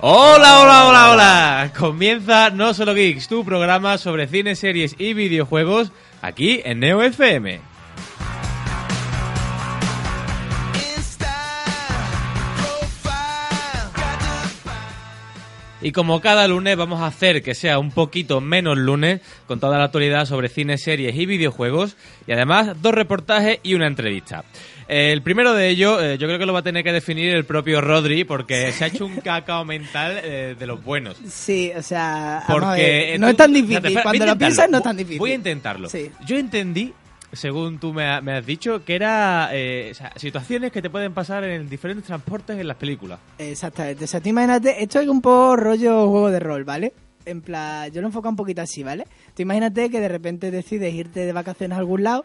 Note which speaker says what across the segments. Speaker 1: Hola, hola, hola, hola. Comienza No Solo Geeks, tu programa sobre cine, series y videojuegos aquí en Neo FM. Y como cada lunes vamos a hacer que sea un poquito menos lunes con toda la actualidad sobre cine, series y videojuegos y además dos reportajes y una entrevista. Eh, El primero de ellos eh, yo creo que lo va a tener que definir el propio Rodri porque se ha hecho un cacao mental eh, de los buenos.
Speaker 2: Sí, o sea, vamos a
Speaker 1: Porque
Speaker 2: ver,
Speaker 1: eh,
Speaker 2: Ah, no
Speaker 1: tú-
Speaker 2: es tan
Speaker 1: espérate,
Speaker 2: difícil.
Speaker 1: espera, voy a
Speaker 2: Cuando lo
Speaker 1: intentarlo.
Speaker 2: piensas, no es
Speaker 1: Voy-
Speaker 2: tan difícil.
Speaker 1: Voy a intentarlo.
Speaker 2: Sí.
Speaker 1: Yo entendí, según tú me, ha- me has dicho, que era eh, o sea, situaciones que te pueden pasar en diferentes transportes en las películas.
Speaker 2: Exactamente. O sea, tú imagínate, esto es un poco rollo juego de rol, ¿vale? En plan, yo lo enfoco un poquito así, ¿vale? Tú imagínate que de repente decides irte de vacaciones a algún lado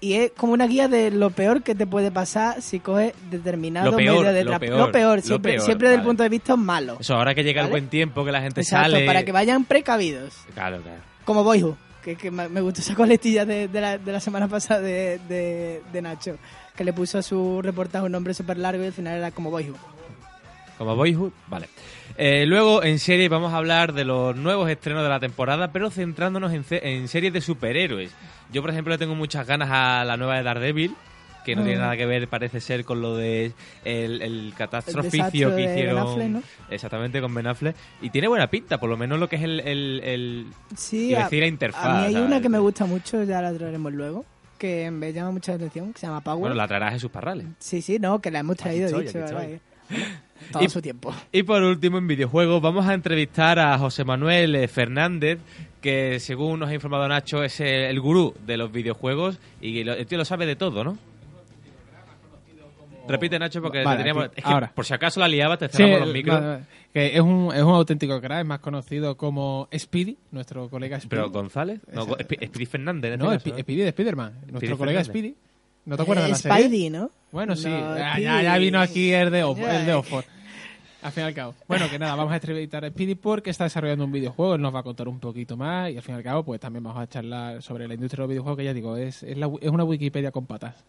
Speaker 2: y es como una guía de lo peor que te puede pasar si coges determinado
Speaker 1: Lo peor,
Speaker 2: medio de
Speaker 1: lo
Speaker 2: transporte.
Speaker 1: peor,
Speaker 2: Lo peor,
Speaker 1: lo
Speaker 2: siempre,
Speaker 1: peor,
Speaker 2: siempre del
Speaker 1: vale.
Speaker 2: punto de vista malo.
Speaker 1: Eso, ahora que llega
Speaker 2: ¿Vale?
Speaker 1: el buen tiempo, que la gente
Speaker 2: Exacto,
Speaker 1: sale...
Speaker 2: para que vayan precavidos.
Speaker 1: Claro, claro.
Speaker 2: Como Boyhood, que, que me me gustó esa coletilla de, de la, de la semana pasada de, de- de Nacho, que le puso a su reportaje un nombre súper largo y al final era como Boyhood.
Speaker 1: Como Boyhood, vale. Eh, luego, en serie, vamos a hablar de los nuevos estrenos de la temporada, pero centrándonos en, ce- en series de superhéroes. Yo, por ejemplo, le tengo muchas ganas a la nueva de Daredevil, que no
Speaker 2: Ah.
Speaker 1: tiene nada que ver, parece ser, con lo de el, el catastroficio
Speaker 2: desastre
Speaker 1: que
Speaker 2: de Ben
Speaker 1: hicieron.
Speaker 2: Affleck, ¿no?
Speaker 1: Exactamente, con Ben Affleck. Y tiene buena pinta, por lo menos lo que es el... el- el-
Speaker 2: Sí,
Speaker 1: Iba a
Speaker 2: a,
Speaker 1: decir la interfaz,
Speaker 2: a mí hay
Speaker 1: ¿sabes?
Speaker 2: una que me gusta mucho, ya la traeremos luego, que me llama mucho la atención, que se llama Power.
Speaker 1: bueno, la traerá Jesús Parrales.
Speaker 2: Sí, sí, no, que la hemos traído,
Speaker 1: estoy,
Speaker 2: dicho,
Speaker 1: aquí
Speaker 2: ¿verdad?
Speaker 1: estoy.
Speaker 2: Bueno, todo
Speaker 1: Y-
Speaker 2: su tiempo.
Speaker 1: Y por último, en videojuegos, vamos a entrevistar a José Manuel eh, Fernández, que según nos ha informado Nacho, es eh, el gurú de los videojuegos y lo- el tío lo sabe de todo, ¿no? Repite, Nacho, porque
Speaker 3: Vale,
Speaker 1: teníamos-
Speaker 3: aquí,
Speaker 1: es que
Speaker 3: ahora.
Speaker 1: por si acaso la liaba, te
Speaker 3: Sí,
Speaker 1: cerramos los micros.
Speaker 3: vale, vale. Que es, un, es un auténtico crack, es más conocido como Speedy, nuestro colega Speedy.
Speaker 1: Pero González, no,
Speaker 3: Ese-
Speaker 1: Sp- Speedy Fernández, en
Speaker 3: no,
Speaker 1: este
Speaker 3: Spe-
Speaker 1: caso,
Speaker 3: Speedy de Spiderman, nuestro
Speaker 1: Speedy
Speaker 3: colega
Speaker 1: Fernández.
Speaker 3: Speedy. ¿No te acuerdas de
Speaker 2: Eh,
Speaker 3: la serie?
Speaker 2: Spidey, ¿no?
Speaker 3: Bueno, sí,
Speaker 2: No,
Speaker 3: ya,
Speaker 2: Speedy.
Speaker 3: ya- ya vino aquí el de, Oxford- el de
Speaker 2: Ya,
Speaker 3: Oxford. Al fin y al cabo. Bueno, que nada, vamos a entrevistar a Speedy porque está desarrollando un videojuego, él nos va a contar un poquito más y al fin y al cabo pues también vamos a charlar sobre la industria de los videojuegos que ya digo, es, es, la wi- es una Wikipedia con patas.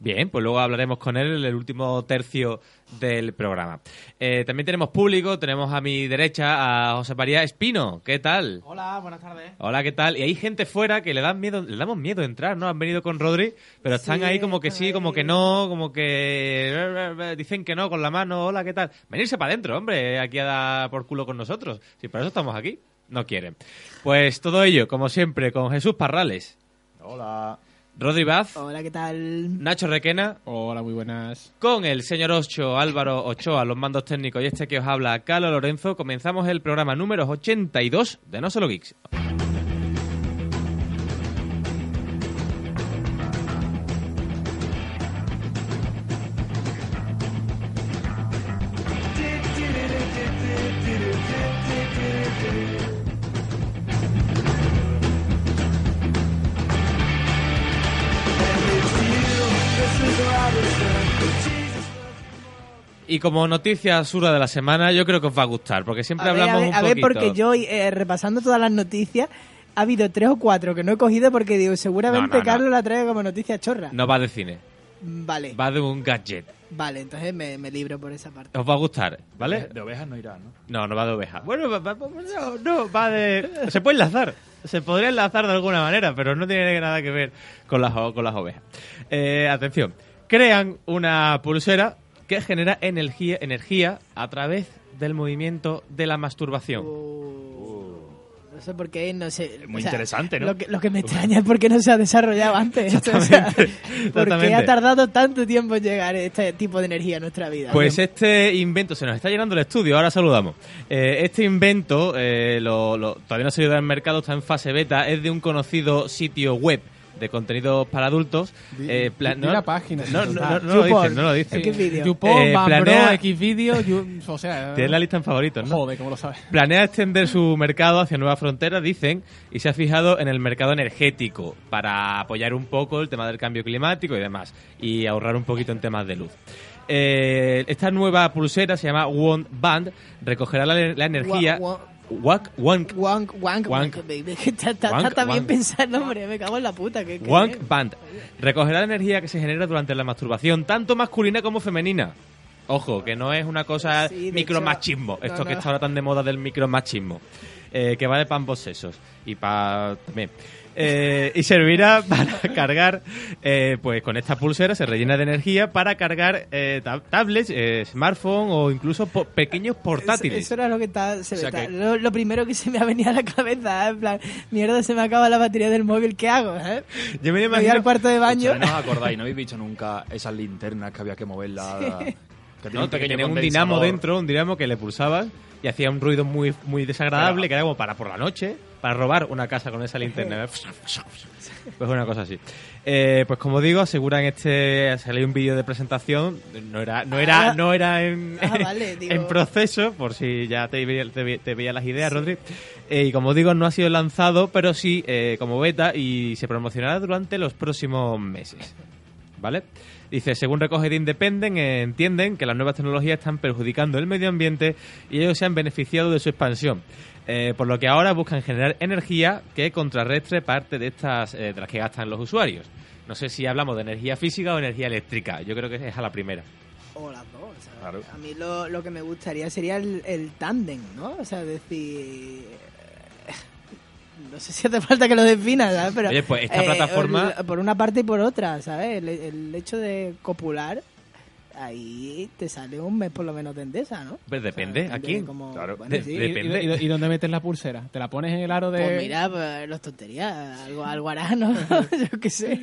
Speaker 1: Bien, pues luego hablaremos con él en el último tercio del programa. Eh, también tenemos público, tenemos a mi derecha a José María Espino. ¿Qué tal?
Speaker 4: Hola, Ah, buenas tardes.
Speaker 1: Hola, ¿qué tal? Y hay gente fuera que le dan miedo, le damos miedo a entrar, ¿no? Han venido con Rodri, pero están
Speaker 2: Sí,
Speaker 1: ahí como que sí,
Speaker 2: ahí.
Speaker 1: como que no, como que dicen que no con la mano, hola, ¿qué tal? Venirse para adentro, hombre, aquí a dar por culo con nosotros. Si para eso estamos aquí, no quieren. Pues todo ello, como siempre, con Jesús Parrales,
Speaker 3: eh.
Speaker 4: Hola.
Speaker 1: Rodri Baz,
Speaker 2: Hola, ¿qué tal?
Speaker 1: Nacho Requena,
Speaker 3: Hola, muy buenas.
Speaker 1: con el señor Ocho Álvaro Ochoa, los mandos técnicos y este que os habla, Calo Lorenzo, comenzamos el programa número 82 de No Solo Geeks. Y como noticia absurda de la semana, yo creo que os va a gustar, porque siempre
Speaker 2: a ver,
Speaker 1: hablamos
Speaker 2: a ver,
Speaker 1: un
Speaker 2: a ver,
Speaker 1: poquito.
Speaker 2: porque yo, eh, repasando todas las noticias, ha habido tres o cuatro que no he cogido porque digo, seguramente
Speaker 1: No, no, no.
Speaker 2: Carlos la trae como noticia chorra.
Speaker 1: No va de cine,
Speaker 2: Vale,
Speaker 1: va de un gadget.
Speaker 2: vale, entonces me, me libro por esa parte.
Speaker 1: Os va a gustar, ¿vale?
Speaker 4: Eh, De ovejas no irá, ¿no?
Speaker 1: No, no va de oveja. Bueno, va- va- no, no, va de... Se puede enlazar, se podría enlazar de alguna manera, pero no tiene nada que ver con las, o- con las ovejas. Eh, atención, crean una pulsera que genera energía, energía a través del movimiento de la masturbación.
Speaker 2: No sé por qué, no sé.
Speaker 4: Muy interesante, ¿no?
Speaker 2: Lo que, lo que me extraña es por qué no se ha desarrollado antes. esto, o sea, ¿Por qué
Speaker 1: exactamente.
Speaker 2: ha tardado tanto tiempo en llegar este tipo de energía a nuestra vida?
Speaker 1: Pues
Speaker 2: Bien.
Speaker 1: este invento, se nos está llenando el estudio, ahora saludamos. Eh, este invento, eh, lo, lo- todavía no ha salido al mercado, está en fase beta, es de un conocido sitio web de contenidos para adultos.
Speaker 3: Di-
Speaker 1: Eh, plan-
Speaker 3: di la página,
Speaker 1: No,
Speaker 3: si
Speaker 1: no,
Speaker 3: no
Speaker 1: no,
Speaker 3: está.
Speaker 1: no lo dicen,
Speaker 2: YouPorn.
Speaker 1: no lo dicen.
Speaker 2: ¿Qué vídeo?
Speaker 3: Yupon,
Speaker 1: Eh,
Speaker 3: Van
Speaker 1: planea-
Speaker 3: Bro, Xvideo, Yu- o sea...
Speaker 1: Tiene la lista en favoritos, ¿no?
Speaker 3: Joder, ¿cómo lo sabes?
Speaker 1: Planea extender su mercado hacia nuevas fronteras, dicen, y se ha fijado en el mercado energético para apoyar un poco el tema del cambio climático y demás, y ahorrar un poquito en temas de luz. Eh, esta nueva pulsera se llama One Band, recogerá la, la energía.
Speaker 2: Wa-
Speaker 1: Wank, wank,
Speaker 2: Wank, wank,
Speaker 1: Wank.
Speaker 2: wank, baby. Que Está, está- está
Speaker 1: Wank,
Speaker 2: también
Speaker 1: wank.
Speaker 2: pensando, hombre, me cago en la puta. que- que-
Speaker 1: wank Band. Recogerá la energía que se genera durante la masturbación, tanto masculina como femenina. Ojo, que no es una cosa
Speaker 2: Sí, de
Speaker 1: micromachismo,
Speaker 2: hecho, no,
Speaker 1: esto que
Speaker 2: no.
Speaker 1: está ahora tan de moda del micromachismo, eh, que vale para ambos sexos y para también. Eh, y servirá para cargar, eh, pues con esta pulsera se rellena de energía para cargar eh, tab- tablets, eh, smartphone o incluso po- pequeños portátiles.
Speaker 2: Eso era lo que ta- se
Speaker 1: O sea
Speaker 2: me ta-
Speaker 1: que-
Speaker 2: lo, lo primero que se me ha venido a la cabeza, ¿eh? en plan, mierda, se me acaba la batería del móvil, ¿qué hago? eh?
Speaker 1: Yo me lo
Speaker 2: Me voy al
Speaker 1: imagino-
Speaker 2: cuarto de baño.
Speaker 4: Escucha, No os acordáis, no habéis visto nunca esas linternas que había que moverla. Que
Speaker 1: No, que tenía un dinamo
Speaker 4: condensador.
Speaker 1: dentro, un dinamo que le pulsabas y hacía un ruido muy, muy desagradable,
Speaker 4: Pero-
Speaker 1: que era como para por la noche, para robar una casa con esa linterna. pues una cosa así. Eh, pues como digo, aseguran este salió un vídeo de presentación, no era, no era,
Speaker 2: Ah.
Speaker 1: no era en,
Speaker 2: Ah, vale, digo.
Speaker 1: en proceso, por si ya te, veía- te, ve- te veía las ideas, Rodri. Eh, y como digo, no ha sido lanzado, pero sí eh, como beta y se promocionará durante los próximos meses. ¿Vale? Dice, según recoge The Independent, eh, entienden que las nuevas tecnologías están perjudicando el medio ambiente y ellos se han beneficiado de su expansión. Eh, por lo que ahora buscan generar energía que contrarrestre parte de estas eh, de las que gastan los usuarios. No sé si hablamos de energía física o energía eléctrica. Yo creo que es a la primera.
Speaker 2: O las dos. o sea,
Speaker 4: Claro.
Speaker 2: A mí lo, lo que me gustaría sería el, el tándem, ¿no? O sea, decir. eh, No sé si hace falta que lo definas, ¿sabes? Pero,
Speaker 1: Oye, pues esta plataforma-
Speaker 2: el- por una parte y por otra, ¿sabes? El, el hecho de copular, ahí te sale un mes por lo menos de Endesa, ¿no?
Speaker 1: Pues
Speaker 2: O sea,
Speaker 1: depende, ¿a
Speaker 2: depende
Speaker 1: quién?
Speaker 2: como-
Speaker 4: Claro.
Speaker 2: bueno,
Speaker 1: De-
Speaker 2: sí.
Speaker 1: de- Depende.
Speaker 3: ¿Y, y, y dónde metes la pulsera? ¿Te la pones en el aro de...?
Speaker 2: Pues mira, pues, las tonterías, algo, algo hará, ¿no? Yo qué sé.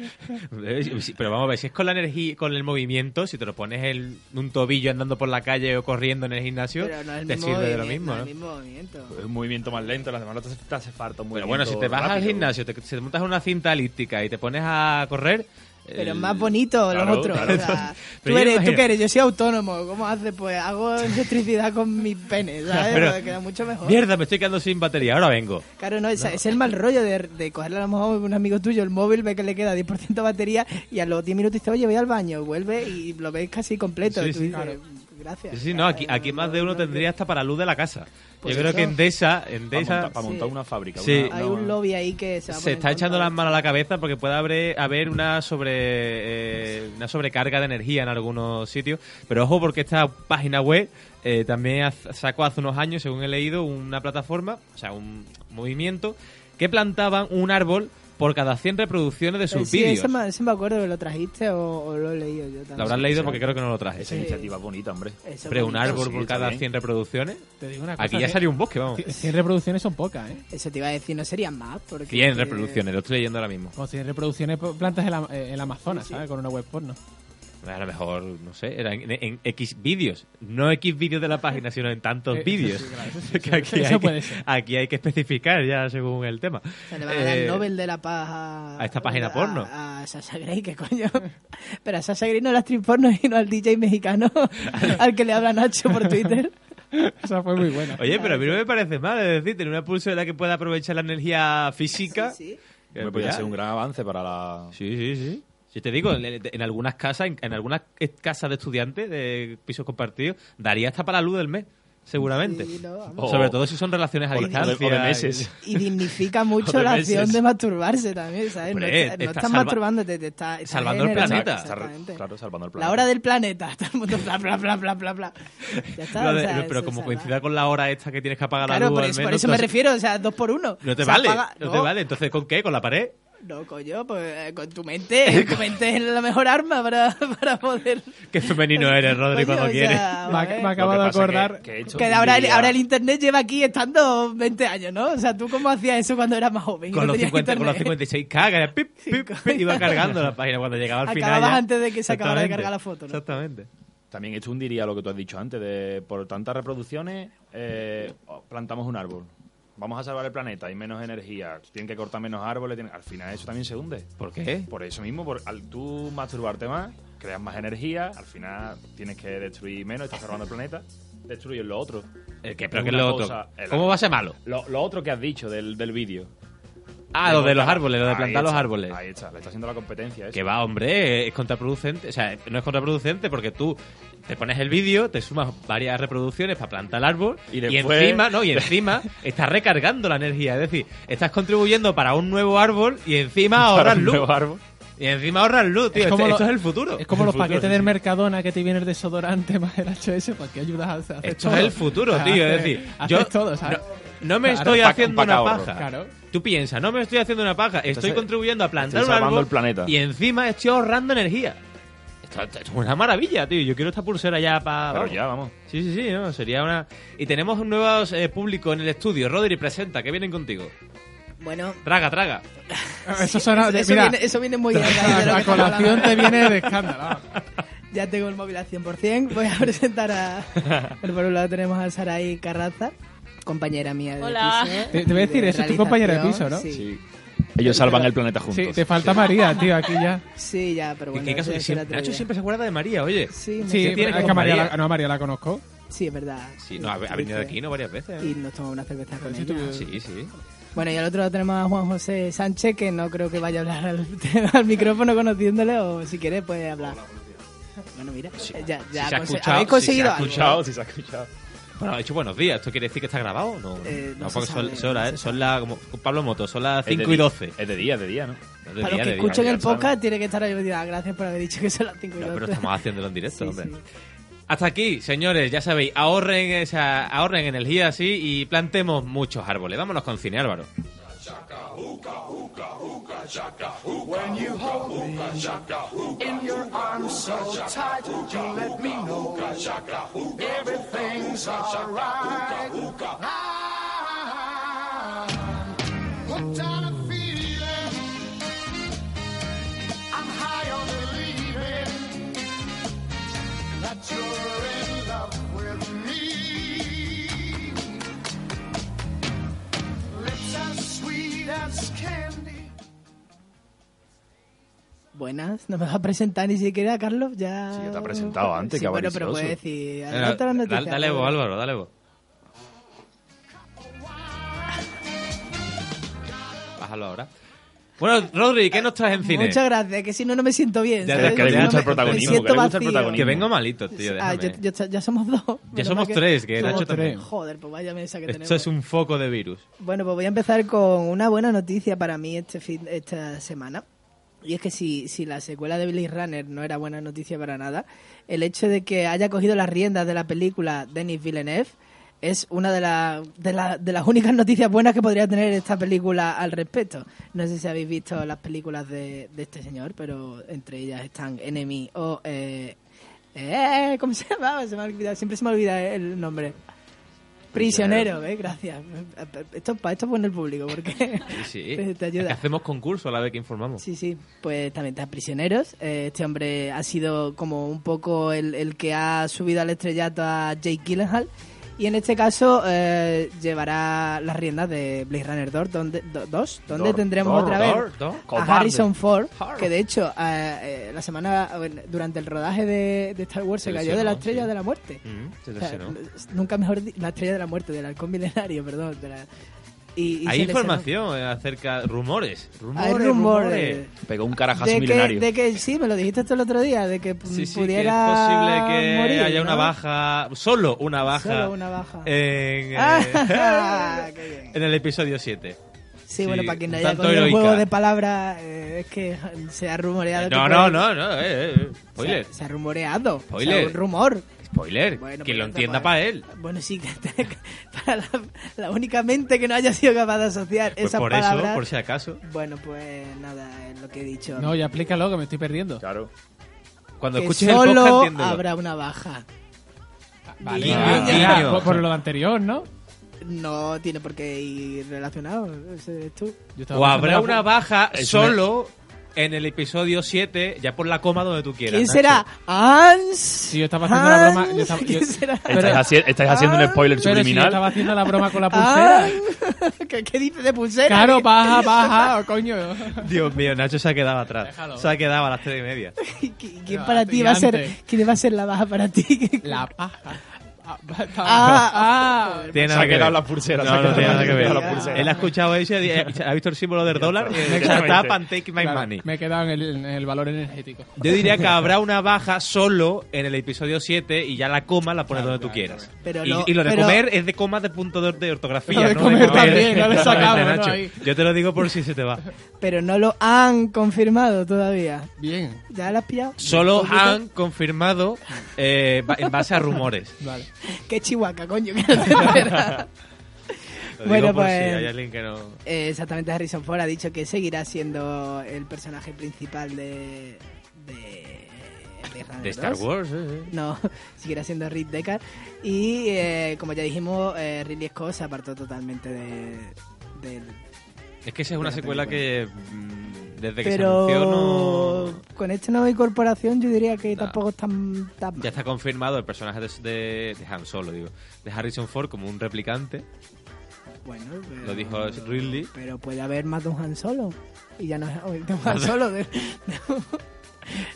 Speaker 1: Eh, sí, Pero vamos a ver, si es con la energía, con el movimiento, si te lo pones en un tobillo andando por la calle o corriendo en el gimnasio,
Speaker 2: Pero no es el
Speaker 1: te
Speaker 2: mismo
Speaker 1: sirve de lo mismo,
Speaker 2: movimiento, no es
Speaker 1: ¿no?
Speaker 2: el mismo movimiento.
Speaker 4: Es un movimiento más lento, las demás no te hace- te hace falta un
Speaker 1: Pero
Speaker 4: movimiento
Speaker 1: bueno, si te vas al
Speaker 4: rápido.
Speaker 1: gimnasio, te, si te montas una cinta elíptica y te pones a correr.
Speaker 2: Pero
Speaker 1: el-
Speaker 2: es más bonito
Speaker 4: Claro,
Speaker 2: los otros.
Speaker 4: claro.
Speaker 2: o sea,
Speaker 1: Pero yo
Speaker 2: tú, eres,
Speaker 1: imagino-
Speaker 2: tú que eres, yo soy autónomo. ¿Cómo haces? Pues hago electricidad con mis penes, ¿sabes?
Speaker 1: Pero-
Speaker 2: Porque queda mucho mejor.
Speaker 1: Mierda, me estoy quedando sin batería, ahora vengo.
Speaker 2: Claro, no, es, es el mal rollo de, de cogerle a lo mejor un amigo tuyo el móvil, ve que le queda 10% de batería y a los 10 minutos dice, oye, voy al baño, vuelve y lo ves casi completo.
Speaker 1: Sí,
Speaker 2: y tú
Speaker 1: sí,
Speaker 2: dices,
Speaker 1: claro.
Speaker 2: gracias.
Speaker 1: Sí, sí, no, aquí, aquí más de uno tendría hasta para luz de la casa.
Speaker 2: Pues
Speaker 1: Yo creo
Speaker 2: eso.
Speaker 1: que Endesa,
Speaker 4: Para montar,
Speaker 1: Endesa
Speaker 4: para montar
Speaker 2: Sí.
Speaker 4: una fábrica.
Speaker 1: Sí.
Speaker 4: una-
Speaker 2: Hay
Speaker 4: una-
Speaker 2: un lobby ahí que se va a
Speaker 1: se está
Speaker 2: poner en contra
Speaker 1: echando
Speaker 2: de
Speaker 1: las
Speaker 2: esto.
Speaker 1: manos a la cabeza porque puede haber, haber una sobre eh, una sobrecarga de energía en algunos sitios. Pero ojo porque esta página web eh, también haz- sacó hace unos años, según he leído, una plataforma, o sea, un movimiento que plantaban un árbol por cada 100 reproducciones de
Speaker 2: Eh,
Speaker 1: sus
Speaker 2: Sí,
Speaker 1: vídeos.
Speaker 2: eso me, eso me acuerdo que lo trajiste o, o lo he leído yo también.
Speaker 1: Lo habrás leído porque creo que no lo traje.
Speaker 4: Esa
Speaker 2: Sí.
Speaker 4: iniciativa es bonita, hombre.
Speaker 2: Eso
Speaker 1: Pero un
Speaker 2: bonito.
Speaker 1: árbol
Speaker 4: Sí,
Speaker 1: por
Speaker 4: está
Speaker 1: cada
Speaker 4: bien.
Speaker 1: 100 reproducciones.
Speaker 3: Te digo una cosa,
Speaker 1: Aquí ya
Speaker 3: que-
Speaker 1: salió un bosque, vamos.
Speaker 3: 100 reproducciones son pocas, ¿eh?
Speaker 2: Eso te iba a decir, no serían más. Porque,
Speaker 1: 100 reproducciones, lo estoy leyendo ahora mismo.
Speaker 3: Como 100 reproducciones po- plantas el, Ama- eh, el Amazonas, ¿sabes? Con una web porno.
Speaker 1: A lo mejor, no sé, era en, en X vídeos. No X vídeos de la página, sino en tantos
Speaker 3: Eh,
Speaker 1: vídeos.
Speaker 3: sí, claro, eso sí,
Speaker 1: Que
Speaker 3: eso-
Speaker 1: aquí,
Speaker 3: eso
Speaker 1: hay
Speaker 3: puede
Speaker 1: que,
Speaker 3: ser.
Speaker 1: aquí hay que especificar ya según el tema.
Speaker 2: Se le va a dar
Speaker 1: Eh,
Speaker 2: el Nobel de la Paz a,
Speaker 1: a esta página
Speaker 2: a-
Speaker 1: porno.
Speaker 2: A, Sasha Grey, que coño. Pero a Sasha Grey no la actriz porno, sino al DJ mexicano al que le habla Nacho por Twitter.
Speaker 3: Esa fue muy buena.
Speaker 1: Oye, pero a mí no me parece mal, es decir, tener una pulsera que pueda aprovechar la energía física.
Speaker 2: Sí, sí.
Speaker 1: Eh, pues
Speaker 4: Me
Speaker 1: ya.
Speaker 4: podría ser un gran avance para la.
Speaker 1: Sí, sí, sí. Si te digo, en, en algunas casas, en, en algunas casas de estudiantes de pisos compartidos, daría hasta para la luz del mes, seguramente.
Speaker 2: Sí, no, vamos.
Speaker 4: O-
Speaker 1: Sobre todo si son relaciones a
Speaker 4: o de- o de- o de
Speaker 1: distancia.
Speaker 4: meses.
Speaker 2: Y dignifica mucho
Speaker 4: Joder,
Speaker 2: la
Speaker 4: meses.
Speaker 2: acción de masturbarse también, ¿sabes? no
Speaker 1: Hombre,
Speaker 2: está- no
Speaker 1: está
Speaker 2: estás
Speaker 1: salva-
Speaker 2: masturbándote, te estás. estás
Speaker 1: salvando el
Speaker 2: generando-
Speaker 1: planeta.
Speaker 4: Está-
Speaker 2: exactamente.
Speaker 4: claro, salvando el planeta.
Speaker 2: La hora del planeta, todo el mundo bla bla bla bla bla bla. Ya está,
Speaker 1: Lo
Speaker 2: o
Speaker 1: de-
Speaker 2: sea,
Speaker 1: pero
Speaker 2: se
Speaker 1: como
Speaker 2: salva.
Speaker 1: coincida con la hora esta que tienes que apagar la
Speaker 2: Claro,
Speaker 1: luz,
Speaker 2: por
Speaker 1: al
Speaker 2: eso, por
Speaker 1: menos,
Speaker 2: eso me
Speaker 1: entonces-
Speaker 2: refiero, o sea, dos por uno.
Speaker 1: No te
Speaker 2: O sea,
Speaker 1: vale,
Speaker 2: apaga-
Speaker 1: no te vale. Entonces, ¿con qué? ¿Con la pared?
Speaker 2: No, coño, pues eh, con tu mente, tu mente es la mejor arma para, para poder...
Speaker 1: Qué femenino eres, Rodri,
Speaker 2: Coño,
Speaker 1: cuando
Speaker 2: o sea,
Speaker 1: quieres.
Speaker 3: Me,
Speaker 2: a
Speaker 3: ac-
Speaker 2: ver.
Speaker 3: me acabo
Speaker 4: Lo
Speaker 3: de
Speaker 4: que pasa
Speaker 3: acordar...
Speaker 4: que- que he hecho
Speaker 2: Que
Speaker 4: un
Speaker 2: ahora el,
Speaker 4: día-
Speaker 2: ahora el internet lleva aquí estando 20 años, ¿no? O sea, ¿tú cómo hacías eso cuando eras más joven? y
Speaker 1: Con
Speaker 2: no
Speaker 1: los,
Speaker 2: tenías
Speaker 1: 50, con los
Speaker 2: internet?
Speaker 1: 56 cagas, pip, pip,
Speaker 2: coño.
Speaker 1: pip, iba cargando la página cuando llegaba al final.
Speaker 2: Acababas
Speaker 1: ya.
Speaker 2: antes de que se acabara de
Speaker 1: Exactamente,
Speaker 2: cargar la foto, ¿no?
Speaker 1: Exactamente.
Speaker 4: También esto hundiría lo que tú has dicho antes, de por tantas reproducciones eh, plantamos un árbol. Vamos a salvar el planeta, hay menos energía, tienen que cortar menos árboles, tienen- al final eso también se hunde.
Speaker 1: ¿Por qué?
Speaker 4: Por eso mismo, por, al tú masturbarte más, creas más energía, al final tienes que destruir menos, estás salvando el planeta, destruyes lo otro.
Speaker 1: Eh, que- ¿Pero
Speaker 4: Es
Speaker 1: qué es
Speaker 4: una
Speaker 1: lo
Speaker 4: cosa-
Speaker 1: otro?
Speaker 4: el-
Speaker 1: ¿Cómo va a ser malo?
Speaker 4: Lo, lo otro que has dicho del, del vídeo.
Speaker 1: Ah, lo de los árboles, lo de
Speaker 4: Ahí
Speaker 1: plantar los
Speaker 4: está,
Speaker 1: árboles.
Speaker 4: Ahí está, le está haciendo la competencia. eso.
Speaker 1: Que va, hombre, es contraproducente. O sea, no es contraproducente porque tú te pones el vídeo, te sumas varias reproducciones para plantar el árbol
Speaker 4: Y
Speaker 1: y,
Speaker 4: después-
Speaker 1: encima, no, y encima estás recargando la energía. Es decir, estás contribuyendo para un nuevo árbol y encima
Speaker 4: Para
Speaker 1: ahorras
Speaker 4: un
Speaker 1: luz.
Speaker 4: nuevo árbol.
Speaker 1: Y encima ahorras luz, tío. Este, Esto,
Speaker 3: lo-
Speaker 1: esto es el futuro.
Speaker 3: Es como los
Speaker 4: El futuro,
Speaker 3: paquetes
Speaker 4: sí.
Speaker 3: del Mercadona que te viene el desodorante más el HS, ¿para qué ayudas a hacer
Speaker 1: Esto
Speaker 3: todo?
Speaker 1: es el futuro,
Speaker 3: O sea,
Speaker 1: tío. Es
Speaker 3: haces-
Speaker 1: decir,
Speaker 3: haces
Speaker 1: yo
Speaker 3: todo, ¿sabes?
Speaker 1: No, no me
Speaker 3: Claro.
Speaker 1: estoy
Speaker 4: Un pack-
Speaker 1: haciendo
Speaker 4: un pack
Speaker 1: una
Speaker 4: ahorro.
Speaker 1: paja.
Speaker 3: Claro.
Speaker 1: Tú piensas, no me estoy haciendo una paja, estoy
Speaker 4: Entonces,
Speaker 1: contribuyendo a plantar
Speaker 4: estoy
Speaker 1: un
Speaker 4: salvando
Speaker 1: árbol
Speaker 4: el planeta.
Speaker 1: y encima estoy ahorrando energía. Esto, esto es una maravilla, tío. Yo quiero esta pulsera ya para...
Speaker 4: Pero ya, vamos.
Speaker 1: Sí, sí, sí, no, sería una... Y tenemos un nuevo eh, público en el estudio. Rodri, presenta, que vienen contigo.
Speaker 2: Bueno,
Speaker 1: Traga, traga.
Speaker 3: Eso suena.
Speaker 2: eso,
Speaker 3: mira,
Speaker 2: viene, eso viene muy bien. David, de lo
Speaker 3: la,
Speaker 2: que
Speaker 3: la
Speaker 2: estamos hablando.
Speaker 3: colación te viene de escándalo.
Speaker 2: Ya tengo el móvil al 100%. Voy a presentar a. Bueno, por un lado tenemos a Saray Carraza, compañera mía de
Speaker 5: Hola.
Speaker 2: piso.
Speaker 3: Te- te voy a
Speaker 2: y
Speaker 3: decir
Speaker 2: de
Speaker 3: eso, tu compañera de
Speaker 2: realización.
Speaker 3: piso, ¿no?
Speaker 2: Sí, sí,
Speaker 4: Sí. Ellos salvan el planeta juntos.
Speaker 3: Sí, te falta María, tío, aquí ya.
Speaker 2: ya, pero
Speaker 1: Y
Speaker 2: bueno.
Speaker 1: qué caso
Speaker 2: eso
Speaker 1: que
Speaker 2: es
Speaker 1: siempre-
Speaker 2: otro
Speaker 1: Nacho
Speaker 2: día.
Speaker 1: siempre se acuerda de María, oye.
Speaker 2: Sí, me
Speaker 3: Sí,
Speaker 2: siento
Speaker 1: tiene
Speaker 3: es
Speaker 1: como
Speaker 3: que a María,
Speaker 1: María.
Speaker 3: la, no, a María la conozco.
Speaker 2: Sí, es verdad.
Speaker 1: Sí, no, ha, ha venido aquí, ¿no? Varias veces. ¿eh?
Speaker 2: Y nos tomamos una cerveza con
Speaker 3: Sí,
Speaker 2: ella.
Speaker 3: tú-
Speaker 1: Sí, sí.
Speaker 2: Bueno, y al otro lado tenemos a Juan José Sánchez, que no creo que vaya a hablar al, al micrófono conociéndole, o si quiere puede hablar. Bueno, mira, ya, ya
Speaker 1: si se ha
Speaker 2: conse-
Speaker 1: escuchado,
Speaker 2: habéis
Speaker 1: si
Speaker 2: conseguido
Speaker 1: se ha
Speaker 2: algo.
Speaker 1: escuchado.
Speaker 4: si se ha escuchado.
Speaker 1: Bueno, ha dicho buenos días. ¿Esto quiere decir que está grabado? No,
Speaker 2: Eh, no se
Speaker 1: porque son,
Speaker 2: sabe,
Speaker 1: son
Speaker 2: no
Speaker 1: las-
Speaker 2: se
Speaker 1: son las- como Pablo Moto, son las
Speaker 4: Es de
Speaker 1: 5 y
Speaker 4: día-
Speaker 1: 12.
Speaker 4: Es de día, es de día, ¿no?
Speaker 1: No, de
Speaker 2: Para
Speaker 1: día,
Speaker 2: los que
Speaker 1: de día.
Speaker 2: escuchen
Speaker 4: ya
Speaker 2: el
Speaker 4: sabemos.
Speaker 2: podcast, tiene que estar ahí. ah, Gracias por haber dicho que son las 5 y
Speaker 1: No, pero
Speaker 2: doce".
Speaker 1: estamos haciéndolo en directo,
Speaker 2: Sí,
Speaker 1: hombre.
Speaker 2: sí.
Speaker 1: Hasta aquí, señores, ya sabéis, ahorren esa, ahorren energía así y plantemos muchos árboles. Vámonos con cine, Álvaro.
Speaker 6: in your arms so tight. You let me know everything's alright. I'm hooked on a feeling. I'm high on believing that you're in love with me. Lips as sweet as candy.
Speaker 2: Buenas, no me vas a presentar ni siquiera, Carlos. Ya...
Speaker 4: Sí, ya te ha presentado antes,
Speaker 2: Sí,
Speaker 4: qué
Speaker 2: Bueno, pero
Speaker 4: avaricioso.
Speaker 2: puedes decir.
Speaker 1: Eh,
Speaker 2: adelante la
Speaker 1: da-
Speaker 2: noticia.
Speaker 1: dale vos, Álvaro, dale vos. Bájalo ahora. Bueno, Rodri, ¿qué nos traes en cine?
Speaker 2: Muchas gracias, que si no, no me siento bien.
Speaker 1: Ya,
Speaker 2: ¿sabes?
Speaker 1: es que le
Speaker 2: No
Speaker 1: gusta
Speaker 2: me-
Speaker 1: el protagonismo,
Speaker 2: me siento
Speaker 4: que le gusta el
Speaker 2: vacío.
Speaker 4: protagonismo.
Speaker 1: Que vengo malito, tío.
Speaker 2: Ah,
Speaker 1: déjame.
Speaker 2: yo- yo- ya somos dos. Menos
Speaker 1: somos
Speaker 2: mal que-
Speaker 1: tres, que Nacho
Speaker 2: somos tres.
Speaker 1: también.
Speaker 2: Joder, pues vaya mesa que tenemos.
Speaker 1: Esto es un foco de virus.
Speaker 2: Bueno, pues voy a empezar con una buena noticia para mí este fin, esta semana. Y es que si, si la secuela de Billy Runner no era buena noticia para nada, el hecho de que haya cogido las riendas de la película Denis Villeneuve es una de, la- de, la- de las únicas noticias buenas que podría tener esta película al respecto. No sé si habéis visto las películas de, de este señor, pero entre ellas están Enemy o... Eh, eh, ¿Cómo se llama? Se me ha olvidado, siempre se me olvida el nombre. Prisionero, eh, gracias. Esto, pa- esto es bueno el público, porque
Speaker 1: Sí, sí. Es
Speaker 2: te, te
Speaker 1: que
Speaker 2: Pues ayuda.
Speaker 1: hacemos concurso a la vez que informamos.
Speaker 2: Sí, sí, pues también está Prisioneros. Eh, este hombre ha sido como un poco el, el que ha subido al estrellato a Jake Gyllenhaal. Y en este caso eh, llevará las riendas de Blade Runner 2, donde, do- dos, donde
Speaker 4: Dor,
Speaker 2: tendremos
Speaker 4: Dor,
Speaker 2: otra vez
Speaker 1: Dor, Dor.
Speaker 2: a Harrison Ford, que de hecho eh, eh, la semana bueno, durante el rodaje de, de Star Wars se
Speaker 1: Se
Speaker 2: cayó de la
Speaker 1: lesionó,
Speaker 2: estrella
Speaker 1: sí.
Speaker 2: de la muerte.
Speaker 1: Mm, se
Speaker 2: O sea,
Speaker 1: lesionó.
Speaker 2: l- nunca mejor di- la estrella de la muerte, del halcón milenario, perdón. de la- y- y
Speaker 1: Hay
Speaker 2: se lesionó.
Speaker 1: información acerca, rumores, rumores,
Speaker 2: Hay rumores.
Speaker 4: Pegó un carajazo
Speaker 2: De que,
Speaker 4: milenario.
Speaker 2: de que sí, me lo dijiste tú el otro día, de que p-
Speaker 1: Sí, sí, que es
Speaker 2: pudiera
Speaker 1: posible que
Speaker 2: morir,
Speaker 1: haya una
Speaker 2: ¿no?
Speaker 1: baja, solo una baja,
Speaker 2: Solo una baja.
Speaker 1: En, eh,
Speaker 2: Ah, qué bien.
Speaker 1: en el episodio 7.
Speaker 2: Sí,
Speaker 1: sí,
Speaker 2: bueno, para quien
Speaker 1: un
Speaker 2: no haya
Speaker 1: tanto
Speaker 2: cogido el
Speaker 1: heroica.
Speaker 2: juego de palabras, eh, es que se ha rumoreado. que
Speaker 1: No,
Speaker 2: puede-
Speaker 1: no, no, no, eh, eh, spoiler,
Speaker 2: Se, se ha rumoreado.
Speaker 1: Spoiler.
Speaker 2: O sea, un rumor.
Speaker 1: spoiler,
Speaker 2: Bueno,
Speaker 1: que
Speaker 2: pues
Speaker 1: lo
Speaker 2: ya está,
Speaker 1: entienda
Speaker 2: pues.
Speaker 1: para él.
Speaker 2: Bueno, sí, que- para la, la única mente que no haya sido capaz de asociar
Speaker 1: Pues
Speaker 2: esas
Speaker 1: por
Speaker 2: palabras.
Speaker 1: eso, por si acaso,
Speaker 2: Bueno, pues nada, es lo que he dicho.
Speaker 3: No, ya explícalo, que me estoy perdiendo.
Speaker 4: Claro.
Speaker 1: cuando
Speaker 2: que
Speaker 1: escuches el
Speaker 2: solo
Speaker 1: podcast entiéndelo.
Speaker 2: habrá una baja.
Speaker 3: Vale,
Speaker 1: Guiño,
Speaker 3: Ah, ya,
Speaker 1: guiño.
Speaker 3: ya, por, por lo anterior, ¿no?
Speaker 2: No tiene por qué ir relacionado, ese eres tú.
Speaker 3: Yo estaba
Speaker 1: O habrá
Speaker 3: pensando-
Speaker 1: una baja
Speaker 4: Es una-
Speaker 1: solo en el episodio 7, ya por la coma donde tú quieras.
Speaker 2: ¿Quién
Speaker 1: Nacho.
Speaker 2: será? ¿Hans?
Speaker 3: Sí, yo estaba haciendo la broma, yo estaba- yo-
Speaker 2: ¿Quién será?
Speaker 4: Estáis, haci- estáis haciendo
Speaker 2: Ah,
Speaker 4: un spoiler
Speaker 3: Pero si yo
Speaker 4: subliminal.
Speaker 3: estaba haciendo la broma con la pulsera.
Speaker 2: Hans. ¿Qué, qué dice de pulsera?
Speaker 3: Claro, baja, baja, oh, coño.
Speaker 1: Dios mío, Nacho se ha quedado atrás.
Speaker 3: Déjalo.
Speaker 1: Se ha quedado a las 3 y media.
Speaker 2: ¿Qui- ¿Quién
Speaker 3: Ah,
Speaker 2: para ti va a ser,
Speaker 3: gigante.
Speaker 2: quién va a ser la baja para ti?
Speaker 3: La paja.
Speaker 2: Ah,
Speaker 1: Tiene
Speaker 4: Se
Speaker 1: nada
Speaker 4: ha
Speaker 1: que ver.
Speaker 4: quedado la pulsera. se
Speaker 1: No, no
Speaker 4: ha
Speaker 1: tiene
Speaker 4: quedado
Speaker 1: nada que ver.
Speaker 4: la pulsera.
Speaker 1: Él ha escuchado eso y ha "Eh, ha visto el símbolo del dólar y ha dicho,
Speaker 4: Exactamente.
Speaker 1: tap and take my
Speaker 3: Claro,
Speaker 1: money.
Speaker 3: Me he quedado en el, en el valor energético.
Speaker 1: Yo diría que habrá una baja solo en el episodio 7 y ya la coma la pones
Speaker 3: Claro,
Speaker 1: donde tú
Speaker 3: claro,
Speaker 1: quieras.
Speaker 2: Pero
Speaker 1: y,
Speaker 2: no-
Speaker 1: y lo de
Speaker 2: pero-
Speaker 1: comer es de comas de punto de, de ortografía.
Speaker 3: Lo de
Speaker 1: no
Speaker 3: comer también, ya lo sacamos,
Speaker 1: Exactamente,
Speaker 3: ¿no?
Speaker 1: Nacho.
Speaker 3: Ahí.
Speaker 1: Yo te lo digo por si se te va.
Speaker 2: Pero no lo han confirmado todavía.
Speaker 3: Bien.
Speaker 2: ¿Ya la has pillado?
Speaker 1: Solo
Speaker 2: Poquito.
Speaker 1: han confirmado eh, ba- en base a rumores.
Speaker 3: Vale.
Speaker 2: Qué chihuahua, coño. que no te enteras.
Speaker 1: Lo
Speaker 2: Bueno,
Speaker 1: digo por
Speaker 2: pues-
Speaker 1: si hay alguien que no...
Speaker 2: Eh, exactamente, Harrison Ford ha dicho que seguirá siendo el personaje principal de. de. de, Runner
Speaker 1: De Star
Speaker 2: 2.
Speaker 1: Wars, eh, eh.
Speaker 2: No, seguirá siendo Reed Deckard. Y eh, como ya dijimos, eh, Ridley Scott se apartó totalmente de. del-
Speaker 1: Es que esa es una
Speaker 2: Pero
Speaker 1: secuela
Speaker 2: tengo
Speaker 1: que mm, desde que
Speaker 2: Pero.
Speaker 1: se anunció no...
Speaker 2: con esta nueva incorporación, yo diría que
Speaker 1: No.
Speaker 2: tampoco es tan. tan mal.
Speaker 1: Ya está confirmado el personaje de, de, de Han Solo, digo, de Harrison Ford como un replicante.
Speaker 2: Bueno, pero-
Speaker 1: Lo dijo Ridley.
Speaker 2: Pero puede haber más de un Han Solo. Y ya no es oh, de un Han Solo, de, de un-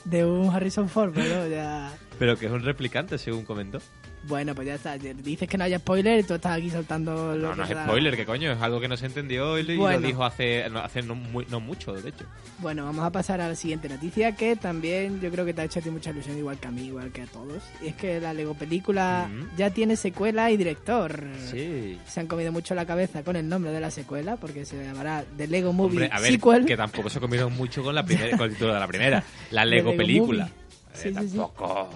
Speaker 2: de un Harrison Ford, pero ya.
Speaker 1: Pero que es un replicante, según comentó.
Speaker 2: Bueno, pues ya está. Dices que no haya spoiler y tú estás aquí soltando lo
Speaker 1: No, no es
Speaker 2: que te da-
Speaker 1: spoiler, que coño, es algo que no se entendió y lo- y
Speaker 2: Bueno.
Speaker 1: lo dijo hace, no, hace no, muy- no mucho, de hecho.
Speaker 2: Bueno, vamos a pasar a la siguiente noticia que también yo creo que te ha hecho a ti mucha ilusión, igual que a mí, igual que a todos. Y es que la Lego película
Speaker 1: Ujú.
Speaker 2: ya tiene secuela y director.
Speaker 1: Sí.
Speaker 2: Se han comido mucho la cabeza con el nombre de la secuela porque se llamará The Lego Movie
Speaker 1: Hombre, a ver,
Speaker 2: Sequel.
Speaker 1: que tampoco se comieron mucho con, la primera, con el título de la primera, la
Speaker 2: The
Speaker 1: Lego
Speaker 2: Lego
Speaker 1: película.
Speaker 2: Movie.
Speaker 1: Eh,
Speaker 2: Sí, sí, sí.
Speaker 1: tampoco.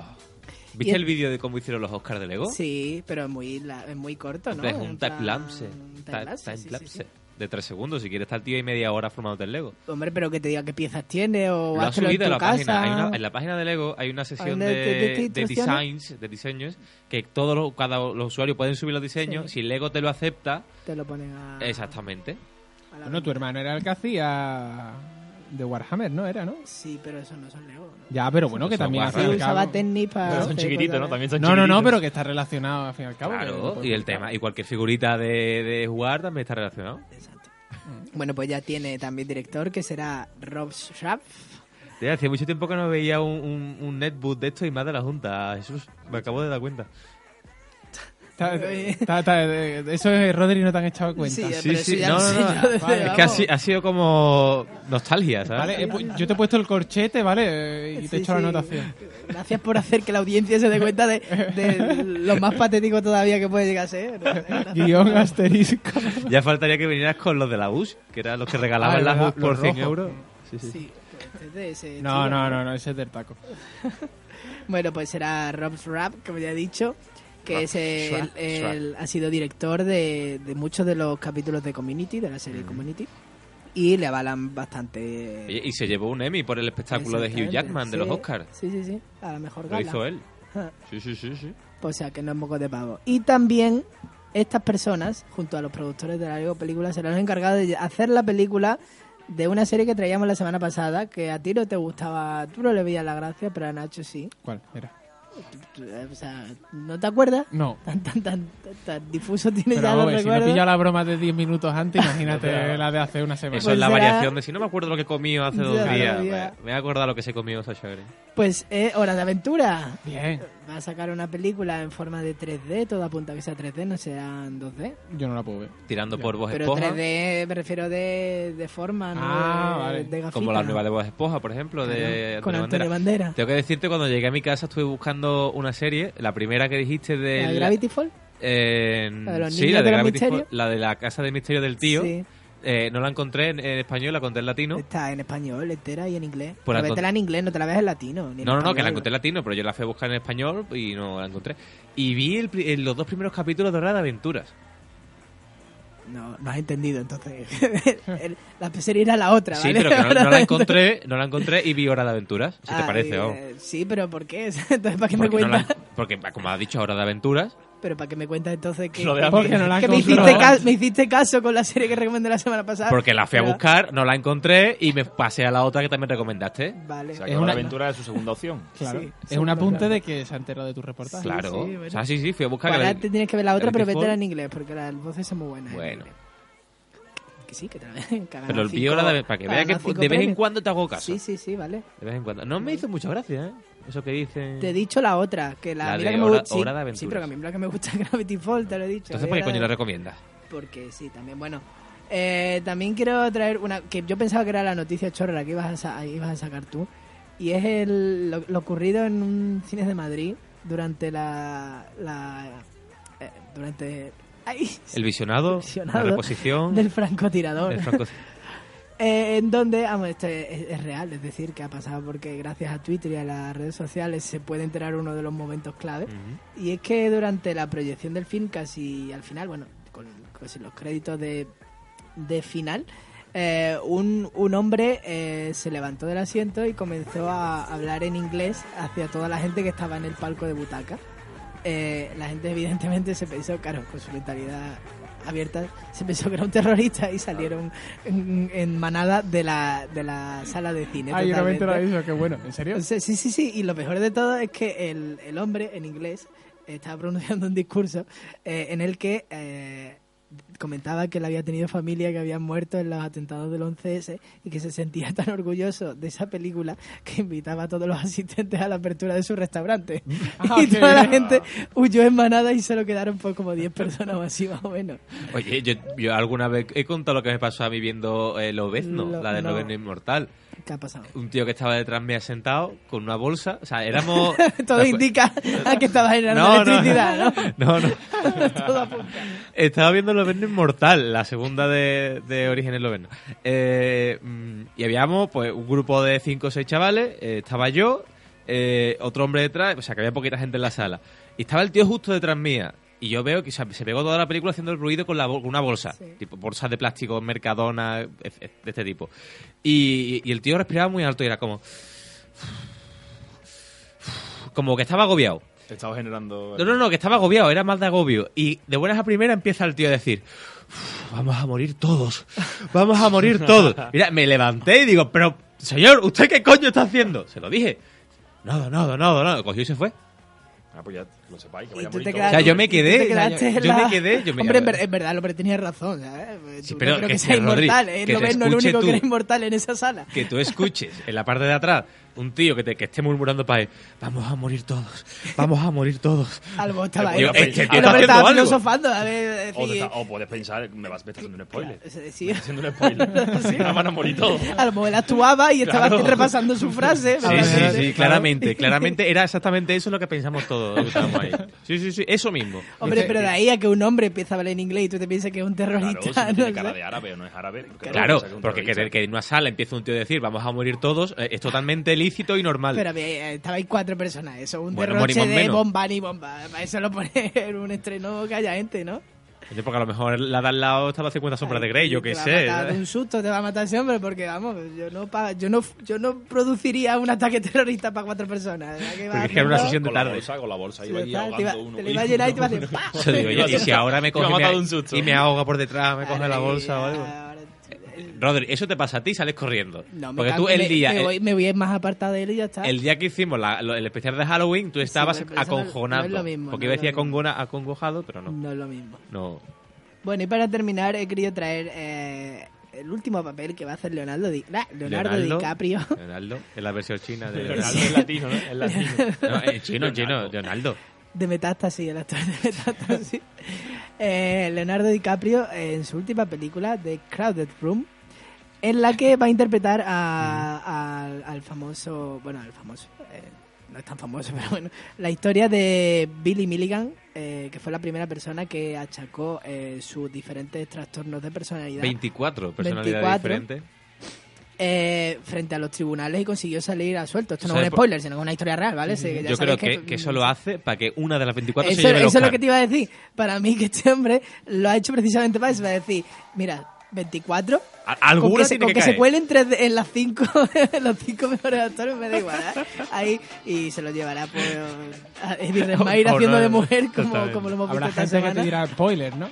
Speaker 2: Y
Speaker 1: ¿Viste
Speaker 2: el-
Speaker 1: el vídeo de cómo hicieron los Oscars de Lego?
Speaker 2: Sí, pero es muy, la- es muy corto, ¿no?
Speaker 1: Es
Speaker 2: En
Speaker 1: un
Speaker 2: plan,
Speaker 1: time-lapse.
Speaker 2: un
Speaker 1: Ta-
Speaker 2: time-lapse, sí, sí,
Speaker 1: time-lapse
Speaker 2: sí.
Speaker 1: De tres segundos, si quieres estar tío y media hora formándote el Lego.
Speaker 2: Hombre, pero que te diga qué piezas tiene o
Speaker 1: Lo ha
Speaker 2: háztelo
Speaker 1: subido a
Speaker 2: en
Speaker 1: la
Speaker 2: tu casa.
Speaker 1: página. Hay una- en la página de Lego hay una sesión
Speaker 2: una
Speaker 1: de,
Speaker 2: de- de- de
Speaker 1: de
Speaker 2: instrucciones.
Speaker 1: designs, de diseños, que todos los, cada los usuarios pueden subir los diseños. Si
Speaker 2: Sí.
Speaker 1: Lego te lo acepta,
Speaker 2: Te lo ponen a...
Speaker 1: exactamente.
Speaker 2: a la
Speaker 3: Bueno, tu hermano era el que hacía de Warhammer, ¿no? Era, ¿no?
Speaker 2: Sí, pero eso no son Lego. ¿no?
Speaker 3: Ya, pero bueno, que
Speaker 1: Eso,
Speaker 3: también al fin
Speaker 2: Sí,
Speaker 3: y al
Speaker 2: usaba
Speaker 3: cabo-
Speaker 2: Technic para...
Speaker 4: Pero son
Speaker 2: hacer
Speaker 4: chiquititos,
Speaker 2: cosas,
Speaker 4: ¿no? También son
Speaker 3: No, no, no,
Speaker 4: chiquititos.
Speaker 3: pero que está relacionado al fin y al cabo. que-
Speaker 1: Claro.
Speaker 3: pues,
Speaker 1: Y el tema, y cualquier figurita de, de jugar también está relacionado.
Speaker 2: Exacto. Bueno, pues ya tiene también director, que será Rob Schrap.
Speaker 1: Ya, hace mucho tiempo que no veía un, un, un netbook de esto y más de la Junta. Jesús, me acabo de dar cuenta.
Speaker 3: está- está- está- eh, eso es Rodri no te han echado cuenta.
Speaker 2: Sí, eh,
Speaker 1: Sí,
Speaker 2: pero eso
Speaker 1: sí,
Speaker 2: ya
Speaker 1: no,
Speaker 2: lo
Speaker 1: no, no.
Speaker 2: sé yo desde,
Speaker 3: Vale,
Speaker 1: Es que ha,
Speaker 2: vamos.
Speaker 1: si- ha sido como nostalgia, ¿sabes?
Speaker 3: Vale, eh, pues, yo te he puesto el corchete, ¿vale? Eh, Y te
Speaker 2: Sí,
Speaker 3: he hecho la
Speaker 2: sí.
Speaker 3: anotación.
Speaker 2: Gracias por hacer que la audiencia se dé cuenta de, de lo más patético todavía que puede llegar a ser.
Speaker 3: Guión asterisco.
Speaker 1: Ya faltaría que vinieras con los de la US, que eran los que regalaban
Speaker 3: Ah, es
Speaker 1: las
Speaker 3: verdad,
Speaker 1: US por
Speaker 3: los
Speaker 1: 100
Speaker 3: rojos.
Speaker 1: euros.
Speaker 2: Sí, pues, es de ese
Speaker 3: No,
Speaker 2: estilo.
Speaker 3: no, no, no, ese es del taco.
Speaker 2: Bueno, pues será Rob Schrap, como ya he dicho, que
Speaker 1: Rob
Speaker 2: es el,
Speaker 1: Schrap,
Speaker 2: el- ha sido director de, de muchos de los capítulos de Community, de la serie Community, y le avalan bastante.
Speaker 1: Mm. Oye, y se llevó un Emmy por el espectáculo de Hugh
Speaker 2: Exactamente.
Speaker 1: Jackman de los
Speaker 2: Sí,
Speaker 1: Oscars.
Speaker 2: Sí, sí, sí, a la mejor
Speaker 1: Lo
Speaker 2: gala.
Speaker 1: hizo él.
Speaker 2: Ah.
Speaker 1: Sí, sí, sí, sí.
Speaker 2: O sea, que no es moco de pavo. Y también estas personas, junto a los productores de la Lego película, serán los encargados de hacer la película de una serie que traíamos la semana pasada, que a ti no te gustaba, tú no le veías la gracia, pero a Nacho sí.
Speaker 3: ¿Cuál? Mira.
Speaker 2: Tú- tú- O sea, ¿no te acuerdas?
Speaker 3: No.
Speaker 2: Tan, tan, tan, tan, tan difuso tiene
Speaker 3: Pero
Speaker 2: ya
Speaker 3: vamos,
Speaker 2: los
Speaker 3: a ver, si no
Speaker 2: recuerdos.
Speaker 3: pilla la broma de 10 minutos antes, imagínate la de hace una semana.
Speaker 1: Eso
Speaker 2: Pues
Speaker 1: es la
Speaker 2: será-
Speaker 1: variación de si no me acuerdo lo que comí hace
Speaker 2: Ya,
Speaker 1: dos
Speaker 2: otro
Speaker 1: días.
Speaker 2: día.
Speaker 1: Me, me he acordado lo que se comió Sasha Grey.
Speaker 2: Pues eh, Hora de Aventura.
Speaker 3: Bien.
Speaker 2: Va a sacar una película en forma de 3D, todo apunta a que sea 3D, no sean 2D.
Speaker 3: Yo no la puedo ver.
Speaker 1: Tirando
Speaker 3: Ya.
Speaker 1: por Voz
Speaker 2: Pero
Speaker 1: Espoja.
Speaker 2: 3D me refiero de, de forma, no
Speaker 3: Ah,
Speaker 2: de,
Speaker 3: vale.
Speaker 2: de
Speaker 1: Como
Speaker 2: gafitas.
Speaker 1: la nueva de Voz Espoja, por ejemplo, de
Speaker 2: Con
Speaker 1: Antonio Banderas.
Speaker 2: Antonio Bandera.
Speaker 1: Tengo que decirte, cuando llegué a mi casa estuve buscando una serie, la primera que dijiste de...
Speaker 2: ¿La de Gravity Fall? La de los
Speaker 1: sí,
Speaker 2: niños
Speaker 1: la de,
Speaker 2: de los
Speaker 1: Gravity Falls,
Speaker 2: misterios.
Speaker 1: la de la casa de misterio del tío.
Speaker 2: Sí. Eh,
Speaker 1: Eh, no la encontré en, en español, la encontré en latino.
Speaker 2: Está en español entera y en inglés.
Speaker 1: Por
Speaker 2: Pero
Speaker 1: la-
Speaker 2: vétela en inglés, no te la veas en latino. ni en
Speaker 1: No, no, no,
Speaker 2: español.
Speaker 1: que la encontré en latino, pero yo la fui a buscar en español y no la encontré. Y vi el pri- en los dos primeros capítulos de Hora de Aventuras.
Speaker 2: No, no has entendido, entonces. El- la serie era la otra,
Speaker 1: Sí,
Speaker 2: ¿vale?
Speaker 1: pero que no,
Speaker 2: Ahora
Speaker 1: no la
Speaker 2: de-
Speaker 1: encontré, no la encontré y vi Hora de Aventuras, si
Speaker 2: Ah,
Speaker 1: te parece, vamos.
Speaker 2: eh, Sí, pero ¿por qué? entonces, ¿para qué me
Speaker 1: Porque, no la-
Speaker 2: cuentas?
Speaker 1: porque, como ha dicho Hora de Aventuras,
Speaker 2: Pero ¿para qué me cuentas entonces que,
Speaker 4: Lo de-
Speaker 3: Porque no la han
Speaker 2: que me, hiciste
Speaker 3: controlado.
Speaker 2: caso, me hiciste caso con la serie que recomendé la semana pasada?
Speaker 1: porque la fui a
Speaker 2: Pero-
Speaker 1: buscar, no la encontré y me pasé a la otra que también recomendaste.
Speaker 2: Vale.
Speaker 4: O sea,
Speaker 3: Es
Speaker 4: que
Speaker 3: una-
Speaker 4: la aventura de su segunda opción.
Speaker 3: Claro.
Speaker 2: Sí,
Speaker 3: es
Speaker 2: seguro,
Speaker 3: un apunte
Speaker 2: claro.
Speaker 3: de que se ha enterado de tu reportaje.
Speaker 1: claro.
Speaker 2: sí, bueno. Pues
Speaker 1: O sea, sí, sí, fui a buscar.
Speaker 2: Ahora
Speaker 1: que-
Speaker 2: te tienes que ver la otra, pero
Speaker 1: Gravity
Speaker 2: vétela en
Speaker 1: Falls.
Speaker 2: inglés, porque las voces son muy buenas. en
Speaker 1: Bueno.
Speaker 2: inglés. Que sí, que te la que ganan
Speaker 1: Pero el
Speaker 2: cinco-
Speaker 1: vi Hora de Aventuras, para que
Speaker 2: ganan
Speaker 1: veas que
Speaker 2: cinco
Speaker 1: de vez en
Speaker 2: premios.
Speaker 1: cuando te hago caso.
Speaker 2: Sí, sí, sí, vale.
Speaker 1: De vez en cuando. No me hizo mucha gracia, ¿eh? Eso que dicen.
Speaker 2: Te he dicho la otra, que la,
Speaker 1: La
Speaker 2: mira
Speaker 1: de
Speaker 2: que me
Speaker 1: Hora-
Speaker 2: gusta. Sí,
Speaker 1: Hora de
Speaker 2: sí, pero que a
Speaker 1: Aventuras.
Speaker 2: mí la que me gusta es Gravity Falls, te lo he dicho.
Speaker 1: Entonces,
Speaker 2: A
Speaker 1: ¿por
Speaker 2: mí
Speaker 1: qué coño
Speaker 2: la-
Speaker 1: lo recomiendas?
Speaker 2: Porque sí, también. Bueno, eh, también quiero traer una que yo pensaba que era la noticia chorra que ibas a, sa- ibas a sacar tú. Y es el, lo, lo ocurrido en un cines de Madrid durante la. la eh, durante. ay,
Speaker 1: El visionado,
Speaker 2: Visionado
Speaker 1: la reposición,
Speaker 2: del francotirador.
Speaker 1: el franco-
Speaker 2: Eh, en donde, vamos, esto es, es- es real, es decir, que ha pasado porque gracias a Twitter y a las redes sociales se puede enterar uno de los momentos clave. Y es que durante la proyección del film, casi al final, bueno, con casi los créditos de, de final, eh, un, un hombre eh, se levantó del asiento y comenzó a hablar en inglés hacia toda la gente que estaba en el palco de butaca. Eh, la gente evidentemente se pensó, claro, con su mentalidad abierta, se pensó que era un terrorista y salieron en, en manada de la, de la sala de cine.
Speaker 3: Ay, Ah, yo no me he
Speaker 2: totalmente.
Speaker 3: enterado de eso, qué bueno. ¿En serio?
Speaker 2: O sea, sí, sí, sí. Y lo mejor de todo es que el, el hombre, en inglés, estaba pronunciando un discurso eh, en el que eh, comentaba que él había tenido familia que habían muerto en los atentados del 11S y que se sentía tan orgulloso de esa película que invitaba a todos los asistentes a la apertura de su restaurante.
Speaker 3: Ah,
Speaker 2: y
Speaker 3: qué
Speaker 2: toda la
Speaker 3: bien.
Speaker 2: gente huyó en manada y solo quedaron pues como 10 personas o así más o menos.
Speaker 1: Oye, yo, yo alguna vez he contado lo que me pasó a mí viendo eh, Lobezno,
Speaker 2: Lo-
Speaker 1: la de
Speaker 2: no.
Speaker 1: Lobezno Inmortal.
Speaker 2: ¿Qué ha pasado?
Speaker 1: Un tío que estaba detrás me ha sentado con una bolsa. O sea, éramos.
Speaker 2: Todo indica a que estaba generando
Speaker 1: No, no.
Speaker 2: electricidad, ¿no?
Speaker 1: No, no.
Speaker 2: Todo apunta.
Speaker 1: Estaba viendo Lobezno Inmortal, la segunda de, de Orígenes Lobezno. Eh, mm, y habíamos, pues, un grupo de cinco o seis chavales. eh, estaba yo, eh, otro hombre detrás, o sea, que había poquita gente en la sala. Y estaba el tío justo detrás mía. Y yo veo que se, se pegó toda la película haciendo el ruido con, la, bol- con una bolsa.
Speaker 2: Sí.
Speaker 1: Tipo, bolsas de plástico, mercadona, e- e- de este tipo. Y, y el tío respiraba muy alto y era como... Como que estaba agobiado.
Speaker 4: Te estaba generando.
Speaker 1: No, no, no, que estaba agobiado, era más de agobio. Y de buenas a primeras empieza el tío a decir, "Uf, vamos a morir todos, vamos a morir todos. Mira, me levanté y digo, pero señor, ¿usted qué coño está haciendo? Se lo dije. Nada, nada, nada, nada. Cogió y se fue.
Speaker 4: Ah, pues ya, que lo sepáis, que
Speaker 2: Y
Speaker 4: vaya a
Speaker 2: tú
Speaker 4: morir
Speaker 2: te
Speaker 4: todo.
Speaker 1: O
Speaker 2: quedas-
Speaker 1: sea, yo me
Speaker 2: y tú te
Speaker 1: quedé,
Speaker 2: quedaste
Speaker 1: yo-
Speaker 2: en
Speaker 1: yo me
Speaker 2: la-
Speaker 1: quedé, yo me-
Speaker 2: Hombre, en, ver- en verdad, el hombre tenía razón, ¿sabes?
Speaker 1: Sí,
Speaker 2: Tú no
Speaker 1: pero
Speaker 2: creo que,
Speaker 1: que
Speaker 2: sea
Speaker 1: te- Rodri,
Speaker 2: inmortal, ¿eh?
Speaker 1: que
Speaker 2: Lo
Speaker 1: te
Speaker 2: ves, no es el
Speaker 1: escuche
Speaker 2: único que
Speaker 1: tú.
Speaker 2: era inmortal en esa sala.
Speaker 1: Que tú escuches en la parte de atrás un tío que te que esté murmurando para él, vamos a morir todos, vamos a morir todos.
Speaker 2: Algo estaba ahí.
Speaker 1: Yo-
Speaker 2: El
Speaker 1: es que el tío
Speaker 2: hombre
Speaker 1: está haciendo
Speaker 2: estaba
Speaker 1: algo.
Speaker 2: filosofando, a ver,
Speaker 4: O, te
Speaker 2: decir,
Speaker 4: está- o puedes pensar, me vas me estás haciendo un spoiler.
Speaker 2: claro, es
Speaker 4: Me
Speaker 2: decir,
Speaker 4: estás haciendo un spoiler.
Speaker 2: Sí.
Speaker 4: Me van a morir todos.
Speaker 2: A lo mejor él actuaba y estaba
Speaker 4: Claro.
Speaker 2: repasando su frase.
Speaker 1: Sí, sí, sí, claramente, claramente era exactamente eso lo que pensamos todos. lo que estábamos ahí. Sí, sí, sí, eso mismo.
Speaker 2: Hombre, pero de ahí a que un hombre empieza a hablar en inglés y tú te piensas que es un
Speaker 4: Claro, si
Speaker 2: terrorista.
Speaker 4: no tiene
Speaker 2: ¿no?
Speaker 4: cara de árabe o no es árabe. ¿por qué no
Speaker 1: Claro,
Speaker 4: piensa que es un
Speaker 1: porque
Speaker 4: terrorista?
Speaker 1: querer que en una sala empiece un tío a decir vamos a morir todos eh, es totalmente lícito y normal.
Speaker 2: Pero había, estabais cuatro personas, eso. Un
Speaker 1: Bueno,
Speaker 2: derroche
Speaker 1: morimos
Speaker 2: de
Speaker 1: menos.
Speaker 2: bomba y bomba. Para eso lo pones en un estreno que haya gente, ¿no?
Speaker 1: Oye, Porque a lo mejor la de al lado estaba 50 sombras de Grey, yo
Speaker 2: Te
Speaker 1: qué
Speaker 2: va a
Speaker 1: sé.
Speaker 2: matar de un susto te va a matar ese hombre porque vamos, yo no pa- yo no yo no produciría un ataque terrorista para cuatro personas. ¿verdad? Que va
Speaker 1: Porque es que era una
Speaker 2: haciendo-
Speaker 1: sesión de
Speaker 4: Con la
Speaker 1: tarde.
Speaker 4: bolsa, con la bolsa.
Speaker 2: Sí,
Speaker 4: Iba allí
Speaker 2: total, te iba-
Speaker 4: ahogando uno.
Speaker 2: te lo iba a llenar y te iba a hacer ¡pah!
Speaker 1: Yo digo, oye, y si ahora me coge
Speaker 4: Me ha
Speaker 1: y me-
Speaker 4: matado un susto.
Speaker 1: y me ahoga por detrás, me coge la
Speaker 2: Ahora,
Speaker 1: bolsa o algo.
Speaker 2: ahora-
Speaker 1: Rodri, eso te pasa a ti, sales corriendo.
Speaker 2: No, me
Speaker 1: Porque tú
Speaker 2: cambio,
Speaker 1: el
Speaker 2: me-
Speaker 1: día,
Speaker 2: me
Speaker 1: el,
Speaker 2: voy, me voy más apartado de él y ya está.
Speaker 1: el día que hicimos la- lo- el especial de Halloween, tú estabas
Speaker 2: pero eso no- no es
Speaker 1: aconjonado.
Speaker 2: lo mismo,
Speaker 1: porque
Speaker 2: no
Speaker 1: iba a
Speaker 2: es
Speaker 1: decir
Speaker 2: lo mismo.
Speaker 1: acongona- acongojado, pero no.
Speaker 2: No es lo mismo.
Speaker 1: No.
Speaker 2: Bueno, y para terminar he querido traer eh, el último papel que va a hacer Leonardo, Di- ah, Leonardo, DiCaprio.
Speaker 1: Leonardo, en la versión china de
Speaker 4: Leonardo
Speaker 1: Leonardo.
Speaker 4: es latino, ¿no? Es latino.
Speaker 1: No, en chino, en chino,
Speaker 4: Leonardo.
Speaker 1: Leonardo.
Speaker 2: De Metástasis, el actor de Metástasis. Eh, Leonardo DiCaprio eh, en su última película, The Crowded Room, en la que va a interpretar a-
Speaker 1: Mm.
Speaker 2: al- al famoso, bueno, al famoso, eh, no es tan famoso, pero bueno, la historia de Billy Milligan, eh, que fue la primera persona que achacó eh, sus diferentes trastornos de personalidad
Speaker 1: 24 personalidades
Speaker 2: 24.
Speaker 1: diferentes.
Speaker 2: eh, frente a los tribunales y consiguió salir a suelto. Esto no es
Speaker 1: ¿Sabes
Speaker 2: un
Speaker 1: por-
Speaker 2: spoiler, sino que es una historia real, ¿vale? Se- ya
Speaker 1: Yo creo
Speaker 2: sabéis
Speaker 1: que, que eso lo hace para que una de las 24
Speaker 2: eso,
Speaker 1: se lleve el
Speaker 2: eso es lo
Speaker 1: Oscar.
Speaker 2: que te iba a decir. Para mí que este hombre lo ha hecho precisamente para eso, para decir, mira, 24...
Speaker 1: A-
Speaker 2: Con
Speaker 1: Alguna
Speaker 2: que, se-
Speaker 1: tiene
Speaker 2: con
Speaker 1: que,
Speaker 2: que
Speaker 1: caer.
Speaker 2: se cuelen tres de- en las cinco, en los cinco mejores actores, me da igual. ¿eh? Ahí, y se lo llevará por a Eddie Redmayne
Speaker 1: O- o
Speaker 2: haciendo
Speaker 1: no,
Speaker 2: de mujer, como,
Speaker 1: totalmente.
Speaker 2: como lo hemos visto
Speaker 3: Habrá
Speaker 2: esta
Speaker 3: gente que te
Speaker 2: semana.
Speaker 3: dirá spoiler, ¿no?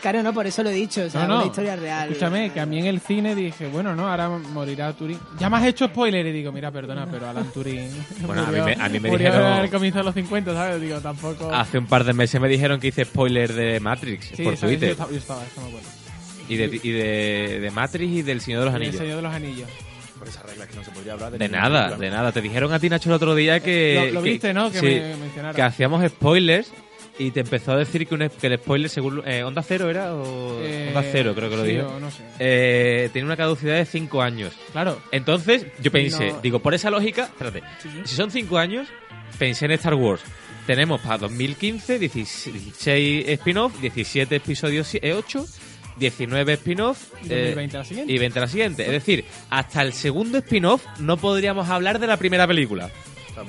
Speaker 2: Claro, no, por eso lo he dicho, o sea,
Speaker 3: No, no.
Speaker 2: una historia real.
Speaker 3: Escúchame, que a mí en el cine dije, bueno, no, ahora morirá Turing. Ya me has hecho spoiler y digo, mira, perdona, pero Alan Turing.
Speaker 1: Bueno, a
Speaker 3: murió-
Speaker 1: mí me- a mí me
Speaker 3: murió
Speaker 1: dijeron- Ah.
Speaker 3: al comienzo de los 50, ¿sabes? Digo, tampoco.
Speaker 1: Hace un par de meses me dijeron que hice spoiler de Matrix
Speaker 3: Sí,
Speaker 1: por
Speaker 3: eso- Yo
Speaker 1: Twitter.
Speaker 3: estaba, yo estaba, eso me acuerdo.
Speaker 1: Y, de, y de, de Matrix y del Señor de los
Speaker 3: Y el
Speaker 1: Anillos.
Speaker 3: Señor de los Anillos.
Speaker 4: por esas reglas que no se podría hablar
Speaker 1: De nada, de nada. Te dijeron a ti, Nacho, el otro día que.
Speaker 3: Lo- lo
Speaker 1: que-
Speaker 3: viste, ¿no? Que
Speaker 1: sí,
Speaker 3: me mencionaron.
Speaker 1: que hacíamos spoilers y te empezó a decir que, un, que el spoiler, según. eh, ¿Onda cero era? O,
Speaker 3: Eh,
Speaker 1: onda cero, creo que lo
Speaker 3: sí,
Speaker 1: dijo.
Speaker 3: o no sé.
Speaker 1: Eh, tiene una caducidad de 5 años.
Speaker 3: Claro.
Speaker 1: Entonces, yo pensé,
Speaker 3: No.
Speaker 1: digo, por esa lógica, espérate, si son 5 años, pensé en Star Wars. Tenemos para 2015 16 spin-off, 17 episodios 8, 19 spin-off eh,
Speaker 3: Y 2020 la siguiente.
Speaker 1: y 20 la siguiente. Es decir, hasta el segundo spin-off no podríamos hablar de la primera película.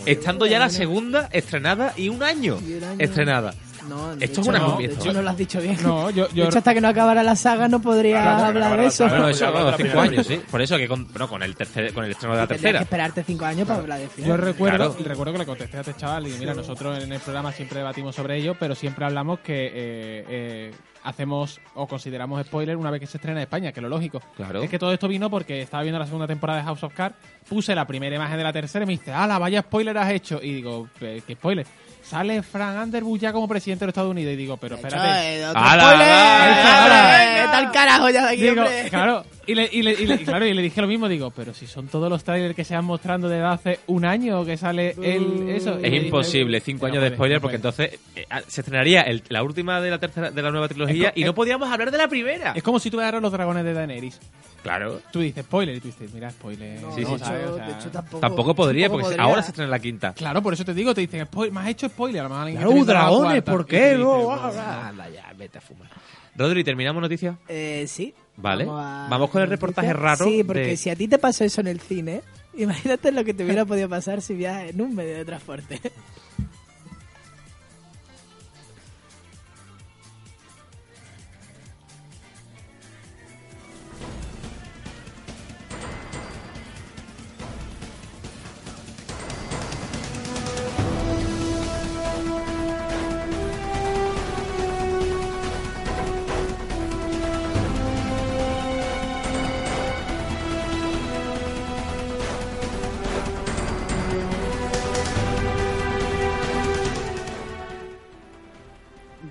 Speaker 1: Estando ya la segunda estrenada y un año,
Speaker 2: Y un año.
Speaker 1: estrenada.
Speaker 2: No, de
Speaker 1: Esto es
Speaker 2: hecho
Speaker 1: una
Speaker 2: no,
Speaker 1: copia,
Speaker 2: De hecho,
Speaker 1: chaval.
Speaker 2: no lo has dicho bien.
Speaker 3: No, yo, yo
Speaker 2: de hecho, hasta que no acabara la saga no podría
Speaker 4: Claro,
Speaker 2: hablar
Speaker 4: claro,
Speaker 2: de eso.
Speaker 4: claro,
Speaker 1: Bueno,
Speaker 4: pues
Speaker 1: eso,
Speaker 4: ya
Speaker 1: vamos,
Speaker 4: hablamos de la
Speaker 1: cinco
Speaker 4: primera
Speaker 1: años, sí. Por eso que con, bueno, con, el tercer, con el estreno de la
Speaker 2: Tendrías que
Speaker 1: tercera.
Speaker 2: esperarte cinco años para hablar de final.
Speaker 3: Yo recuerdo,
Speaker 1: Claro.
Speaker 3: recuerdo que le contesté a este chaval y dije, mira, nosotros en el programa siempre debatimos sobre ello, pero siempre hablamos que eh, eh, hacemos o consideramos spoiler una vez que se estrena en España, que es lo lógico.
Speaker 1: Claro.
Speaker 3: Es que todo esto vino porque estaba viendo la segunda temporada de House of Cards, puse la primera imagen de la tercera y me dice, ala, vaya spoiler has hecho. Y digo, "Eh, ¿qué spoiler? Sale Frank Underwood ya como presidente de los Estados Unidos. Y digo, pero espérate.
Speaker 1: ¡Hala,
Speaker 3: hala!
Speaker 2: tal carajo ya de aquí,
Speaker 3: Digo,
Speaker 2: hombre.
Speaker 3: claro, y le, y, le, y, le, y claro, y le dije lo mismo, digo, pero si son todos los trailers que se han mostrando desde hace un año que sale el eso. Y le
Speaker 1: Es
Speaker 3: dije,
Speaker 1: imposible,
Speaker 2: ¿eh?
Speaker 1: cinco
Speaker 3: no
Speaker 1: años de
Speaker 3: puede,
Speaker 1: spoiler,
Speaker 3: no
Speaker 1: porque
Speaker 3: puede.
Speaker 1: entonces eh, ah, se estrenaría el- la última de la tercera de la nueva trilogía
Speaker 3: Es co-
Speaker 1: y no
Speaker 3: es-
Speaker 1: podíamos hablar de la primera.
Speaker 3: Es como si tuvieras los dragones de Daenerys.
Speaker 1: Claro.
Speaker 3: Tú dices spoiler y tú dices, mira, spoiler.
Speaker 2: No,
Speaker 3: no,
Speaker 1: Sí, sí,
Speaker 2: de
Speaker 1: sí.
Speaker 3: ¿sabes?
Speaker 2: hecho-
Speaker 3: O sea,
Speaker 2: de hecho, tampoco,
Speaker 1: Tampoco podría,
Speaker 2: tampoco
Speaker 1: porque
Speaker 2: podría.
Speaker 1: ahora se estrena la quinta.
Speaker 3: Claro, por eso te digo, te dicen, spoil, me has hecho spoiler. A lo mejor alguien que
Speaker 1: Claro,
Speaker 3: te dice la cuarta, y tú dices,
Speaker 1: No,
Speaker 3: "Wow".
Speaker 2: Ah,
Speaker 1: Anda ya, vete a fumar. Rodri, ¿terminamos noticias?
Speaker 2: Eh, sí.
Speaker 1: Vale.
Speaker 2: a-
Speaker 1: Vamos con el reportaje raro
Speaker 2: Sí, porque
Speaker 1: de-
Speaker 2: si a ti te pasó eso en el cine, imagínate lo que te hubiera podido pasar si viajas en un medio de transporte.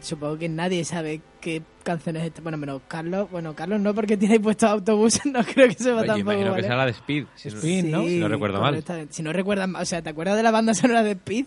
Speaker 2: Supongo que nadie sabe qué canciones están. Bueno, menos Carlos. Bueno, Carlos no, porque tiene ahí puesto autobús. No creo que sepa
Speaker 1: Oye,
Speaker 2: tampoco.
Speaker 1: Pues imagino
Speaker 2: ¿vale?
Speaker 1: que sea la de Speed. si no-
Speaker 3: Speed. ¿no?
Speaker 1: Si no recuerdo mal.
Speaker 2: correctamente. Si no recuerdas mal. O sea, ¿te acuerdas de la banda sonora de Speed?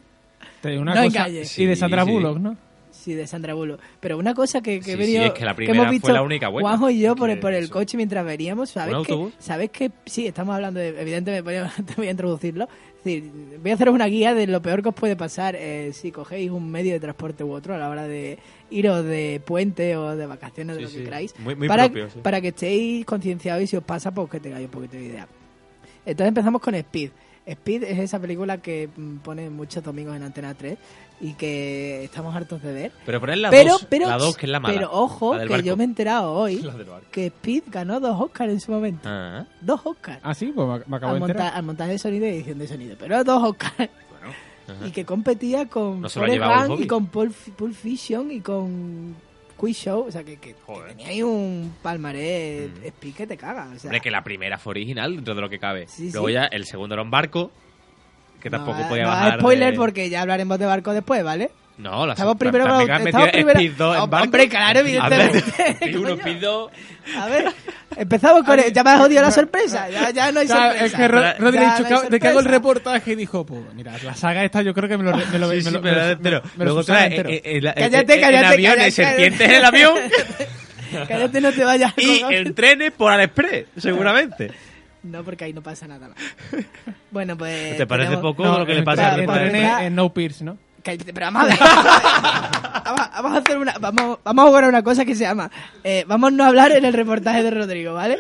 Speaker 3: Te digo una
Speaker 2: No
Speaker 3: cosa.
Speaker 2: engañes.
Speaker 3: Y de
Speaker 1: Sí,
Speaker 3: Sandra
Speaker 1: sí.
Speaker 3: Bullock, ¿no?
Speaker 2: Sí, de Sandra Bullock. Pero una cosa que, que
Speaker 1: Sí,
Speaker 2: he
Speaker 1: sí,
Speaker 2: venido-
Speaker 1: es que la primera
Speaker 2: hemos
Speaker 1: fue
Speaker 2: visto
Speaker 1: la única buena.
Speaker 2: Juanjo y yo por el,
Speaker 4: Que
Speaker 2: por el
Speaker 4: eso.
Speaker 2: coche mientras veníamos, ¿sabes
Speaker 1: ¿Un
Speaker 2: que
Speaker 1: autobús?
Speaker 2: ¿Sabes que Sí, estamos hablando de... Evidentemente voy a, te voy a introducirlo. Es decir, voy a haceros una guía de lo peor que os puede pasar eh, si cogéis un medio de transporte u otro a la hora de iros de puente o de vacaciones, de
Speaker 1: Sí,
Speaker 2: lo que
Speaker 1: sí.
Speaker 2: queráis.
Speaker 1: Muy- muy
Speaker 2: para,
Speaker 1: propio, sí.
Speaker 2: para que estéis concienciados y si os pasa, pues que tengáis un poquito de idea. Entonces empezamos con Speed. Speed es esa película que mm, ponen muchos domingos en Antena 3 y que estamos hartos de ver
Speaker 1: Pero poner la
Speaker 2: pero,
Speaker 1: 2,
Speaker 2: pero,
Speaker 1: la 2 que es la mala.
Speaker 2: Pero ojo,
Speaker 1: la del
Speaker 2: que yo
Speaker 1: barco.
Speaker 2: me he enterado hoy
Speaker 4: La del barco.
Speaker 2: que Speed ganó dos Oscars en su momento.
Speaker 1: Ah,
Speaker 2: Dos Oscars.
Speaker 3: Ah, sí, pues me, me acabo de
Speaker 2: al, monta-
Speaker 3: enterar.
Speaker 2: al montaje de sonido y edición de sonido. Pero dos Oscars.
Speaker 1: ajá.
Speaker 2: Y que competía con
Speaker 1: No se lo ha
Speaker 2: Forrest
Speaker 1: llevado el
Speaker 2: Gump
Speaker 1: hobby.
Speaker 2: y con Pulp, Pulp Fiction y con Quiz Show. O sea, que, que, que
Speaker 4: Joder.
Speaker 2: tenía ahí un palmarés Speed que te caga. O sea,
Speaker 1: Mm. Hombre, que la primera fue original dentro de lo que cabe.
Speaker 2: Sí,
Speaker 1: Luego
Speaker 2: sí.
Speaker 1: ya el segundo era un barco, que
Speaker 2: no
Speaker 1: tampoco
Speaker 2: va-
Speaker 1: podía
Speaker 2: no va a
Speaker 1: bajar. de-
Speaker 2: spoiler porque ya hablaremos de barco después, ¿vale?
Speaker 1: No, la
Speaker 2: Estamos
Speaker 1: la-
Speaker 2: primero
Speaker 1: la-
Speaker 2: con-
Speaker 1: me han metido
Speaker 2: estamos primero-
Speaker 1: Speed 2 en
Speaker 2: Hom-
Speaker 1: barco.
Speaker 2: hombre, claro, evidentemente.
Speaker 1: A ver, Speed 1, Speed 2.
Speaker 2: A ver, empezamos con... ya me has jodido la sorpresa. Ya, ya no hay
Speaker 3: Claro,
Speaker 2: sorpresa.
Speaker 3: es que Ro-
Speaker 1: Ya,
Speaker 3: Rodri ha dicho,
Speaker 2: no hay
Speaker 3: "Cabo- de que hago el
Speaker 2: sorpresa".
Speaker 3: reportaje y dijo, pues mira, la saga esta yo creo que me lo... re- Me lo
Speaker 1: Sí,
Speaker 3: me
Speaker 1: sí,
Speaker 3: lo- me
Speaker 1: pero
Speaker 3: lo-
Speaker 1: entero.
Speaker 3: me lo
Speaker 1: Luego
Speaker 3: subsanas
Speaker 1: trae
Speaker 3: entero".
Speaker 1: eh, eh, el- el-
Speaker 2: Cállate,
Speaker 1: el- en
Speaker 2: cállate,
Speaker 1: aviones,
Speaker 2: cállate.
Speaker 1: serpientes en el avión
Speaker 2: Cállate, este no te vayas.
Speaker 1: y
Speaker 2: Rodolfo.
Speaker 1: en trenes por Aliexpress, seguramente.
Speaker 2: No, porque ahí no pasa nada más. Bueno, pues...
Speaker 1: ¿Te parece
Speaker 2: tenemos-
Speaker 1: poco
Speaker 3: No,
Speaker 1: lo que le
Speaker 3: en-
Speaker 1: pasa
Speaker 2: claro,
Speaker 1: al
Speaker 3: en,
Speaker 1: padre?
Speaker 2: claro.
Speaker 3: en, en No Pierce, ¿no?
Speaker 2: Cállate, pero vamos a ver. vamos, vamos a hacer una... Vamos, vamos a jugar a una cosa que se llama... eh, vamos a no hablar en el reportaje de Rodrigo, ¿vale?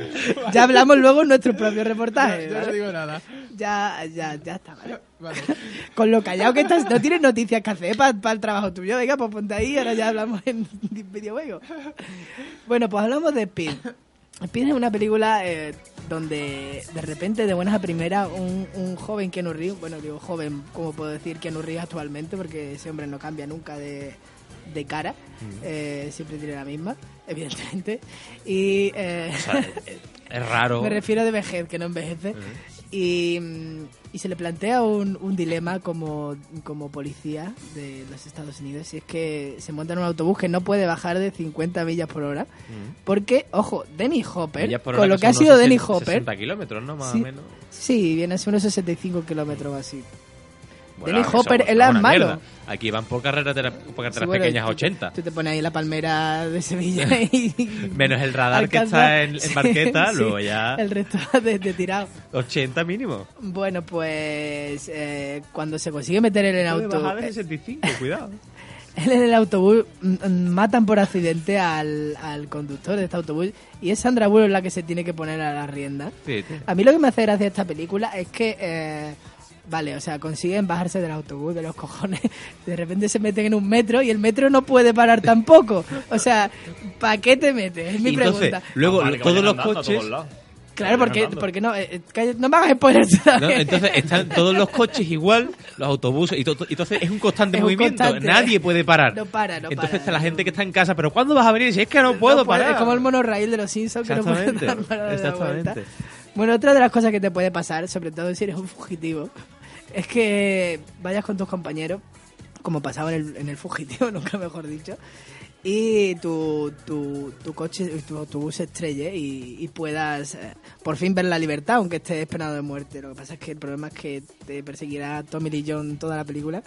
Speaker 2: Ya hablamos luego en nuestro propio reportaje,
Speaker 3: Yo no
Speaker 2: ¿vale?
Speaker 3: digo nada.
Speaker 2: Ya, ya, ya está, ¿vale? Con lo callado que estás, no tienes noticias que hacer para el trabajo tuyo. Venga, pues ponte ahí, ahora ya hablamos en videojuegos. Bueno, pues hablamos de Speed. Speed es una película eh, donde de repente, de buenas a primeras, un, un joven Keanu Reeves, bueno, digo joven, como puedo decir Keanu Reeves actualmente, porque ese hombre no cambia nunca de, de cara,
Speaker 1: Mm.
Speaker 2: eh, siempre tiene la misma, evidentemente. Y eh,
Speaker 1: O sea, eh, eh, es raro.
Speaker 2: me refiero de vejez, que no envejece. Y, mm, y se le plantea un, un dilema como, como policía de los Estados Unidos. Y es que se monta en un autobús que no puede bajar de 50 millas por hora. Porque, ojo, Denny Hopper,
Speaker 1: Millas por
Speaker 2: con
Speaker 1: hora
Speaker 2: lo que ha
Speaker 1: son
Speaker 2: sido
Speaker 1: unos
Speaker 2: Denny
Speaker 1: 60
Speaker 2: Hopper,
Speaker 1: 60 kilómetros, ¿no? Más
Speaker 2: Sí.
Speaker 1: o menos.
Speaker 2: sí, viene a ser unos 65 kilómetros o así.
Speaker 1: Bueno,
Speaker 2: Dennis
Speaker 1: eso-
Speaker 2: Hopper,
Speaker 1: eso
Speaker 2: él
Speaker 1: es
Speaker 2: es
Speaker 1: una
Speaker 2: malo.
Speaker 1: mierda. Aquí van por carreras, de la- por carreras
Speaker 2: Sí, bueno,
Speaker 1: pequeñas a
Speaker 2: tú-
Speaker 1: 80.
Speaker 2: Tú te pones ahí la palmera de Sevilla y...
Speaker 1: Menos el radar que está
Speaker 2: alcanza-
Speaker 1: en, en
Speaker 2: sí,
Speaker 1: Barqueta,
Speaker 2: sí,
Speaker 1: luego ya
Speaker 2: El resto de, de tirado.
Speaker 1: 80 mínimo.
Speaker 2: Bueno, pues eh, cuando se consigue meter en el auto,
Speaker 1: Bajada de 65, cuidado.
Speaker 2: él en el autobús mm, mm, matan por accidente al, al conductor de este autobús y es Sandra Bullock la que se tiene que poner a la rienda.
Speaker 1: Sí, sí.
Speaker 2: A mí lo que me hace gracia de esta película es que, eh, vale, o sea, consiguen bajarse del autobús de los cojones. De repente se meten en un metro y el metro no puede parar tampoco. O sea, ¿para qué te metes? Es mi
Speaker 1: Y entonces,
Speaker 2: pregunta.
Speaker 1: luego
Speaker 4: Normal, que
Speaker 1: todos
Speaker 4: vayan
Speaker 1: los
Speaker 4: andando a todos
Speaker 1: coches...
Speaker 4: lados.
Speaker 2: Claro,
Speaker 4: Vayan
Speaker 2: porque,
Speaker 4: andando.
Speaker 2: porque no, eh, eh, calla- no me hagas spoilers.
Speaker 1: ¿no?
Speaker 2: ¿sabes?
Speaker 1: Entonces están todos los coches igual, los autobuses, y to- to- entonces es un constante
Speaker 2: Es un
Speaker 1: movimiento,
Speaker 2: constante.
Speaker 1: nadie puede parar.
Speaker 2: No para, no
Speaker 1: entonces
Speaker 2: para.
Speaker 1: está la gente que está en casa, pero ¿cuándo vas a venir? Si es que no puedo
Speaker 2: No puede,
Speaker 1: parar.
Speaker 2: Es como el monorraíl de los Simpsons que no puede
Speaker 1: Exactamente,
Speaker 2: dar para dar la
Speaker 1: exactamente.
Speaker 2: vuelta. Bueno, otra de las cosas que te puede pasar, sobre todo si eres un fugitivo, es que vayas con tus compañeros, como pasaba en el, en el fugitivo, nunca mejor dicho, y tu, tu, tu coche, tu autobús se estrelle y, y puedas eh, por fin ver la libertad, aunque estés penado de muerte. Lo que pasa es que el problema es que te perseguirá Tommy Lee Jones toda la película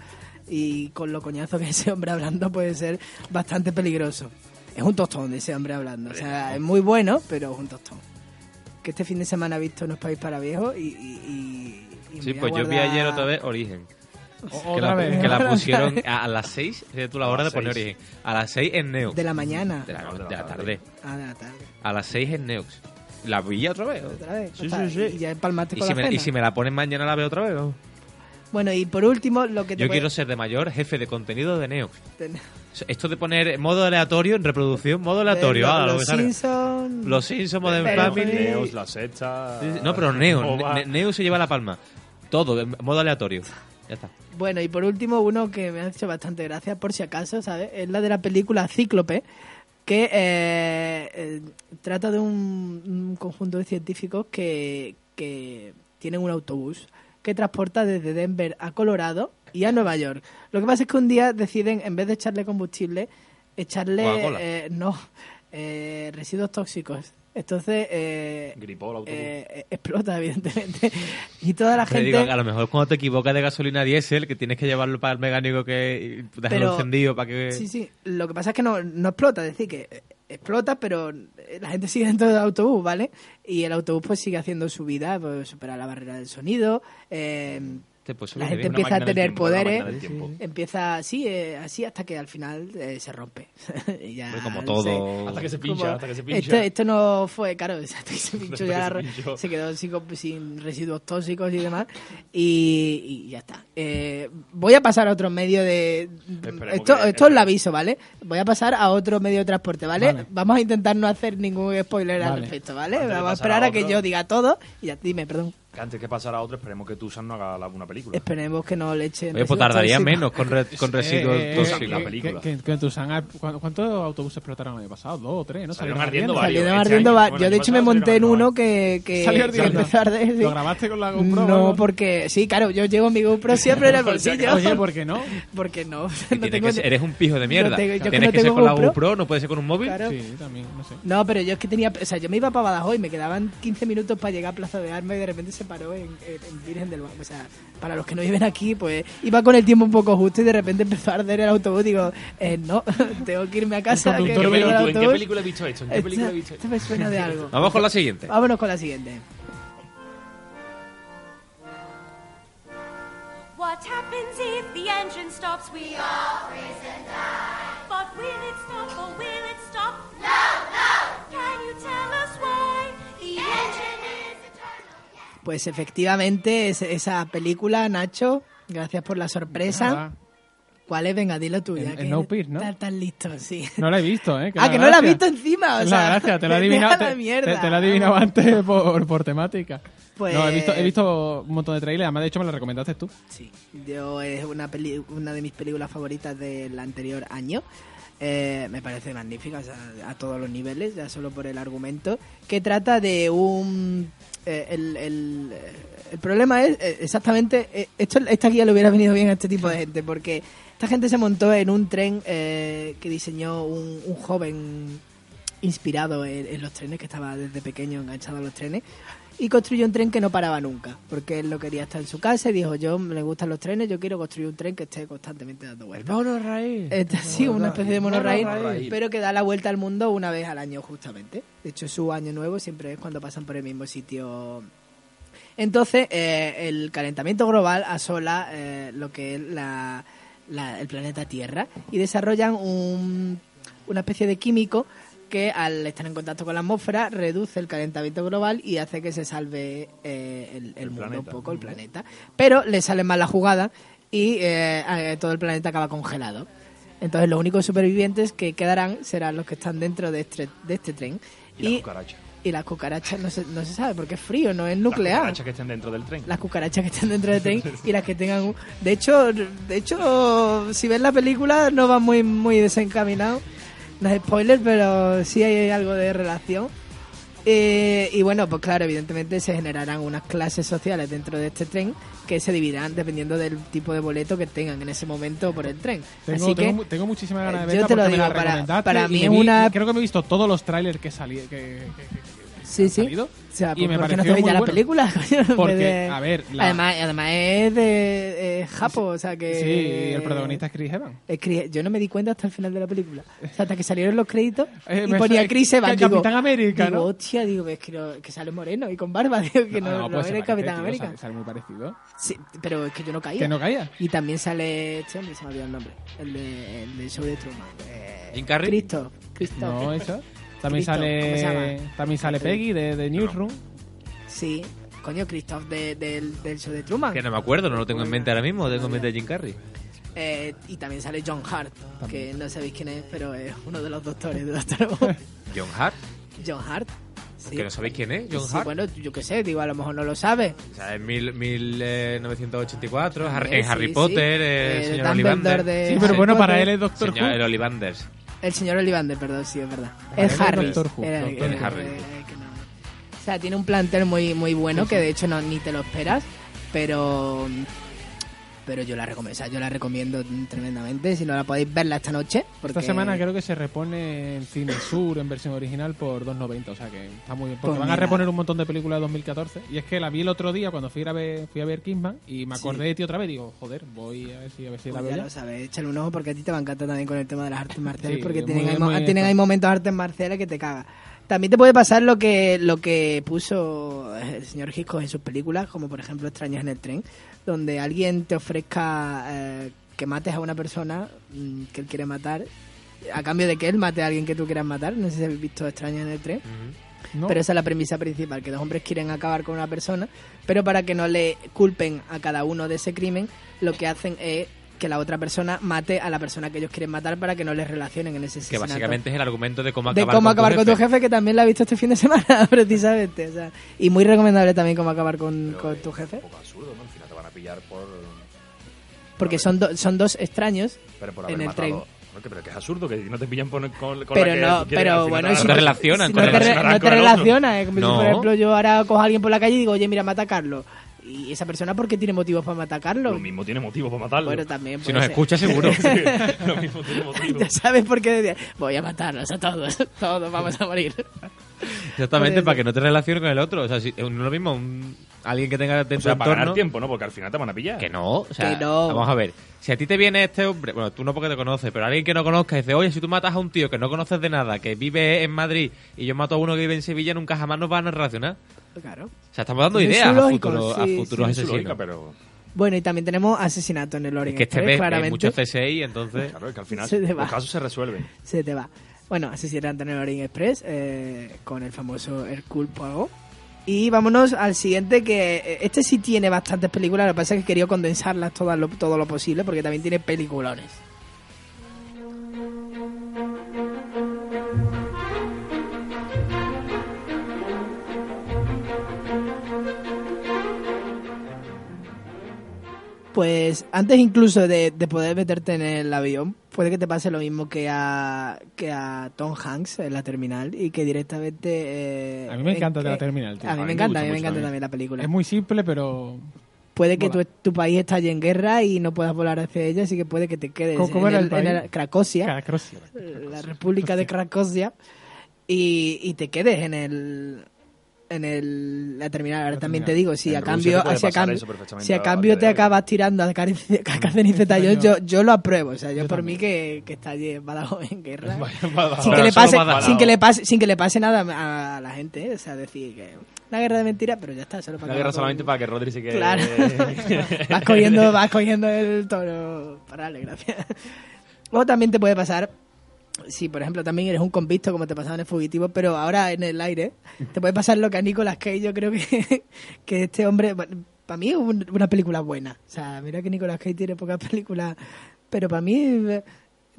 Speaker 2: y con lo coñazo que es ese hombre hablando puede ser bastante peligroso. Es un tostón ese hombre hablando. O sea, es muy bueno, pero es un tostón. Que este fin de semana he visto Unos País para Viejos y... y- y- y
Speaker 1: Sí,
Speaker 2: me voy a
Speaker 1: pues yo vi
Speaker 2: guardar-
Speaker 1: ayer otra vez Origen.
Speaker 3: O-
Speaker 1: Que
Speaker 3: otra
Speaker 1: la,
Speaker 3: vez.
Speaker 1: que la pusieron a, a las 6, sería tú la
Speaker 4: A
Speaker 1: hora de
Speaker 4: las
Speaker 1: poner
Speaker 4: seis.
Speaker 1: Origen. A las 6 en Neox.
Speaker 2: De la mañana.
Speaker 1: De la,
Speaker 4: No, de la
Speaker 1: de la tarde.
Speaker 4: tarde.
Speaker 2: Ah, de la tarde.
Speaker 1: A las 6 en Neox. La vi ya otra vez.
Speaker 2: Otra vez.
Speaker 1: Sí,
Speaker 2: Otra-
Speaker 1: sí, sí.
Speaker 2: Y ya empalmaste
Speaker 1: Y
Speaker 2: con
Speaker 1: si,
Speaker 2: la
Speaker 1: me, y
Speaker 2: cena.
Speaker 1: si me la ponen mañana la veo otra vez. vamos.
Speaker 2: Bueno, y por último, lo que te
Speaker 1: Yo
Speaker 2: puede-
Speaker 1: quiero ser de mayor jefe de contenido de Neox.
Speaker 2: Ten-
Speaker 1: Esto de poner modo aleatorio en reproducción, modo aleatorio.
Speaker 2: Los-
Speaker 1: ah, lo
Speaker 2: los
Speaker 1: que sale.
Speaker 2: Simpsons.
Speaker 1: Los Simpsons, Modern
Speaker 2: Pero-
Speaker 1: Family.
Speaker 4: Neos, la sexta.
Speaker 1: Sí, sí. No, pero Neo.
Speaker 3: Oh,
Speaker 4: Nova.
Speaker 1: Ne- Neo se lleva la palma. Todo, en modo aleatorio. Ya está.
Speaker 2: Bueno, y por último, uno que me ha hecho bastante gracia, por si acaso, ¿sabes? Es la de la película Cíclope, que eh, eh, trata de un, un conjunto de científicos que, que tienen un autobús que transporta desde Denver a Colorado y a Nueva York. Lo que pasa es que un día deciden, en vez de echarle combustible,
Speaker 1: Coca-Cola.
Speaker 2: echarle... eh, no, eh, residuos tóxicos. Entonces... eh,
Speaker 4: Gripó el autobús.
Speaker 2: eh, eh, explota, evidentemente. Y toda la
Speaker 1: Me
Speaker 2: gente...
Speaker 1: digo, a lo mejor cuando te equivocas de gasolina diésel, que tienes que llevarlo para el mecánico que y dejarlo
Speaker 2: Pero-
Speaker 1: encendido para que...
Speaker 2: Sí, sí. Lo que pasa es que no, no explota, es decir, que eh, explota, pero eh, la gente sigue dentro del autobús, ¿vale? Y el autobús pues sigue haciendo su vida, pues, supera la barrera del sonido, eh,
Speaker 1: Te- pues,
Speaker 2: La
Speaker 1: oye,
Speaker 2: gente
Speaker 1: bien.
Speaker 4: Una
Speaker 2: empieza a
Speaker 4: máquina del
Speaker 2: tener
Speaker 4: tiempo, una
Speaker 2: poderes.
Speaker 4: máquina del tiempo.
Speaker 2: empieza así, eh, así hasta que al final eh, se rompe. Y ya,
Speaker 1: Hombre, como
Speaker 2: no
Speaker 1: todo.
Speaker 2: sé,
Speaker 4: Pues Hasta que se
Speaker 2: como-
Speaker 4: pincha, hasta que se pincha.
Speaker 2: esto, esto no fue caro, exacto, y se pinchó
Speaker 4: Hasta
Speaker 2: ya
Speaker 4: que
Speaker 2: la
Speaker 4: se
Speaker 2: ro-
Speaker 4: pinchó.
Speaker 2: se quedó sin, co- sin residuos tóxicos y demás y, y ya está. Eh, voy a pasar a otro medio de
Speaker 4: Esperemos
Speaker 2: esto,
Speaker 4: que-
Speaker 2: esto os lo aviso, ¿vale? Voy a pasar a otro medio de transporte, ¿vale?
Speaker 3: Vale.
Speaker 2: Vamos a intentar no hacer ningún spoiler al
Speaker 3: Vale.
Speaker 2: respecto, ¿vale?
Speaker 4: Antes de
Speaker 2: Vamos a
Speaker 4: pasar a
Speaker 2: esperar a, que
Speaker 4: otro-
Speaker 2: yo diga todo y ya dime, perdón.
Speaker 4: Que antes que pasara a otro, esperemos que Tucson no haga la- una película.
Speaker 2: Esperemos que no le echen
Speaker 1: Oye, pues
Speaker 2: residuos
Speaker 1: tardaría
Speaker 2: tóxicos.
Speaker 1: menos con, re- con residuos
Speaker 3: Eh, eh,
Speaker 1: tóxicos.
Speaker 4: tóxico. La película.
Speaker 3: que- que- que en Tucson ha- ¿cu- ¿Cuántos autobuses explotaron el año pasado? ¿Dos o tres? ¿No?
Speaker 4: Salieron
Speaker 3: Salieron
Speaker 4: ardiendo
Speaker 3: ardiendo.
Speaker 4: varios. Este
Speaker 2: Salieron ardiendo
Speaker 4: año,
Speaker 2: va-
Speaker 4: bueno,
Speaker 2: Yo,
Speaker 4: el
Speaker 2: de
Speaker 4: año
Speaker 2: hecho, me
Speaker 4: pasado
Speaker 2: monté en
Speaker 4: salieron
Speaker 2: uno
Speaker 4: ardiendo.
Speaker 2: que, que,
Speaker 3: Salió
Speaker 2: que
Speaker 3: ardiendo.
Speaker 2: empezó a arder, sí.
Speaker 3: ¿Lo grabaste con la GoPro? o
Speaker 2: No,
Speaker 3: algo?
Speaker 2: porque sí, claro, yo llevo mi GoPro siempre en el
Speaker 4: Por si
Speaker 2: bolsillo.
Speaker 3: Oye, ¿por qué no?
Speaker 2: Porque no,
Speaker 1: Que
Speaker 2: no
Speaker 1: tienes
Speaker 2: tengo...
Speaker 1: que ser- eres un pijo de mierda.
Speaker 2: No tengo- yo que
Speaker 1: tienes
Speaker 2: no
Speaker 1: que ser
Speaker 2: tengo
Speaker 1: con la
Speaker 2: GoPro.
Speaker 1: GoPro, no puede ser con un móvil.
Speaker 2: Claro.
Speaker 3: Sí, también, no sé.
Speaker 2: No, pero yo es que tenía... O sea, yo me iba para Badajoz y me quedaban 15 minutos para llegar a Plaza de Armas y de repente se paró en, en- en Virgen del Mar. O sea, para los que no viven aquí, pues iba con el tiempo un poco justo y de repente empezó a arder el autobús. Digo, eh, no, tengo que irme a casa.
Speaker 3: conductor
Speaker 2: que
Speaker 4: Yo
Speaker 3: Pero
Speaker 4: me
Speaker 2: me
Speaker 4: digo,
Speaker 2: voy al
Speaker 4: ¿tú ¿En qué
Speaker 2: autobús.
Speaker 4: película he visto esto? ¿En qué película he
Speaker 2: Esto-
Speaker 4: visto
Speaker 2: esto
Speaker 4: esto?
Speaker 2: me suena de algo.
Speaker 1: Vamos con la siguiente.
Speaker 2: Vámonos con la siguiente.
Speaker 5: What happens if the engine stops? We all freeze and die. But will it stop or will it stop? No, no! Can you tell us why? The engine is eternal.
Speaker 2: Pues efectivamente, es- esa película, Nacho, gracias por la sorpresa.
Speaker 3: Nada.
Speaker 2: ¿Cuál es? Venga, dilo tú. ya
Speaker 3: En-
Speaker 2: que
Speaker 3: en Outbreak, ¿no?
Speaker 2: Estás tan listo, sí.
Speaker 3: No la he visto, ¿eh?
Speaker 2: ah, que no la has
Speaker 3: gracia.
Speaker 2: visto encima, o
Speaker 3: Es
Speaker 2: sea.
Speaker 3: la gracia, te la he
Speaker 2: deja
Speaker 3: adivinado,
Speaker 2: la
Speaker 3: te,
Speaker 2: mierda.
Speaker 3: te- te la he adivinado antes por, por temática.
Speaker 2: Pues-
Speaker 3: No, he visto, he visto un montón de trailers, además de hecho me la recomendaste tú.
Speaker 2: Sí, yo es una, peli- una de mis películas favoritas del anterior año. Eh, me parece magnífica o sea, a todos los niveles, ya solo por el argumento, que trata de Eh, un eh, el, el- el problema es eh, exactamente, eh, esto, esta guía le hubiera venido bien a este tipo de gente, porque esta gente se montó en un tren eh, que diseñó un, un joven inspirado en, en los trenes, que estaba desde pequeño enganchado a los trenes, y construyó un tren que no paraba nunca, porque él lo quería estar en su casa y dijo, yo me gustan los trenes, yo quiero construir un tren que esté constantemente dando vueltas.
Speaker 1: raíz.
Speaker 2: Este, sí, una especie de monorraíl,
Speaker 4: Monorraíl.
Speaker 2: pero que da la vuelta al mundo una vez al año, justamente. De hecho, su año nuevo siempre es cuando pasan por el mismo sitio. Entonces, eh, el calentamiento global asola eh, lo que es la, la- el planeta Tierra y desarrollan un- una especie de químico que al estar en contacto con la atmósfera reduce el calentamiento global y hace que se salve eh, el, el
Speaker 4: El
Speaker 2: mundo
Speaker 4: planeta.
Speaker 2: un poco, el planeta. Pero le sale mal la jugada y eh, eh, todo el planeta acaba congelado. Entonces los únicos supervivientes que quedarán serán los que están dentro de este, de este tren.
Speaker 4: Y las cucarachas.
Speaker 2: y las cucarachas no se, no se sabe porque es frío, no es
Speaker 4: Las
Speaker 2: nuclear
Speaker 4: cucarachas que estén dentro del tren.
Speaker 2: las cucarachas que están dentro del tren y las que tengan un... De hecho, de hecho si ves la película no va muy, muy desencaminado. No es spoiler, pero sí hay algo de relación. Eh, y bueno, pues claro, evidentemente se generarán unas clases sociales dentro de este tren que se dividirán dependiendo del tipo de boleto que tengan en ese momento por el tren.
Speaker 3: Tengo,
Speaker 2: Así
Speaker 3: tengo, mu-
Speaker 2: que,
Speaker 3: tengo muchísimas ganas de
Speaker 2: Eh, yo te
Speaker 3: verla
Speaker 2: lo
Speaker 3: porque me
Speaker 2: digo,
Speaker 3: la
Speaker 2: para-
Speaker 3: recomendaste
Speaker 2: para
Speaker 3: y
Speaker 2: mí
Speaker 3: me
Speaker 2: es
Speaker 3: vi-
Speaker 2: una-
Speaker 3: Creo que me he visto todos los trailers que, sali- que, que- que- que
Speaker 2: sí,
Speaker 3: han
Speaker 2: sí.
Speaker 3: salido.
Speaker 2: O sea,
Speaker 3: y me
Speaker 2: ¿por qué no te
Speaker 3: pareció
Speaker 2: veis ya
Speaker 3: muy
Speaker 2: la
Speaker 3: bueno.
Speaker 2: película? coño, en vez
Speaker 3: Porque,
Speaker 2: de-
Speaker 3: a ver, la-
Speaker 2: además, además es de eh, Japo, o sea que...
Speaker 3: Sí, y el protagonista es Chris Evans.
Speaker 2: Es Chris- yo no me di cuenta hasta el final de la película. O sea, hasta que salieron los créditos
Speaker 3: Eh,
Speaker 2: y
Speaker 3: me
Speaker 2: ponía
Speaker 3: sale-
Speaker 2: Chris Evans.
Speaker 3: el
Speaker 2: digo-
Speaker 3: Capitán América,
Speaker 2: digo,
Speaker 3: ¿no?
Speaker 2: hostia, digo, ves que, no- que sale moreno y con barba, digo, que no, no,
Speaker 3: pues
Speaker 2: era el
Speaker 3: se parece,
Speaker 2: Capitán
Speaker 3: tío,
Speaker 2: América.
Speaker 3: Sale, sale muy parecido.
Speaker 2: Sí, pero es que yo no caía.
Speaker 3: Que no caía.
Speaker 2: Y también sale este hombre, se me olvidó el nombre. El de, el de Show de Truman. Eh,
Speaker 1: Jim Carrey.
Speaker 2: Cristo. Cristo.
Speaker 3: No, eso. También
Speaker 2: Cristo, ¿cómo se
Speaker 3: sale,
Speaker 2: llama?
Speaker 3: también sale Peggy de, de Newsroom.
Speaker 2: Sí. Coño, Christoph de- del, del show de Truman.
Speaker 1: Que no me acuerdo, no lo tengo en mente ahora mismo, tengo en mente a Jim Carrey.
Speaker 2: Eh, y también sale John Hart, que no sabéis quién es, pero es uno de los doctores de Doctor Who.
Speaker 1: John Hart,
Speaker 2: John Hart. Sí.
Speaker 1: que no sabéis quién es, John
Speaker 2: Sí,
Speaker 1: Hart.
Speaker 2: bueno, yo qué sé, digo, a lo mejor no lo sabe.
Speaker 1: O sea, en mil- eh, 1984, Har-
Speaker 2: También,
Speaker 1: en Harry
Speaker 2: sí,
Speaker 1: Potter,
Speaker 2: sí.
Speaker 1: eh, el
Speaker 2: Eh,
Speaker 1: señor
Speaker 2: Dumbledore
Speaker 1: Ollivander.
Speaker 2: de-
Speaker 3: Sí, pero
Speaker 2: Harry
Speaker 3: bueno, para
Speaker 2: Potter.
Speaker 3: él es Doctor
Speaker 1: Señor el
Speaker 3: Who.
Speaker 1: Ollivander.
Speaker 2: El señor Ollivander, perdón, sí, es verdad. Es
Speaker 3: Él Ah, es
Speaker 2: Harry.
Speaker 3: Doctor Who,
Speaker 2: Era-
Speaker 3: Doctor
Speaker 2: era-
Speaker 1: Who. Harry.
Speaker 2: era- que no. O sea, tiene un plantel muy, muy bueno que de hecho no, ni te lo esperas, pero pero yo la recomiendo, yo la recomiendo tremendamente. Si no la podéis verla esta noche, porque
Speaker 3: Esta semana creo que se repone en Cine Sur en versión original por 2.90, o sea que está muy bien. Porque
Speaker 2: Pues
Speaker 3: van a
Speaker 2: mira.
Speaker 3: reponer un montón de películas de 2014. Y es que la vi el otro día cuando fui a ver, fui a ver Kingsman y me acordé de ti otra vez. Digo, joder, voy a ver si, a ver si la
Speaker 2: Pues
Speaker 3: veo.
Speaker 2: ya
Speaker 3: ya.
Speaker 2: lo sabes, échale un ojo porque a ti te va a encantar también con el tema de las artes marciales,
Speaker 3: Sí,
Speaker 2: porque
Speaker 3: muy
Speaker 2: tienen, ahí,
Speaker 3: bien,
Speaker 2: mo-
Speaker 3: muy bien
Speaker 2: tienen
Speaker 3: esto.
Speaker 2: ahí momentos de artes marciales que te caga. También te puede pasar lo que, lo que puso eh, el señor Hitchcock en sus películas, como por ejemplo Extraños en el tren, donde alguien te ofrezca eh, que mates a una persona mm, que él quiere matar, a cambio de que él mate a alguien que tú quieras matar. No sé si habéis visto Extraños en el tren.
Speaker 3: No,
Speaker 2: Pero esa es la premisa principal, que dos hombres quieren acabar con una persona, pero para que no le culpen a cada uno de ese crimen, lo que hacen es que la otra persona mate a la persona que ellos quieren matar para que no les relacionen en
Speaker 1: Que
Speaker 2: ese asesinato.
Speaker 1: básicamente es el argumento de cómo
Speaker 2: de
Speaker 1: acabar,
Speaker 2: cómo acabar con tu
Speaker 1: jefe.
Speaker 2: jefe, que también la he visto este fin de semana, precisamente. o sea, y muy recomendable también cómo acabar con,
Speaker 4: Pero,
Speaker 2: con
Speaker 4: eh,
Speaker 2: tu jefe,
Speaker 4: Es un poco absurdo, ¿no? Al final te van a pillar por.
Speaker 2: porque son, do- son dos extraños.
Speaker 4: Pero por
Speaker 2: En
Speaker 4: haber
Speaker 2: el
Speaker 4: matado.
Speaker 2: tren.
Speaker 4: Porque- pero que es absurdo que no te pillan por, con, con la
Speaker 2: Pero
Speaker 4: que
Speaker 2: no,
Speaker 4: tú quieres, al
Speaker 2: pero
Speaker 4: final
Speaker 2: bueno,
Speaker 4: te
Speaker 2: y
Speaker 4: van a-
Speaker 1: no te relacionan
Speaker 2: si
Speaker 1: con
Speaker 2: no
Speaker 1: el-
Speaker 2: te, re-
Speaker 4: relacionan
Speaker 2: no
Speaker 4: con
Speaker 2: te
Speaker 4: el otro.
Speaker 2: relacionas, es como si,
Speaker 1: No.
Speaker 2: por ejemplo, yo ahora cojo a alguien por la calle y digo, oye, mira, mata a Carlos. Y esa persona, ¿por qué tiene motivos para matar a Carlos?
Speaker 4: Lo mismo tiene motivo para matarlo.
Speaker 2: Bueno, también.
Speaker 1: Si
Speaker 2: puede
Speaker 1: nos
Speaker 2: ser.
Speaker 1: escucha, seguro.
Speaker 4: Lo mismo tiene motivo.
Speaker 2: Ya sabes por qué decía, voy a matarlos a todos, todos vamos a morir.
Speaker 1: Exactamente,
Speaker 2: Por eso.
Speaker 1: para que no te relaciones con el otro. O sea, si, no es lo mismo un- alguien que tenga
Speaker 4: O
Speaker 1: dentro
Speaker 4: sea,
Speaker 1: de
Speaker 4: para ganar
Speaker 1: entorno.
Speaker 4: tiempo, ¿no? Porque al final te van a pillar.
Speaker 1: Que no, o sea,
Speaker 2: Que no.
Speaker 1: vamos a ver. Si a ti te viene este hombre, bueno, tú no porque te conoces, pero alguien que no conozcas y dice, oye, si tú matas a un tío que no conoces de nada, que vive en Madrid y yo mato a uno que vive en Sevilla, nunca jamás nos van a relacionar.
Speaker 2: Claro.
Speaker 1: O sea, estamos dando
Speaker 2: Es
Speaker 1: ideas a
Speaker 2: lógico,
Speaker 1: futuros,
Speaker 2: sí,
Speaker 1: a
Speaker 2: sí,
Speaker 1: futuros
Speaker 4: Tiene su
Speaker 1: asesinos.
Speaker 4: lógica, pero.
Speaker 2: Bueno, y también tenemos asesinato en el
Speaker 1: Es
Speaker 2: Orient
Speaker 1: que este
Speaker 2: Express,
Speaker 1: mes hay
Speaker 2: claramente.
Speaker 1: muchos CSI, entonces...
Speaker 4: Claro, es que al final
Speaker 2: Se te va.
Speaker 4: los casos se resuelven.
Speaker 2: Se te va. Bueno, asesinato en el Orient Express eh, con el famoso Hercule Poirot. Y vámonos al siguiente, que eh, este sí tiene bastantes películas, lo que pasa es que quería condensarlas todas lo- todo lo posible, porque también tiene peliculones. Pues antes incluso de, de poder meterte en el avión, puede que te pase lo mismo que a, que a Tom Hanks en la terminal y que directamente... eh,
Speaker 3: A mí me
Speaker 2: en
Speaker 3: encanta
Speaker 2: que-
Speaker 3: La Terminal, tío.
Speaker 2: A
Speaker 4: A mí
Speaker 2: mí me
Speaker 4: me
Speaker 2: encanta, a mí
Speaker 4: gusta mucho
Speaker 2: me
Speaker 4: también.
Speaker 2: encanta también la película.
Speaker 3: Es muy simple, pero.
Speaker 2: Puede que tu,
Speaker 3: Mola.
Speaker 2: tu país estalle en guerra y no puedas volar hacia ella, así que puede que te quedes
Speaker 3: ¿Cómo- cómo
Speaker 2: en,
Speaker 3: era
Speaker 2: el,
Speaker 3: el
Speaker 2: en
Speaker 3: país?
Speaker 2: el- Cracosia,
Speaker 3: Cada crossing.
Speaker 2: la República de Cracosia, y, y te quedes en el en el la terminal. Ahora
Speaker 3: La
Speaker 2: también te
Speaker 3: terminal.
Speaker 2: digo, si
Speaker 4: En
Speaker 2: a
Speaker 4: Rusia
Speaker 2: cambio,
Speaker 4: te puede
Speaker 2: si a
Speaker 4: pasar
Speaker 2: cambio,
Speaker 4: eso perfectamente
Speaker 2: si a
Speaker 4: a- a
Speaker 2: cambio
Speaker 4: día de
Speaker 2: te
Speaker 4: hoy.
Speaker 2: acabas tirando a Cárcel- a Cárcel y Zeta, yo,
Speaker 3: Yo-
Speaker 2: yo, yo lo apruebo. O sea, yo,
Speaker 3: yo
Speaker 2: por mí
Speaker 3: también.
Speaker 2: que, que estalle en Badajoz Eh, en guerra. Sin
Speaker 1: Pero
Speaker 2: que,
Speaker 1: solo
Speaker 2: le pase,
Speaker 1: Badajoz.
Speaker 2: sin, que le pase, sin que le pase nada a la gente, ¿eh? o sea, decir que una guerra de mentiras, pero ya está, solo
Speaker 4: Una
Speaker 2: para acabar
Speaker 4: guerra
Speaker 2: con-
Speaker 4: solamente para que Rodri se quede.
Speaker 2: Claro. vas, cogiendo, vas cogiendo el toro. Parale, gracias. O también te puede pasar, si por ejemplo también eres un convicto como te pasaba en el fugitivo, pero ahora en el aire, te puede pasar lo que a Nicolas Cage, yo creo que, que este hombre, para mí es un- una película buena. O sea, mira que Nicolas Cage tiene pocas películas, pero para mí eh,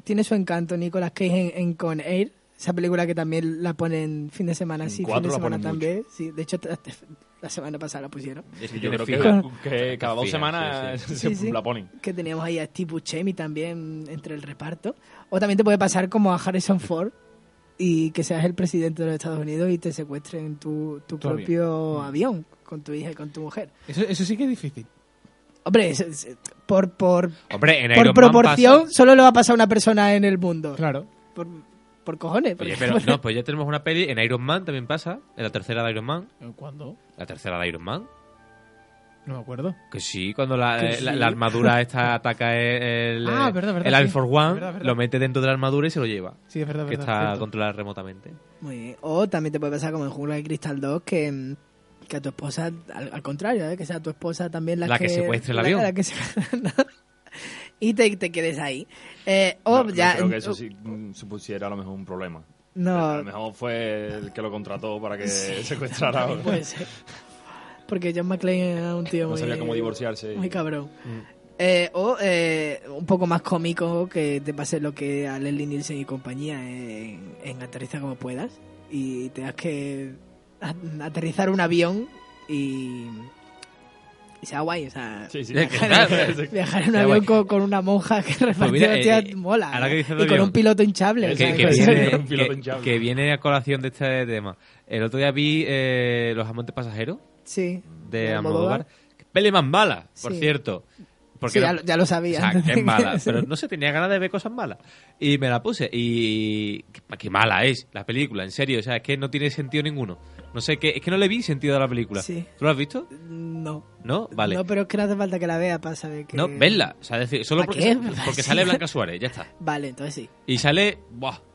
Speaker 2: tiene su encanto Nicolas Cage en, en Con Air. Esa película que también la ponen fin de semana,
Speaker 4: En
Speaker 2: sí, fin
Speaker 4: cuatro
Speaker 2: de
Speaker 4: la
Speaker 2: semana
Speaker 4: ponen mucho.
Speaker 2: también. Sí, de hecho, la semana pasada la pusieron.
Speaker 1: Es
Speaker 4: Yo creo que, que cada dos semanas
Speaker 2: Sí,
Speaker 4: se
Speaker 2: sí.
Speaker 4: la ponen.
Speaker 2: que teníamos ahí a Steve Buscemi también entre el reparto. O también te puede pasar como a Harrison Ford y que seas el presidente de los Estados Unidos y te secuestren tu, tu
Speaker 3: Tu
Speaker 1: Mm.
Speaker 2: propio avión con tu hija y con tu mujer.
Speaker 3: Eso, eso sí que es difícil.
Speaker 2: Hombre, es- es- por, por,
Speaker 1: Hombre, en
Speaker 2: por
Speaker 1: Iron Man
Speaker 2: proporción
Speaker 1: pasa-
Speaker 2: solo lo va a pasar una persona en el mundo.
Speaker 3: Claro.
Speaker 2: Por, por cojones.
Speaker 1: Oye,
Speaker 2: porque-
Speaker 1: pero no, pues ya tenemos una peli. En Iron Man también pasa. En la tercera de Iron Man.
Speaker 3: ¿Cuándo?
Speaker 1: La tercera de Iron Man.
Speaker 3: No me acuerdo.
Speaker 1: Que sí, cuando la,
Speaker 3: Que
Speaker 1: eh, la-
Speaker 3: sí.
Speaker 1: la armadura esta ataca el,
Speaker 3: Ah,
Speaker 1: eh,
Speaker 3: verdad, verdad,
Speaker 1: el
Speaker 3: sí.
Speaker 1: Air Force One,
Speaker 3: Verdad, verdad.
Speaker 1: lo mete dentro de la armadura y se lo lleva.
Speaker 3: Sí, es verdad,
Speaker 1: que
Speaker 3: verdad,
Speaker 1: está
Speaker 3: cierto.
Speaker 1: controlada remotamente.
Speaker 2: Muy bien. O también te puede pasar como en Jungla de Cristal 2 que, mm, que a tu esposa, al, al contrario, ¿eh? que sea tu esposa también la,
Speaker 1: La que secuestre el
Speaker 2: la-
Speaker 1: avión.
Speaker 2: la que se- y te, te quedes ahí. Eh, o
Speaker 4: No, no
Speaker 2: ya...
Speaker 4: creo que eso sí mm, supusiera a lo mejor un problema. A
Speaker 2: No,
Speaker 4: lo mejor fue el que lo contrató para que secuestrara a
Speaker 2: puede ser. Porque John McClane era un tío
Speaker 4: No
Speaker 2: muy...
Speaker 4: sabía cómo divorciarse. y- Mm.
Speaker 2: Muy cabrón. Eh, o eh, un poco más cómico que te pase lo que a Leslie Nielsen y compañía en, en Aterriza como puedas y tengas que a- aterrizar un avión y, y sea guay, o sea,
Speaker 4: Sí, sí.
Speaker 2: viajar en un
Speaker 1: Sea
Speaker 2: avión
Speaker 1: guay. Pues
Speaker 2: con, con una monja que repartió
Speaker 1: mira,
Speaker 2: hostias
Speaker 1: eh, eh,
Speaker 2: Pues mola
Speaker 1: ahora que dices
Speaker 2: y
Speaker 1: de
Speaker 2: con
Speaker 1: avión,
Speaker 2: un piloto hinchable.
Speaker 4: que-
Speaker 2: o sea,
Speaker 1: que, que
Speaker 4: pues,
Speaker 1: viene,
Speaker 4: un piloto
Speaker 1: que,
Speaker 4: hinchable.
Speaker 1: que viene a colación de este tema. El otro día vi eh, Los amantes pasajeros
Speaker 2: Sí,
Speaker 1: de
Speaker 2: De
Speaker 1: Almodóvar.
Speaker 2: Almodóvar.
Speaker 1: Peli más mala, por
Speaker 2: Sí.
Speaker 1: cierto.
Speaker 2: Sí,
Speaker 1: Porque
Speaker 2: ya,
Speaker 1: no-
Speaker 2: lo- ya lo sabía.
Speaker 1: o sea,
Speaker 2: antes
Speaker 1: que
Speaker 2: de
Speaker 1: es mala,
Speaker 2: que-
Speaker 1: pero no sé, tenía ganas de ver cosas malas. Y me la puse. Y qué, qué mala es la película, en serio. O sea, es que no tiene sentido ninguno. No sé, qué es que no le vi sentido a la película.
Speaker 2: Sí.
Speaker 1: ¿Tú lo has visto?
Speaker 2: No.
Speaker 1: ¿No? Vale.
Speaker 2: No, pero es que no hace falta que la vea para saber que...
Speaker 1: No, verla. O sea, decir, solo
Speaker 2: ¿Pa
Speaker 1: porque,
Speaker 2: qué?
Speaker 1: sa- porque sale Blanca Suárez, ya está.
Speaker 2: Vale, entonces sí.
Speaker 1: Y sale, buah,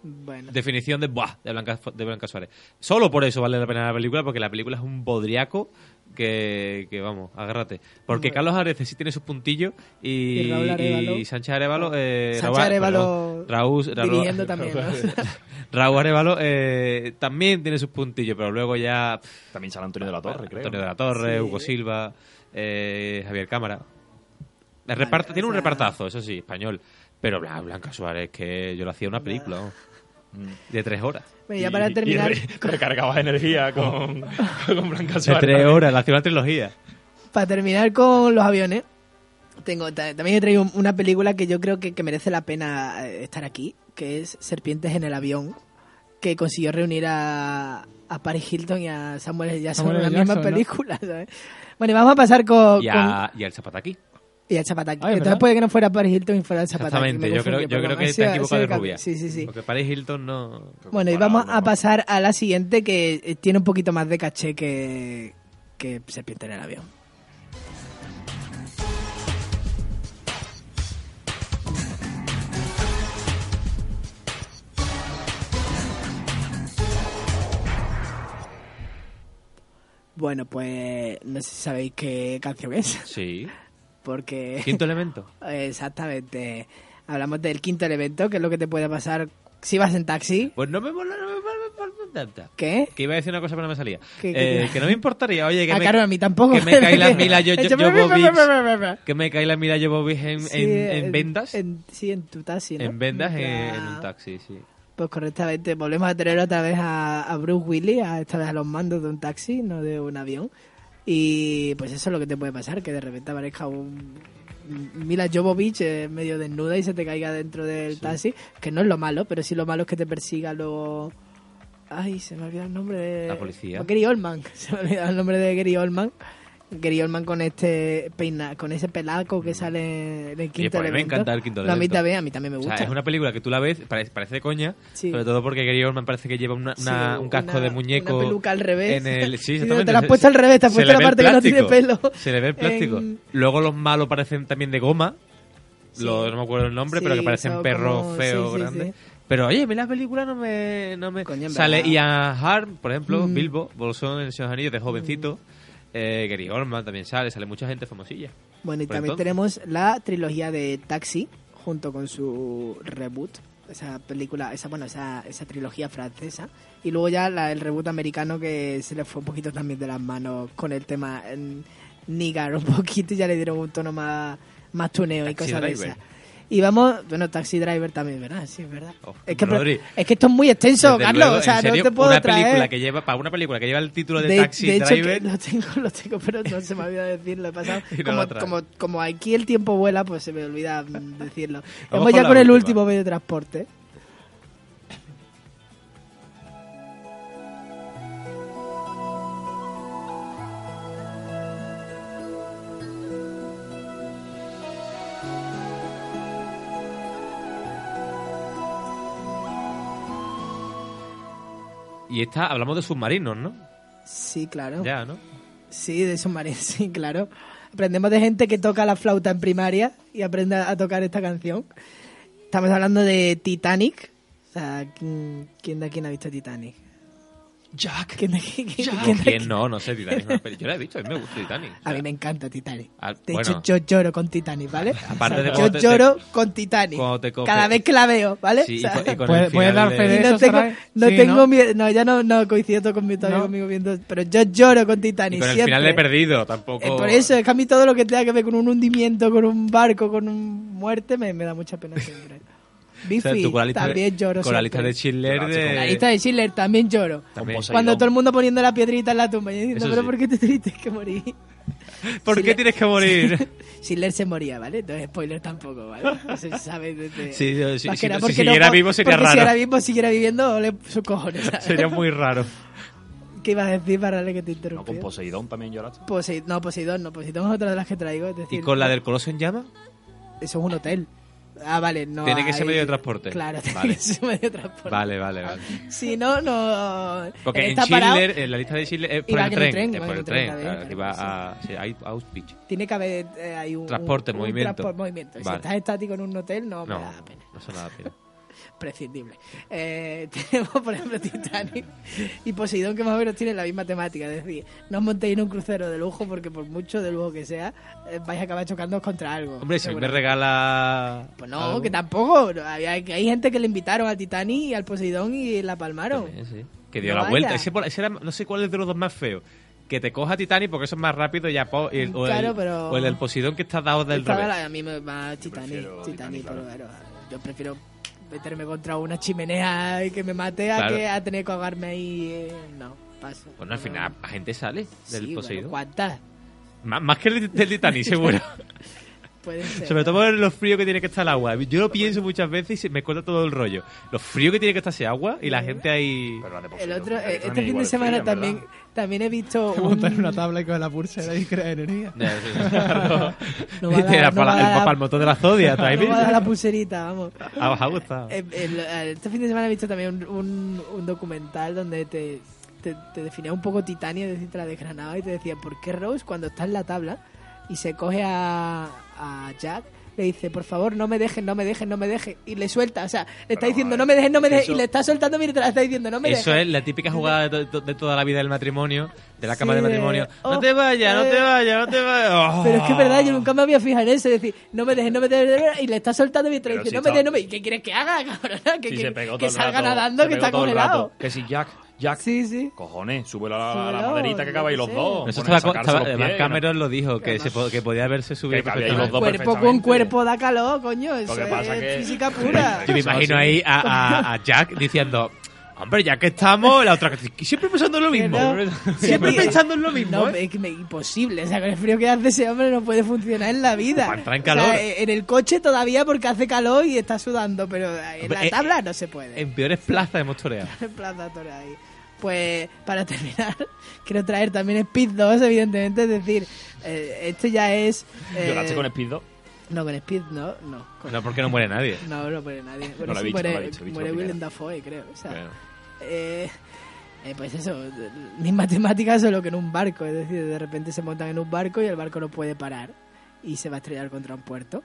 Speaker 2: Bueno.
Speaker 1: definición de buah, de Blanca, de Blanca Suárez. Solo por eso vale la pena la película, porque la película es un bodriaco que, que, vamos, agárrate. Porque
Speaker 2: Bueno.
Speaker 1: Carlos Arece sí tiene sus puntillos y,
Speaker 2: Y Raúl Arévalo.
Speaker 1: y Sánchez Arevalo. Eh,
Speaker 2: Sánchez Arévalo
Speaker 1: Raúl, Raúl-
Speaker 2: dirigiendo también, ¿no?
Speaker 1: Raúl Arévalo, eh, también tiene sus puntillos, pero luego ya pff,
Speaker 4: También sale Antonio de la Torre, creo.
Speaker 1: Antonio de la Torre,
Speaker 2: Sí.
Speaker 1: Hugo Silva, eh, Javier Cámara. El reparto-
Speaker 2: o
Speaker 1: tiene un
Speaker 2: sea-
Speaker 1: repartazo, eso sí, español. Pero Bla- Blanca Suárez, que yo lo hacía una película vamos, de tres horas.
Speaker 2: Bueno, Pues ya para terminar,
Speaker 4: recargabas energía con, con Blanca
Speaker 1: De
Speaker 4: Suárez.
Speaker 1: tres horas, la una trilogía.
Speaker 2: para terminar con los aviones, tengo ta- también he traído un- una película que yo creo que, que merece la pena eh, estar aquí, que es Serpientes en el avión, que consiguió reunir a, a Paris Hilton y a Samuel L. Jackson
Speaker 3: Samuel
Speaker 2: en la
Speaker 3: L.
Speaker 2: misma
Speaker 3: Jackson, ¿no?
Speaker 2: película. ¿sabes? Bueno, y vamos a pasar con...
Speaker 1: Y,
Speaker 2: Oh, con-
Speaker 1: a, y al Zapataki.
Speaker 2: y al Zapataki.
Speaker 3: Ah, ¿es
Speaker 2: Entonces
Speaker 3: verdad?
Speaker 2: puede que no fuera Paris Hilton y fuera el Zapataki. me
Speaker 1: Exactamente, yo creo,
Speaker 2: confundí,
Speaker 1: yo
Speaker 2: pero
Speaker 1: creo
Speaker 2: vamos,
Speaker 1: que
Speaker 2: ese-
Speaker 1: te has
Speaker 2: ese
Speaker 1: equivocado de
Speaker 2: cambio.
Speaker 1: rubia.
Speaker 2: Sí, sí, sí.
Speaker 1: Porque Paris Hilton no...
Speaker 2: Bueno, y vamos
Speaker 4: Comparado,
Speaker 2: a
Speaker 4: ¿no?
Speaker 2: pasar a la siguiente que eh, tiene un poquito más de caché que, que Serpiente en el avión. Bueno, pues no sé si sabéis qué canción es,
Speaker 1: Sí.
Speaker 2: porque...
Speaker 1: Quinto elemento.
Speaker 2: Exactamente. Hablamos del quinto elemento, que es lo que te puede pasar si vas en taxi.
Speaker 1: Pues no me mola, no me mola, no me mola tanta.
Speaker 2: ¿Qué?
Speaker 1: Que iba a decir una cosa pero no me salía.
Speaker 2: ¿Qué- qué-
Speaker 1: Eh, que no me importaría, oye, que
Speaker 2: Ah,
Speaker 1: me...
Speaker 2: claro, a mí tampoco.
Speaker 1: que me caí la mila yo- yo-
Speaker 2: Echa-
Speaker 1: yo
Speaker 2: Sí,
Speaker 1: Que me cae la mira yo Bobby en, en, en vendas. En,
Speaker 2: en- sí, en tu taxi, ¿no?
Speaker 1: vendas en,
Speaker 2: Mientras-
Speaker 1: en un taxi, sí.
Speaker 2: Pues correctamente, volvemos a tener otra vez a, a Bruce Willis, a, esta vez a los mandos de un taxi, no de un avión. Y pues eso es lo que te puede pasar, que de repente aparezca un, Mila Jovovich eh, medio desnuda y se te caiga dentro del taxi, que no es lo malo, pero sí lo malo es que te persiga luego... Ay, se me olvidó el nombre de...
Speaker 1: La policía.
Speaker 2: Gary Oldman, se me olvidó el nombre de Gary Oldman. Gary Oldman con este peina, con ese pelaco que sale en el quinto
Speaker 1: Mm. pues a mí me
Speaker 2: Elemento.
Speaker 1: encanta El Quinto
Speaker 2: No, a mí
Speaker 1: Elemento.
Speaker 2: también, a mí también me
Speaker 1: O
Speaker 2: gusta.
Speaker 1: sea, es una película que tú la ves, parece, parece de coña,
Speaker 2: Sí.
Speaker 1: sobre todo porque Gary Oldman parece que lleva una- una-
Speaker 2: Sí,
Speaker 1: un casco
Speaker 2: una-
Speaker 1: de muñeco.
Speaker 2: Una peluca al revés.
Speaker 1: En el, sí,
Speaker 2: Y
Speaker 1: exactamente.
Speaker 2: Te la has
Speaker 1: Se-
Speaker 2: puesto al revés, te has
Speaker 1: se
Speaker 2: puesto
Speaker 1: le
Speaker 2: la
Speaker 1: ve el
Speaker 2: parte que no tiene pelo.
Speaker 1: plástico, Se le ve el plástico.
Speaker 2: En-
Speaker 1: Luego los malos parecen también de goma.
Speaker 2: Sí.
Speaker 1: Los- no me acuerdo el nombre,
Speaker 2: Sí,
Speaker 1: pero que parecen
Speaker 2: son
Speaker 1: perros
Speaker 2: como-
Speaker 1: feos,
Speaker 2: sí, sí,
Speaker 1: grandes.
Speaker 2: sí.
Speaker 1: Pero oye, a mí la película no me. No me
Speaker 2: Coño, en
Speaker 1: sale
Speaker 2: verdad.
Speaker 1: Ian Harm, por ejemplo,
Speaker 2: Mm.
Speaker 1: Bilbo, Bolsón en El Señor de los Anillos, de jovencito. Eh, Gary Oldman también sale, sale mucha gente famosilla.
Speaker 2: Bueno, y
Speaker 1: Por
Speaker 2: también tenemos la trilogía de Taxi, junto con su reboot, esa película, esa bueno, esa, esa trilogía francesa, y luego ya la, el reboot americano que se le fue un poquito también de las manos con el tema en, nigar un poquito y ya le dieron un tono más, más tuneo y
Speaker 1: Taxi
Speaker 2: cosas
Speaker 1: Driver.
Speaker 2: de esas. Y vamos, bueno, Taxi Driver también, ¿verdad? Sí, es verdad.
Speaker 1: Oh,
Speaker 2: es, que,
Speaker 1: Rodri,
Speaker 2: es que esto es muy extenso,
Speaker 1: Desde
Speaker 2: Carlos,
Speaker 1: luego,
Speaker 2: o sea,
Speaker 1: en serio,
Speaker 2: no te puedo
Speaker 1: una
Speaker 2: traer...
Speaker 1: película que lleva Para una película que lleva el título de, Taxi
Speaker 2: de hecho,
Speaker 1: Driver.
Speaker 2: que lo tengo, lo tengo, pero no se me olvida decirlo. He pasado.
Speaker 1: Y no
Speaker 2: como,
Speaker 1: lo traes.
Speaker 2: como, como aquí el tiempo vuela, pues se me olvida mm, decirlo. Vamos
Speaker 1: con
Speaker 2: ya
Speaker 1: la
Speaker 2: con el
Speaker 1: última.
Speaker 2: último medio de transporte.
Speaker 1: Y esta, hablamos de submarinos, ¿no?
Speaker 2: Sí, claro.
Speaker 1: Ya, ¿no?
Speaker 2: Sí, de submarino, sí, claro. Aprendemos de gente que toca la flauta en primaria y aprende a tocar esta canción. Estamos hablando de Titanic. O sea, ¿quién quién de aquí no ha visto Titanic? Jack. ¿Quién de aquí? quién-
Speaker 1: ¿Con
Speaker 2: quién de
Speaker 1: Ah, quién
Speaker 2: aquí?
Speaker 1: no? No sé, Titanic. es una peli- Yo la he visto, a mí me gusta Titanic. O
Speaker 2: A
Speaker 1: sea,
Speaker 2: mí me encanta Titanic.
Speaker 1: Ah,
Speaker 2: de
Speaker 1: bueno.
Speaker 2: hecho, yo lloro con Titanic, ¿vale?
Speaker 1: Aparte de
Speaker 2: yo
Speaker 1: cuando te-
Speaker 2: lloro
Speaker 1: te-
Speaker 2: con Titanic.
Speaker 1: cuando te coge.
Speaker 2: Cada vez que la veo, ¿vale?
Speaker 1: sí, y
Speaker 2: O sea,
Speaker 1: con- y con el
Speaker 3: Puedes- puedes
Speaker 1: final
Speaker 3: dar fe
Speaker 1: de-
Speaker 3: de-
Speaker 2: y no
Speaker 3: eso
Speaker 2: tengo,
Speaker 3: trae-
Speaker 2: no
Speaker 3: sí,
Speaker 2: tengo
Speaker 3: ¿no?
Speaker 2: miedo, no, ya no, no coincido todo con mi todavía
Speaker 3: No.
Speaker 2: conmigo viendo, pero yo lloro con Titanic.
Speaker 1: Y con el
Speaker 2: siempre.
Speaker 1: final de perdido, tampoco.
Speaker 2: Eh, por eso, es que a mí todo lo que tenga que ver con un hundimiento, con un barco, con un muerte, me, me da mucha pena siempre.
Speaker 1: O sea,
Speaker 2: Biffy,
Speaker 1: tú con la lista de-
Speaker 2: también lloro.
Speaker 1: Con la lista
Speaker 2: siempre.
Speaker 1: de Schindler.
Speaker 4: Con la
Speaker 1: De...
Speaker 2: Con la lista de Schiller también lloro.
Speaker 1: También.
Speaker 4: Con
Speaker 2: Cuando
Speaker 4: Poseidón.
Speaker 2: todo el mundo poniendo la piedrita en la tumba y diciendo,
Speaker 1: Eso
Speaker 2: pero
Speaker 1: sí.
Speaker 2: ¿por qué te tuviste que morir?
Speaker 1: ¿Por qué
Speaker 2: Schiller-
Speaker 1: tienes que morir?
Speaker 2: Schiller se moría, ¿vale? Entonces, spoiler tampoco, ¿vale? No se sabe desde...
Speaker 1: Sí, sí, sí,
Speaker 2: Más que
Speaker 1: si-
Speaker 2: nada
Speaker 1: si
Speaker 2: porque
Speaker 1: siguiera
Speaker 2: po-
Speaker 1: vivo sería
Speaker 2: porque Si
Speaker 1: raro.
Speaker 2: ahora mismo siguiera viviendo, le sus cojones. ¿sabes?
Speaker 1: Sería muy raro.
Speaker 2: ¿Qué ibas a decir para que te
Speaker 4: No, con
Speaker 2: interrumpí?
Speaker 4: Poseidón también lloraste.
Speaker 2: Posei- no, Poseidón no. Poseidón es otra de las que traigo. es decir,
Speaker 1: ¿Y con la del Coloso en llama?
Speaker 2: Eso es un hotel. Ah, vale, no.
Speaker 1: Tiene que ser
Speaker 2: ahí-
Speaker 1: medio de transporte.
Speaker 2: Claro, tiene
Speaker 1: Vale.
Speaker 2: que ser medio de transporte.
Speaker 1: Vale, vale, vale.
Speaker 2: Si no, no.
Speaker 1: Porque
Speaker 2: él
Speaker 1: en
Speaker 2: está parado,
Speaker 1: Schindler, en la lista de Schindler, es por
Speaker 2: Iba
Speaker 1: el
Speaker 2: en el
Speaker 1: tren. es
Speaker 2: tren,
Speaker 1: por
Speaker 2: iba en
Speaker 1: el
Speaker 2: el tren,
Speaker 1: tren.
Speaker 2: también,
Speaker 1: claro, que va
Speaker 2: claro,
Speaker 1: a. Sí, hay Auschwitz.
Speaker 2: Tiene que haber eh, ahí un.
Speaker 1: Transporte,
Speaker 2: un- un
Speaker 1: movimiento.
Speaker 2: transpor- movimiento. Si
Speaker 1: Vale.
Speaker 2: estás estático en un hotel, no,
Speaker 1: No,
Speaker 2: me da pena.
Speaker 1: no son nada pena.
Speaker 2: Prescindible. Eh, tenemos, por ejemplo, Titanic y Poseidón, que más o menos tienen la misma temática. Es decir, no os montéis en un crucero de lujo, porque por mucho de lujo que sea, eh, vais a acabar chocándoos contra algo.
Speaker 1: Hombre, si a mí me
Speaker 2: seguramente.
Speaker 1: regala.
Speaker 2: Pues no,
Speaker 1: algo,
Speaker 2: que tampoco. No, Hay, hay gente que le invitaron al Titanic y al Poseidón y la palmaron.
Speaker 1: también, sí. Que dio
Speaker 2: No
Speaker 1: la
Speaker 2: vaya.
Speaker 1: vuelta. Ese, por- ese era, no sé cuál es de los dos más feos. Que te coja Titanic porque eso es más rápido y ya po- y el- o,
Speaker 2: Claro,
Speaker 1: el,
Speaker 2: pero-
Speaker 1: o el del Posidón que está dado del
Speaker 2: Estaba
Speaker 1: revés.
Speaker 2: la- a mí me va Titanic,
Speaker 4: prefiero
Speaker 2: Titanic,
Speaker 4: Titanic,
Speaker 2: pero
Speaker 4: claro.
Speaker 2: bueno, yo prefiero meterme contra una chimenea y que me mate a
Speaker 1: Claro.
Speaker 2: que a tener que ahogarme ahí. eh, no, paso.
Speaker 1: Bueno, al
Speaker 2: No,
Speaker 1: final
Speaker 2: no.
Speaker 1: la gente sale del
Speaker 2: Sí,
Speaker 1: Poseidón.
Speaker 2: Bueno, ¿Cuántas?
Speaker 1: Má- más que el del Titanic, seguro.
Speaker 2: Pueden ser.
Speaker 1: Sobre todo por lo frío que tiene que estar el agua. Yo
Speaker 2: Pues
Speaker 1: lo pienso muchas veces y se me cuenta todo el rollo. Lo frío que tiene que estar ese agua y la gente ahí.
Speaker 4: Pero la de
Speaker 2: El
Speaker 4: Poseidón.
Speaker 2: otro,
Speaker 4: la de
Speaker 2: eh, este
Speaker 4: Titanic
Speaker 2: fin de
Speaker 4: igual es fría,
Speaker 2: semana
Speaker 4: en
Speaker 2: también,
Speaker 4: verdad.
Speaker 2: también he visto.
Speaker 3: Te
Speaker 2: un-
Speaker 3: montas en una tabla y con la pulsera y creas energía.
Speaker 1: No, sí, claro.
Speaker 2: No va a dar-
Speaker 1: Era
Speaker 2: no
Speaker 1: para,
Speaker 2: va a
Speaker 1: el,
Speaker 2: dar-
Speaker 1: para el motor de la Zodia,
Speaker 2: No me
Speaker 1: también.
Speaker 2: va a dar la pulserita, vamos.
Speaker 1: Ah, os ha gustado.
Speaker 2: Eh, el- eh, este fin de semana he visto también un, un- un documental donde te, te, te definía un poco Titania, es decir, te la desgranaba y te decía, ¿por qué Rose cuando está en la tabla y se coge a, a Jack? Le dice, por favor, no me dejes, no me dejes, no me dejes. Y le suelta, o sea, le está
Speaker 4: Pero,
Speaker 2: diciendo,
Speaker 4: madre,
Speaker 2: no me dejes, no me
Speaker 4: es que
Speaker 2: dejes. Y
Speaker 4: eso-
Speaker 2: le está soltando mientras le está diciendo, no me
Speaker 1: Eso
Speaker 2: dejes.
Speaker 1: es la típica jugada de, to- de toda la vida del matrimonio, de la cama
Speaker 2: Sí,
Speaker 1: de
Speaker 2: de-
Speaker 1: matrimonio.
Speaker 2: oh,
Speaker 1: no te vayas, no te
Speaker 2: eh.
Speaker 1: vayas, no te vayas. Oh.
Speaker 2: Pero es que es verdad, yo nunca me había fijado en eso. Es decir, no me dejes, no me dejes. Y le está soltando mientras
Speaker 4: Pero
Speaker 2: dice,
Speaker 4: si
Speaker 2: no me
Speaker 4: está-
Speaker 2: dejes, no me dejes. ¿Y ¿Qué quieres que haga, cabrona? Que,
Speaker 4: Sí,
Speaker 2: que-
Speaker 4: se pegó
Speaker 2: que
Speaker 4: todo el
Speaker 2: salga
Speaker 4: rato,
Speaker 2: nadando,
Speaker 4: se
Speaker 2: que
Speaker 4: pegó
Speaker 2: está
Speaker 4: todo el rato.
Speaker 2: congelado.
Speaker 4: Que si Jack, Jack.
Speaker 2: Sí, sí.
Speaker 4: Cojones, sube la, la, la
Speaker 2: Súbelo,
Speaker 4: maderita que
Speaker 2: yo
Speaker 4: acaba ahí
Speaker 2: qué
Speaker 4: los
Speaker 2: sé.
Speaker 4: dos.
Speaker 1: Eso
Speaker 4: ponen
Speaker 1: estaba,
Speaker 4: a Oh, sacarse
Speaker 1: estaba-
Speaker 4: los
Speaker 1: además
Speaker 4: pies, ¿no?
Speaker 1: Cameron lo dijo, que, se, po- que podía haberse subido.
Speaker 4: Que cabía ahí los
Speaker 1: perfectamente.
Speaker 4: dos.
Speaker 2: cuerpo con
Speaker 4: perfectamente.
Speaker 2: cuerpo da calor, coño.
Speaker 4: Lo
Speaker 2: Eso
Speaker 4: que pasa
Speaker 2: es
Speaker 4: que-
Speaker 2: física pura.
Speaker 1: Yo me
Speaker 4: Eso
Speaker 1: imagino
Speaker 4: sí.
Speaker 1: ahí a, a- a Jack diciendo, Hombre, ya que estamos, la otra. Siempre pensando en lo mismo.
Speaker 2: no.
Speaker 1: Siempre
Speaker 2: Sí,
Speaker 1: pensando en lo mismo.
Speaker 2: No,
Speaker 1: ¿eh?
Speaker 2: es que me- imposible. O sea, con el frío que hace ese hombre no puede funcionar en la vida.
Speaker 1: Para entrar en
Speaker 2: O sea,
Speaker 1: calor.
Speaker 2: eh, en el coche todavía porque hace calor y está sudando, pero en
Speaker 1: Hombre, eh,
Speaker 2: la tabla no se puede.
Speaker 1: En peores plazas hemos toreado.
Speaker 2: En plan dator ahí. Pues para terminar, quiero traer también Speed 2, evidentemente. Es decir, eh, esto ya es. eh,
Speaker 4: ¿Lloraste con Speed 2?
Speaker 2: No, con Speed no, no. con-
Speaker 1: No porque no muere nadie.
Speaker 2: no, no muere nadie.
Speaker 4: No
Speaker 2: Bueno,
Speaker 4: la
Speaker 2: sí
Speaker 4: he visto, no
Speaker 2: muere,
Speaker 4: la he visto, he visto la
Speaker 2: muere
Speaker 4: primera.
Speaker 2: Willem Dafoe, creo. O sea,
Speaker 1: Claro.
Speaker 2: eh, eh, pues eso, mis matemáticas son lo que en un barco. Es decir, de repente se montan en un barco y el barco no puede parar y se va a estrellar contra un puerto.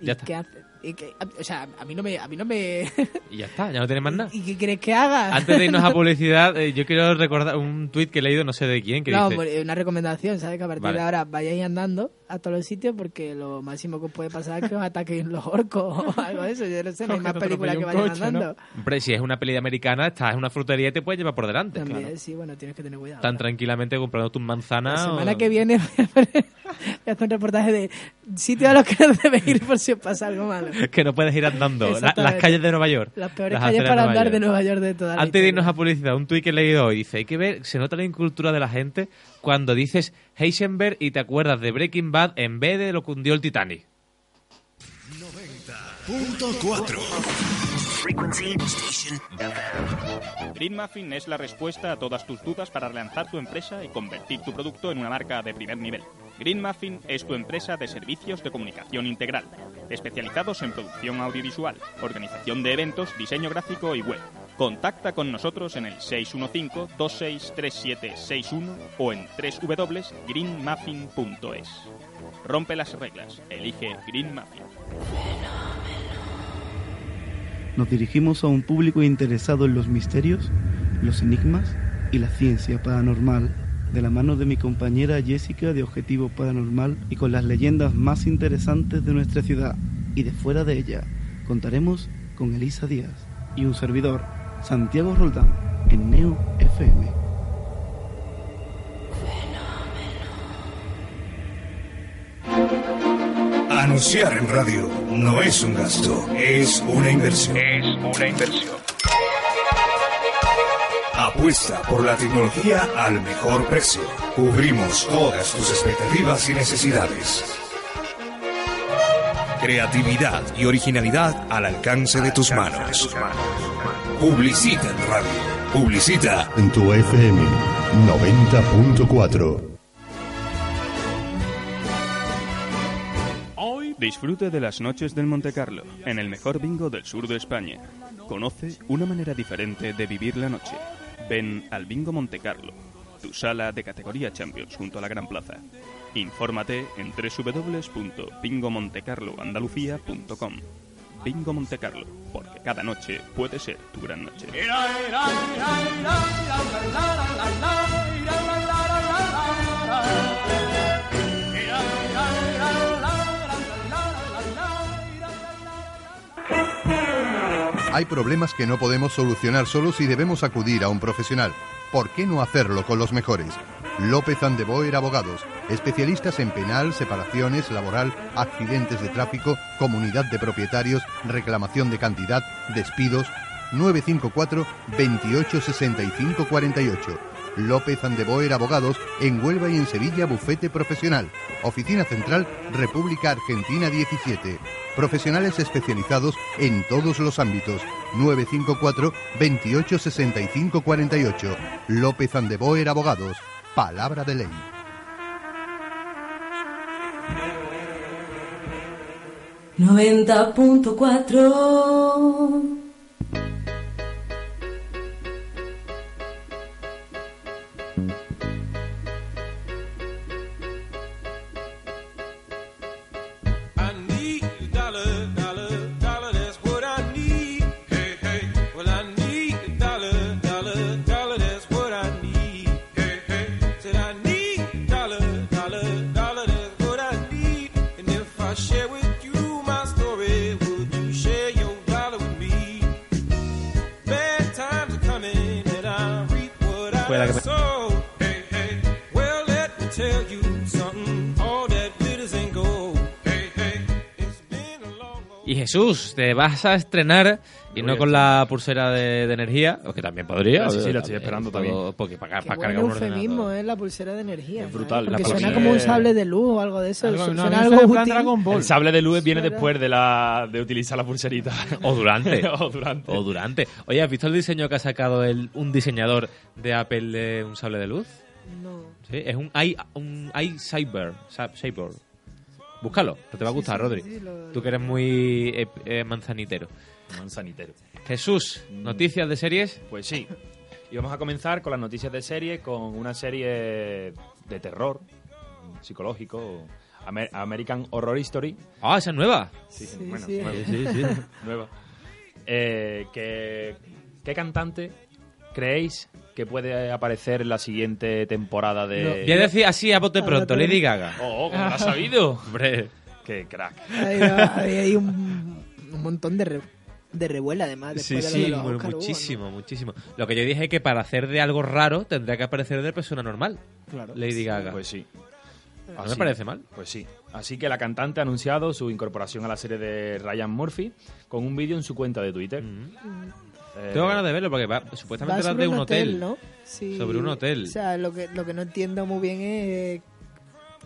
Speaker 2: ¿Y
Speaker 1: Ya está.
Speaker 2: qué hace? ¿Y qué- o sea, a mí no me... A mí no me...
Speaker 1: Y ya está, ya no tienes más nada.
Speaker 2: ¿Y qué crees que haga?
Speaker 1: Antes de irnos a publicidad, eh, yo quiero recordar un tuit que he leído, no sé de quién, que
Speaker 2: No,
Speaker 1: dice...
Speaker 2: hombre, pues, una recomendación, ¿sabes? Que a partir
Speaker 1: Vale.
Speaker 2: de ahora vayáis andando a todos los sitios porque lo máximo que os puede pasar es que os ataquen los orcos o algo de eso. Yo no sé, no hay
Speaker 3: O que
Speaker 2: más
Speaker 3: te
Speaker 2: películas que
Speaker 3: atropelle
Speaker 2: vayan
Speaker 3: un coche,
Speaker 2: andando.
Speaker 1: Hombre, si es una peli de americana, estás en una frutería y te puedes llevar por delante.
Speaker 2: También,
Speaker 1: claro.
Speaker 2: sí, bueno, tienes que tener cuidado.
Speaker 1: Tan
Speaker 2: ¿no?
Speaker 1: tranquilamente comprando tus manzanas.
Speaker 2: La semana
Speaker 1: o-
Speaker 2: que viene voy a hacer- voy a hacer un reportaje de sitios a los que no debes ir por si os pasa algo malo.
Speaker 1: que no puedes ir andando. La- las
Speaker 2: Exactamente.
Speaker 1: calles de Nueva York.
Speaker 2: Las peores
Speaker 1: las
Speaker 2: calles
Speaker 1: aceras
Speaker 2: para
Speaker 1: Nueva
Speaker 2: andar
Speaker 1: York.
Speaker 2: de Nueva York de toda la
Speaker 1: Antes de
Speaker 2: historia.
Speaker 1: irnos a publicidad, un tuit que he leído hoy dice, hay que ver, se nota la incultura de la gente cuando dices Heisenberg y te acuerdas de Breaking Bad en vez de lo que hundió el Titanic.
Speaker 7: Punto 4.
Speaker 8: Green Muffin es la respuesta a todas tus dudas para relanzar tu empresa y convertir tu producto en una marca de primer nivel. Green Muffin es tu empresa de servicios de comunicación integral, especializados en producción audiovisual, organización de eventos, diseño gráfico y web. Contacta con nosotros en el 615-263761 o en www.greenmuffin.es. Rompe las reglas, elige Green Muffin.
Speaker 9: Nos dirigimos a un público interesado en los misterios, los enigmas y la ciencia paranormal, de la mano de mi compañera Jessica de Objetivo Paranormal y con las leyendas más interesantes de nuestra ciudad y de fuera de ella. Contaremos con Elisa Díaz y un servidor, Santiago Roldán, en Neo FM.
Speaker 7: Anunciar en radio no es un gasto, es una inversión. Es una inversión. Apuesta por la tecnología al mejor precio. Cubrimos todas tus expectativas y necesidades. Creatividad y originalidad al alcance de tus manos. Publicita en radio. Publicita
Speaker 10: En tu FM 90.4.
Speaker 8: Disfrute de las noches del Monte Carlo, en el mejor bingo del sur de España. Conoce una manera diferente de vivir la noche. Ven al Bingo Monte Carlo, tu sala de categoría Champions junto a la Gran Plaza. Infórmate en www.bingomontecarloandalucía.com. Bingo Monte Carlo, porque cada noche puede ser tu gran noche.
Speaker 10: Hay problemas que no podemos solucionar solos y debemos acudir a un profesional. ¿Por qué no hacerlo con los mejores? López Andeboer Abogados, especialistas en penal, separaciones, laboral, accidentes de tráfico, comunidad de propietarios, reclamación de cantidad, despidos. 954 28 65 48. López Andeboer Abogados en Huelva y en Sevilla Bufete Profesional. Oficina Central República Argentina 17. Profesionales especializados en todos los ámbitos. 954 28 65 48. López Andeboer Abogados. Palabra de ley.
Speaker 6: I need a dollar, dollar, dollar, that's what I need. Hey, hey. Well, I need a dollar, dollar, dollar, that's what I need. Hey, hey. Said I need a dollar, dollar, dollar, that's what I need. And if I share with you my story, would you share your dollar with me? Bad times are coming and I reap what I
Speaker 1: Fue la que-
Speaker 6: sow. Hey, hey. Well, let me tell you something. All that glitters ain't gold. Hey, hey. It's been a long, old
Speaker 1: Y Jesús, te vas a estrenar y
Speaker 4: Voy
Speaker 1: no
Speaker 4: a
Speaker 1: con la pulsera de, de energía, o que también podría.
Speaker 4: Ah, sí, sí,
Speaker 1: o-
Speaker 4: la estoy esperando
Speaker 1: todo-
Speaker 4: también.
Speaker 1: Porque para,
Speaker 2: Qué
Speaker 1: para
Speaker 2: buen
Speaker 1: cargar un
Speaker 2: eufemismo,
Speaker 1: ordenador.
Speaker 2: ¿eh? La pulsera de energía.
Speaker 4: Es
Speaker 2: ¿sabes?
Speaker 4: brutal, la
Speaker 2: Porque suena
Speaker 4: pulsera-
Speaker 2: como un sable de luz o algo de eso.
Speaker 3: Algo- no, a mí
Speaker 2: suena
Speaker 3: me
Speaker 2: algo
Speaker 3: sale en plan
Speaker 2: útil.
Speaker 3: Dragon Ball.
Speaker 4: El sable de luz viene
Speaker 2: Suena-
Speaker 4: después de la de utilizar la pulserita.
Speaker 1: O durante.
Speaker 4: o durante.
Speaker 1: o durante. Oye, ¿has visto el diseño que ha sacado el, un diseñador de Apple de un sable de luz?
Speaker 2: No.
Speaker 1: Sí, es un i un i cyber, sa- cyber. Búscalo, que te va a gustar,
Speaker 2: sí,
Speaker 1: Rodri.
Speaker 2: sí, lo-
Speaker 1: Tú que eres muy eh, eh, manzanitero.
Speaker 4: Manzanitero. Mm.
Speaker 1: Jesús, noticias de series.
Speaker 4: Pues sí. Y vamos a comenzar con las noticias de serie, con una serie de terror psicológico, Amer- American Horror Story.
Speaker 1: Ah, esa es nueva.
Speaker 4: Sí,
Speaker 2: Sí,
Speaker 4: bueno,
Speaker 2: sí.
Speaker 4: nueva. Nueva. Eh, que- ¿Qué cantante creéis que puede aparecer en la siguiente temporada de...
Speaker 1: Voy a decir así a bote
Speaker 2: Ah,
Speaker 1: pronto,
Speaker 2: pero-
Speaker 1: Lady Gaga.
Speaker 4: Oh, oh, ¿cómo lo has sabido?
Speaker 1: Hombre,
Speaker 4: ¡Qué crack!
Speaker 2: Ahí va, ahí Hay un, un montón de, re- de revuela, además.
Speaker 1: sí,
Speaker 2: Ah, después de
Speaker 1: sí,
Speaker 2: lo de los
Speaker 1: mu-
Speaker 2: Óscar hubo, ¿no?
Speaker 1: muchísimo, muchísimo. Lo que yo dije es que para hacer de algo raro tendría que aparecer de persona normal,
Speaker 3: Claro.
Speaker 1: Lady Gaga.
Speaker 4: Pues sí.
Speaker 1: no me
Speaker 4: Así.
Speaker 1: parece mal.
Speaker 4: Pues sí. Así que la cantante ha anunciado su incorporación a la serie de Ryan Murphy con un vídeo en su cuenta de Twitter. Eh,
Speaker 1: Mm. Tengo ganas de verlo porque va,
Speaker 2: Va
Speaker 1: supuestamente va
Speaker 2: sobre
Speaker 1: de un hotel.
Speaker 2: ¿no? Sí.
Speaker 1: Sobre un hotel.
Speaker 2: O sea, lo que, lo que no entiendo muy bien es eh,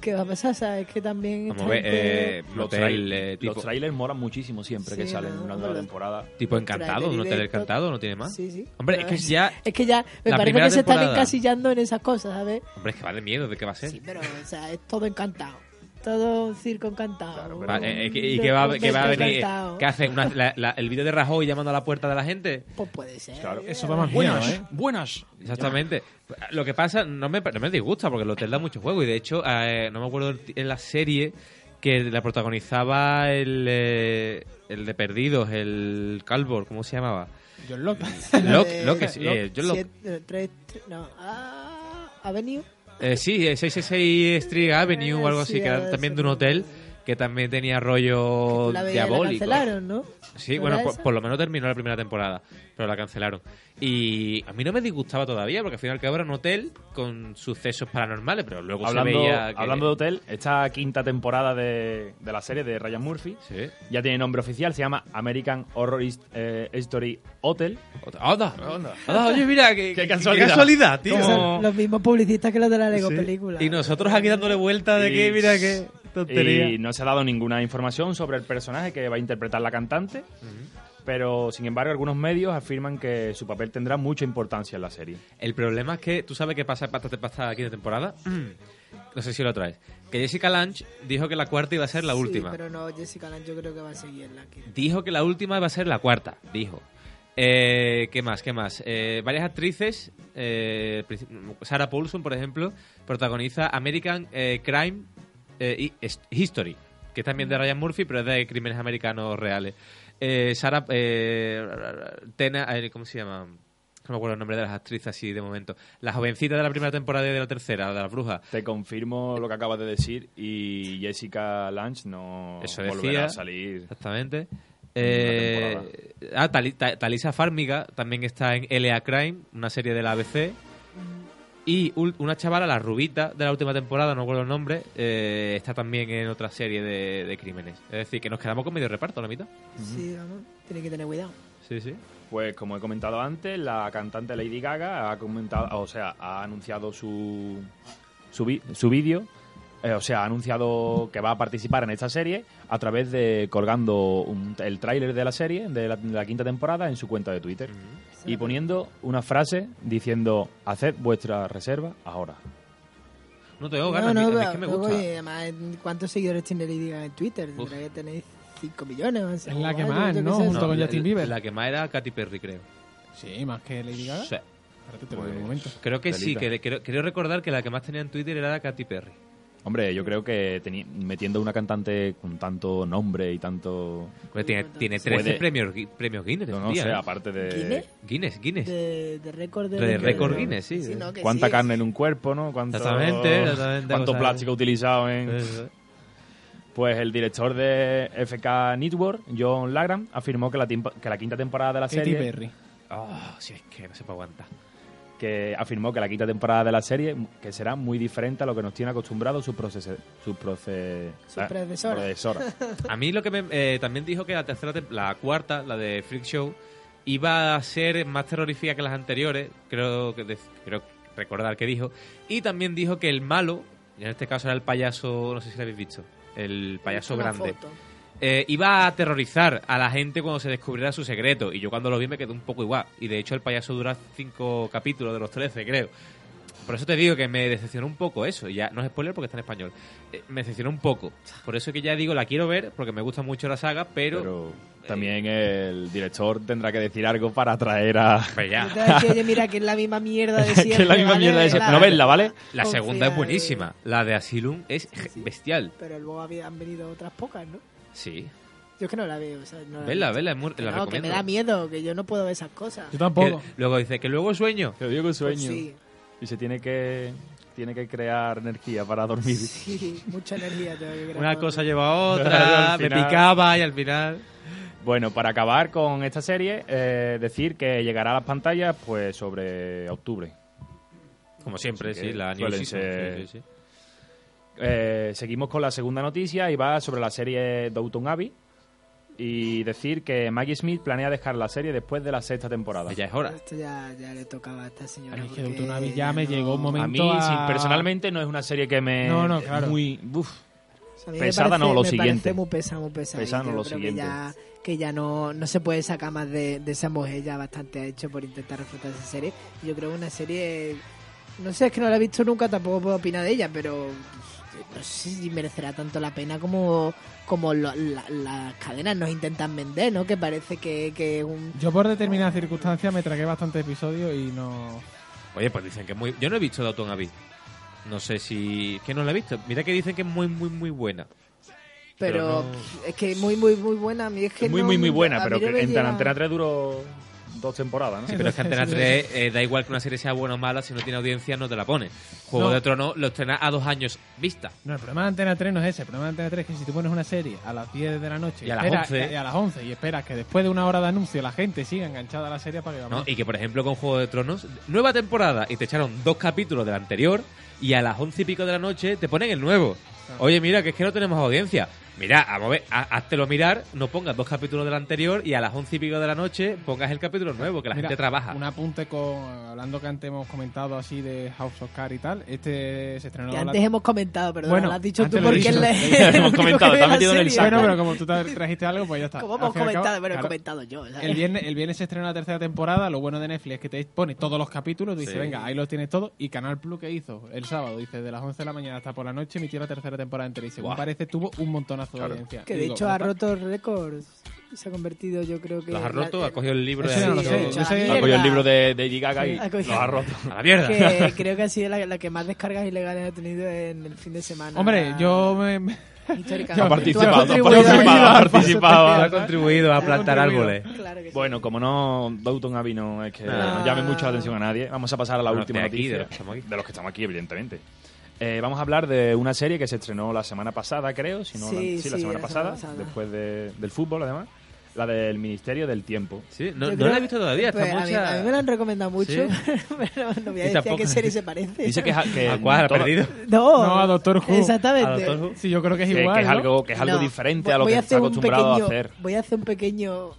Speaker 2: qué va a pasar. O sea, es que también...
Speaker 1: Vamos a
Speaker 2: esta
Speaker 1: ver,
Speaker 2: gente-
Speaker 1: eh, un
Speaker 4: Los,
Speaker 1: hotel
Speaker 4: trail-
Speaker 1: eh,
Speaker 4: los
Speaker 1: tipo,
Speaker 4: trailers molan muchísimo siempre que
Speaker 2: Sí,
Speaker 4: salen
Speaker 2: ¿no?
Speaker 4: una nueva
Speaker 2: Los-
Speaker 4: temporada.
Speaker 1: tipo
Speaker 2: los
Speaker 1: encantado,
Speaker 2: trailer
Speaker 1: un
Speaker 2: y
Speaker 1: hotel
Speaker 2: de esto-
Speaker 1: encantado, no tiene más.
Speaker 2: Sí, sí.
Speaker 1: Hombre, es
Speaker 2: Pero
Speaker 1: que ya
Speaker 2: Es que ya me
Speaker 1: eh, La
Speaker 2: parece
Speaker 1: primera
Speaker 2: que se están
Speaker 1: temporada.
Speaker 2: encasillando en esas cosas, ¿sabes?
Speaker 1: Hombre, es que va de miedo de qué va a ser.
Speaker 2: Sí, pero o sea, es todo encantado. Todo un circo encantado.
Speaker 4: Claro, pero-
Speaker 1: Va,
Speaker 2: un
Speaker 1: eh, eh, que- ¿Y qué va, que va a
Speaker 2: convento
Speaker 1: venir?
Speaker 2: encantado.
Speaker 1: ¿Qué hace? Una- la- la- ¿El vídeo de Rajoy llamando a la puerta de la gente?
Speaker 2: Pues puede ser.
Speaker 4: Claro.
Speaker 3: Eso va más miedo, ¿eh?
Speaker 4: Buenas.
Speaker 1: Exactamente. Lo que pasa, no me, no me disgusta porque el hotel da mucho juego y de hecho, eh, no me acuerdo el ti- en la serie que la protagonizaba el, eh, el de Perdidos, el Calvor, ¿cómo se llamaba?
Speaker 3: John Locke.
Speaker 1: Locke, Locke, sí, eh, yo Locke.
Speaker 2: Siete, eh, tres, tre- no. Ah, Avenue.
Speaker 1: Eh, sí, eh, 666 Street Avenue o algo así,
Speaker 2: Sí,
Speaker 1: que era
Speaker 2: ahora
Speaker 1: también
Speaker 2: sí.
Speaker 1: de un hotel que también tenía rollo
Speaker 2: la veía, la
Speaker 1: diabólico.
Speaker 2: cancelaron, ¿no?
Speaker 1: Sí,
Speaker 2: ¿No
Speaker 1: bueno,
Speaker 2: era
Speaker 1: por,
Speaker 2: esa?
Speaker 1: por lo menos terminó la primera temporada, pero la cancelaron. Y a mí no me disgustaba todavía, porque al final que era un hotel con sucesos paranormales, pero luego se
Speaker 4: Hablando,
Speaker 1: veía que...
Speaker 4: hablando de hotel, esta quinta temporada de, de la serie de Ryan Murphy
Speaker 1: Sí.
Speaker 4: ya tiene nombre oficial, se llama American Horror Hist- eh, History Hotel.
Speaker 1: Otra- ¡Anda! ¡Anda! Ah, Oye, mira, que,
Speaker 4: Qué
Speaker 1: que-
Speaker 4: casualidad.
Speaker 1: tío.
Speaker 4: Como-
Speaker 2: Los mismos publicistas que los de la Lego película.
Speaker 1: Y nosotros aquí dándole vuelta de que, mira, qué tontería.
Speaker 4: Y no se ha dado ninguna información sobre el personaje que va a interpretar la cantante, pero sin embargo algunos medios afirman que su papel tendrá mucha importancia en la serie.
Speaker 1: El problema es que, ¿tú sabes qué pasa para esta- para esta quinta temporada?
Speaker 4: Mm,
Speaker 1: No sé si lo traes. Que Jessica Lange dijo que la cuarta iba a ser la
Speaker 2: Sí,
Speaker 1: última.
Speaker 2: pero no, Jessica Lange yo creo que va a seguir en la que...
Speaker 1: Dijo que la última iba a ser la cuarta, dijo. Eh, ¿Qué más? ¿Qué más? Eh, varias actrices, eh, princip- Sarah Paulson, por ejemplo, protagoniza American eh, Crime eh, hi- es- History, que es también de Ryan Murphy, pero es de crímenes americanos reales. Eh, Sarah eh, Tena, eh, ¿cómo se llama? No me acuerdo el nombre de las actrices así de momento. La jovencita de la primera temporada y de la tercera, de la bruja.
Speaker 4: Te confirmo lo que acabas de decir y Jessica Lange no
Speaker 1: Eso
Speaker 4: volverá
Speaker 1: decía.
Speaker 4: a salir.
Speaker 1: Exactamente. Eh, ah, Tali- Ta- Talisa Farmiga también está en LA Crime, una serie de la ABC. Y ul- una chavala, la rubita de la última temporada, no recuerdo el nombre, eh, está también en otra serie de, de crímenes. Es decir, que nos quedamos con medio reparto a la mitad.
Speaker 2: Sí, vamos, tiene que tener cuidado.
Speaker 1: Sí, sí.
Speaker 4: Pues como he comentado antes, la cantante Lady Gaga ha comentado, o sea, ha anunciado su su, vi- su vídeo, eh, o sea, ha anunciado que va a participar en esta serie a través de colgando un- el tráiler de la serie de la, de la quinta temporada en su cuenta de Twitter y poniendo una frase diciendo haced vuestra reserva ahora.
Speaker 1: No tengo ganas, a mí- a mí es que me
Speaker 2: pero,
Speaker 1: gusta.
Speaker 2: oye, además, ¿cuántos seguidores tiene Lady Gaga en Twitter?
Speaker 1: Uf.
Speaker 2: Tendrá que tener 5 millones. o sea,
Speaker 3: Es la que
Speaker 2: o algo,
Speaker 3: más,
Speaker 2: yo qué
Speaker 3: ¿no?
Speaker 2: sé.
Speaker 3: Junto con
Speaker 1: la-
Speaker 3: Justin Bieber.
Speaker 1: La que más era Katy Perry, creo.
Speaker 3: Sí, más que Lady Gaga.
Speaker 1: Sí.
Speaker 3: Espérate, te lo digo un momento.
Speaker 1: Creo que sí,
Speaker 4: Delita.
Speaker 1: que de- creo, creo recordar que la que más tenía en Twitter era Katy Perry.
Speaker 4: Hombre, yo creo que teni- metiendo una cantante con tanto nombre y tanto
Speaker 1: Porque Pues tiene, tiene
Speaker 4: Puede-
Speaker 1: 13 premios, Gui- premios Guinness.
Speaker 4: no, no
Speaker 1: tía,
Speaker 4: sé,
Speaker 1: ¿eh?
Speaker 4: aparte de
Speaker 2: ¿Guinness?
Speaker 1: Guinness, Guinness.
Speaker 2: De, de récord de...
Speaker 1: De
Speaker 4: récord
Speaker 1: Guinness, sí.
Speaker 2: no, que
Speaker 4: cuánta
Speaker 2: sí.
Speaker 4: carne en un cuerpo, ¿no? Cuánto,
Speaker 1: Exactamente, exactamente,
Speaker 4: cuánto
Speaker 1: cosas-
Speaker 4: plástico utilizado en
Speaker 1: Eso.
Speaker 4: Pues el director de FK Network, John Lagram, afirmó que la, timpa- que la quinta temporada de la
Speaker 3: Katy
Speaker 4: serie
Speaker 1: Ah,
Speaker 3: Perry.
Speaker 1: Oh, si es que no se puede aguantar.
Speaker 4: que afirmó que la quinta temporada de la serie que será muy diferente a lo que nos tiene acostumbrados sus procese- sus proce-
Speaker 2: Su
Speaker 4: ah,
Speaker 2: predecesora.
Speaker 4: predecesora.
Speaker 1: A mí lo que me, eh, también dijo que la tercera, tem- la cuarta, la de Freak Show, iba a ser más terrorífica que las anteriores, creo que de- creo recordar que dijo. Y también dijo que el malo, y en este caso era el payaso, no sé si lo habéis visto, el payaso
Speaker 2: Una
Speaker 1: grande,
Speaker 2: foto.
Speaker 1: eh, iba a aterrorizar a la gente cuando se descubriera su secreto. Y yo cuando lo vi me quedé un poco igual. Y de hecho el payaso dura cinco capítulos de los 13, creo. Por eso te digo que me decepcionó un poco eso. y Ya, no es spoiler porque está en español. Eh, me decepcionó un poco. Por eso que ya digo, la quiero ver porque me gusta mucho la saga, pero...
Speaker 4: Pero también el director tendrá que decir algo para atraer a.
Speaker 1: Hombre, Pues ya.
Speaker 2: Yo te decía, oye, mira, que es la misma mierda de siempre.
Speaker 4: que es la misma
Speaker 2: ¿vale?
Speaker 4: mierda de siempre.
Speaker 2: Claro.
Speaker 4: No verla, ¿vale?
Speaker 1: La
Speaker 2: Confía
Speaker 1: segunda es
Speaker 2: en-
Speaker 1: buenísima. La de Asylum es
Speaker 2: sí.
Speaker 1: bestial.
Speaker 2: Pero luego había- han venido otras pocas, ¿no?
Speaker 1: Sí.
Speaker 2: Yo es que no la veo. O sea, no la
Speaker 1: Vela,
Speaker 2: veo.
Speaker 1: vela, es muy-
Speaker 2: Que
Speaker 1: la
Speaker 2: no, que
Speaker 1: recomiendo.
Speaker 2: me da miedo, que yo no puedo ver esas cosas.
Speaker 3: Yo
Speaker 1: Que-
Speaker 3: tampoco.
Speaker 1: luego dice que luego sueño.
Speaker 4: Te digo que
Speaker 2: Pues
Speaker 4: sueño.
Speaker 2: sí,
Speaker 4: Y se tiene que. Tiene que crear energía para dormir.
Speaker 2: sí, mucha energía. tengo que
Speaker 1: Una
Speaker 2: grabar.
Speaker 1: cosa lleva a
Speaker 4: Claro,
Speaker 1: otra,
Speaker 4: al
Speaker 1: me
Speaker 4: final-
Speaker 1: picaba y al final...
Speaker 4: Bueno, para acabar con esta serie, eh, decir que llegará a las pantallas pues sobre octubre.
Speaker 1: Como siempre,
Speaker 4: Así
Speaker 1: sí,
Speaker 4: que
Speaker 1: la New
Speaker 4: suelen
Speaker 1: Season,
Speaker 4: ser-
Speaker 1: sí, sí, sí.
Speaker 4: Eh, seguimos con la segunda noticia y va sobre la serie Downton Abbey. Y decir que Maggie Smith planea dejar la serie después de la sexta temporada.
Speaker 1: Ya es hora.
Speaker 2: Esto ya, ya le tocaba a esta señora.
Speaker 3: A mí es que
Speaker 2: porque
Speaker 3: Downton ya me
Speaker 2: no-
Speaker 3: llegó un momento.
Speaker 4: A mí,
Speaker 3: a-
Speaker 4: sí, personalmente, no es una serie que me.
Speaker 3: No, no, claro.
Speaker 4: Muy. uf.
Speaker 2: A mí me
Speaker 4: Pesada
Speaker 2: parece-
Speaker 4: no, lo
Speaker 2: me
Speaker 4: siguiente.
Speaker 2: parece muy pesada, muy pesada.
Speaker 4: Pesada
Speaker 2: y
Speaker 4: no,
Speaker 2: yo
Speaker 4: lo
Speaker 2: creo
Speaker 4: siguiente.
Speaker 2: Que ya, que ya no, no se puede sacar más de, de esa mujer, ya bastante ha hecho por intentar refletar esa serie. Yo creo que una serie. No sé, es que no la he visto nunca, tampoco puedo opinar de ella, pero. No sé si merecerá tanto la pena como, como lo- la- las cadenas nos intentan vender, ¿no? Que parece que, que es un.
Speaker 3: Yo por determinadas circunstancias me tragué bastantes episodios y no...
Speaker 1: Oye, pues dicen que es muy. Yo no he visto Downton Abbey. No sé si. que no la he visto? Mira que dicen que es muy, muy, muy buena.
Speaker 2: Pero,
Speaker 1: Pero no-
Speaker 2: pf, es que muy, muy, muy buena. A mí es que
Speaker 4: muy,
Speaker 2: no-
Speaker 4: muy, muy
Speaker 2: a
Speaker 4: buena,
Speaker 2: mí
Speaker 4: pero
Speaker 2: no
Speaker 4: que
Speaker 2: Ah, me
Speaker 4: en
Speaker 2: llega-
Speaker 4: Antena 3 duró dos temporadas, ¿no?
Speaker 1: Sí, pero es que Antena 3 eh, da igual que una serie sea buena o mala, si no tiene audiencia no te la pone. Juego
Speaker 3: No.
Speaker 1: de Tronos lo estrena a dos años vista.
Speaker 3: No, el problema de Antena 3 no es ese. El problema de Antena 3 es que si tú pones una serie a las 10 de la noche
Speaker 1: Y a las
Speaker 3: esperas-
Speaker 1: 11.
Speaker 3: y a las 11 y esperas que después de una hora de anuncio la gente siga enganchada a la serie para que
Speaker 1: ¿no?
Speaker 3: vamos.
Speaker 1: Y que, por ejemplo, con Juego de Tronos, nueva temporada y te echaron dos capítulos del anterior y a las once y pico de la noche te ponen el nuevo. Oye, mira, que es que no tenemos audiencia. Mira, vamos a ver, há- háztelo mirar, no pongas dos capítulos del anterior y a las once y pico de la noche pongas el capítulo nuevo, que la
Speaker 3: Mira,
Speaker 1: gente trabaja.
Speaker 3: Un apunte con. Hablando que antes hemos comentado así de House of Cards y tal. Este se estrenó.
Speaker 2: Que
Speaker 3: la-
Speaker 2: antes hemos comentado, perdón,
Speaker 3: Bueno,
Speaker 2: lo has dicho tú
Speaker 3: antes lo he
Speaker 2: porque
Speaker 3: dicho.
Speaker 2: le...
Speaker 4: Hemos comentado, te has metido en el saco.
Speaker 3: Bueno, pero como tú tra- trajiste algo, pues ya está.
Speaker 2: Como
Speaker 3: Al
Speaker 2: hemos
Speaker 3: fin y al cabo,
Speaker 2: comentado, bueno,
Speaker 3: claro,
Speaker 2: he comentado yo. ¿sabes?
Speaker 3: El viernes, el viernes se estrena la tercera temporada. Lo bueno de Netflix es que te pone todos los capítulos. Dice,
Speaker 1: Sí.
Speaker 3: venga, ahí los tienes todos. Y Canal Plus que hizo el sábado, dice, de las 11 de la mañana hasta por la noche, emitió la tercera temporada entera. Y según
Speaker 1: Guau.
Speaker 3: parece, tuvo un montonazo de audiencia.
Speaker 2: Que
Speaker 3: Y
Speaker 2: de
Speaker 3: digo,
Speaker 2: hecho
Speaker 3: ya
Speaker 2: ha
Speaker 3: está.
Speaker 2: roto récords. Se ha convertido, yo creo que...
Speaker 1: Los ha
Speaker 2: la-
Speaker 1: roto, ha cogido el libro
Speaker 3: Eso
Speaker 1: de
Speaker 3: yo no lo
Speaker 2: Sí,
Speaker 3: sé.
Speaker 2: hecho
Speaker 3: Yo
Speaker 2: la
Speaker 3: sé-
Speaker 4: Ha cogido el
Speaker 2: mierda.
Speaker 4: libro de Lady Gaga
Speaker 2: Ha
Speaker 4: y
Speaker 2: cogido-
Speaker 4: lo ha roto.
Speaker 1: A la mierda.
Speaker 2: Que creo que ha sido la, la que más descargas ilegales ha tenido en el fin de semana.
Speaker 3: Hombre, yo me.
Speaker 2: Históricamente.
Speaker 3: yo-
Speaker 4: Ha
Speaker 2: Tú
Speaker 4: participado, ha
Speaker 2: contribuido
Speaker 1: Ha
Speaker 4: participado, ha
Speaker 2: a-
Speaker 4: participado.
Speaker 1: contribuido a plantar
Speaker 3: contribuido.
Speaker 1: árboles.
Speaker 2: Claro que sí.
Speaker 4: Bueno, como no, Downton Abbey no es que
Speaker 1: Nah.
Speaker 4: no llame mucho la atención a nadie. Vamos a pasar a la
Speaker 1: No,
Speaker 4: última
Speaker 1: de aquí, de
Speaker 4: noticia.
Speaker 1: los que estamos aquí.
Speaker 4: De los que estamos aquí, evidentemente. Eh, vamos a hablar de una serie que se estrenó la semana pasada, creo. Si no,
Speaker 2: Sí,
Speaker 4: la,
Speaker 2: sí,
Speaker 4: la semana
Speaker 2: la semana
Speaker 4: pasada,
Speaker 2: pasada.
Speaker 4: después de- del fútbol, además. La del Ministerio del Tiempo.
Speaker 1: Sí, no,
Speaker 2: Yo
Speaker 1: no
Speaker 2: creo-
Speaker 1: la he visto todavía. Está
Speaker 2: Pues, a, mí,
Speaker 1: mucha...
Speaker 2: a mí me lo han recomendado mucho,
Speaker 1: Sí.
Speaker 2: pero no voy
Speaker 1: Y
Speaker 2: a decir a
Speaker 1: tampoco-
Speaker 2: qué serie se parece.
Speaker 4: Dice que, es a- que
Speaker 1: ¿A cuál? ¿Ha
Speaker 4: toda-
Speaker 1: perdido?
Speaker 2: No,
Speaker 3: No, a Doctor Who.
Speaker 1: A Doctor
Speaker 2: Exactamente.
Speaker 1: Who.
Speaker 3: Sí, yo creo que es
Speaker 4: que- que
Speaker 3: igual.
Speaker 4: es
Speaker 3: ¿no?
Speaker 4: algo, que es algo
Speaker 2: No,
Speaker 4: diferente
Speaker 2: voy-
Speaker 4: a lo
Speaker 2: voy
Speaker 4: que está
Speaker 2: hacer un
Speaker 4: acostumbrado
Speaker 2: pequeño-
Speaker 4: a hacer.
Speaker 2: Voy a hacer un pequeño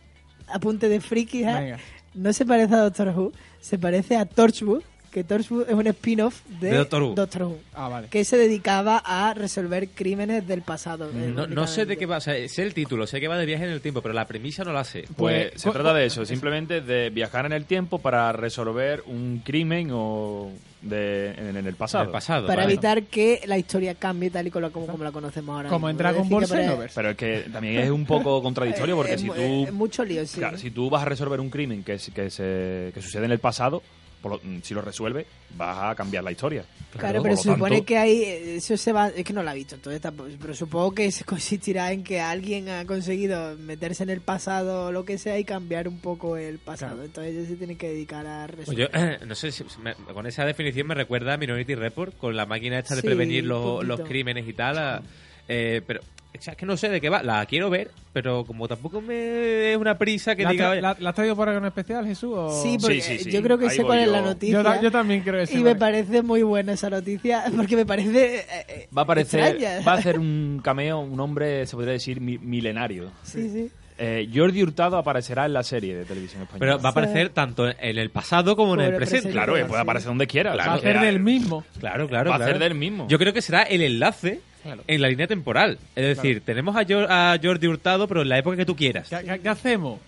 Speaker 2: apunte de friki. ¿eh?
Speaker 3: Venga.
Speaker 2: No se parece a Doctor Who, se parece a Torchwood, que Torchwood es un spin-off de,
Speaker 1: De Doctor Who.
Speaker 3: Ah, vale.
Speaker 2: que se dedicaba a resolver crímenes del pasado. eh,
Speaker 1: No, no sé de qué
Speaker 2: únicamente.
Speaker 1: va, o sea, sé el título, sé que va de viaje en el tiempo, pero la premisa no la sé.
Speaker 4: Pues
Speaker 3: Pues,
Speaker 4: se
Speaker 3: cu-
Speaker 4: trata de eso, simplemente de viajar en el tiempo para resolver un crimen o de, en, en el pasado.
Speaker 1: El pasado.
Speaker 2: Para
Speaker 1: vale.
Speaker 2: evitar que la historia cambie tal y como, la- como, como la conocemos ahora.
Speaker 3: Como en
Speaker 2: mismo.
Speaker 3: Dragon
Speaker 2: Es decir,
Speaker 3: Ball
Speaker 2: que para-
Speaker 3: Xenoverse.
Speaker 4: Pero es que también es un poco contradictorio porque
Speaker 2: es
Speaker 4: si
Speaker 2: Eh, mu-
Speaker 4: tú,
Speaker 2: es mucho lío, sí.
Speaker 4: claro, si tú vas a resolver un crimen que, es- que, se- que sucede en el pasado, por lo- si lo resuelve, vas a cambiar la historia.
Speaker 2: Claro,
Speaker 4: Por
Speaker 2: pero
Speaker 4: lo
Speaker 2: se supone
Speaker 4: tanto,
Speaker 2: que hay. eh, Eso se va. Es que no lo ha visto, entonces tampoco- Pero supongo que se consistirá en que alguien ha conseguido meterse en el pasado o lo que sea y cambiar un poco el pasado.
Speaker 3: Claro.
Speaker 2: Entonces ellos se tienen que dedicar a
Speaker 1: Pues yo,
Speaker 2: resolver.
Speaker 1: no sé si me- con esa definición me recuerda a Minority Report con la máquina esta de
Speaker 2: Sí,
Speaker 1: prevenir
Speaker 2: un
Speaker 1: los,
Speaker 2: poquito.
Speaker 1: los crímenes y tal. a- eh, pero o sea, es que no sé de qué va. La quiero ver, pero como tampoco me es una prisa que
Speaker 3: ¿La,
Speaker 1: diga.
Speaker 3: tra-
Speaker 1: oye,
Speaker 3: la- la has traído por algo en especial, Jesús? o-
Speaker 2: Sí, porque
Speaker 4: sí, sí.
Speaker 2: yo creo que
Speaker 4: Ahí
Speaker 2: sé
Speaker 4: voy
Speaker 2: cuál es
Speaker 4: yo.
Speaker 2: la
Speaker 4: Yo
Speaker 2: noticia.
Speaker 3: Yo, ta- yo también creo que sí.
Speaker 2: Y me parece muy buena esa noticia, porque me parece. eh, eh,
Speaker 4: Va a aparecer,
Speaker 2: extraña.
Speaker 4: va a hacer un cameo, un hombre, se podría decir, mi- milenario.
Speaker 2: Sí, sí.
Speaker 4: Eh, Jordi Hurtado aparecerá en la serie de televisión española.
Speaker 1: pero va a aparecer tanto en el pasado como en el
Speaker 2: Como en el
Speaker 1: presente.
Speaker 2: presente.
Speaker 4: Claro, eh, puede
Speaker 2: Sí.
Speaker 4: aparecer donde quiera.
Speaker 3: Va a
Speaker 4: o sea,
Speaker 3: ser del mismo.
Speaker 1: Claro, claro.
Speaker 4: Va a
Speaker 1: claro.
Speaker 4: ser del mismo.
Speaker 1: Yo creo que será el enlace
Speaker 3: Claro.
Speaker 1: en la línea temporal. Es decir, tenemos a, Jor- a Jordi Hurtado, pero en la época que tú quieras.
Speaker 3: ¿Qué, qué- qué hacemos?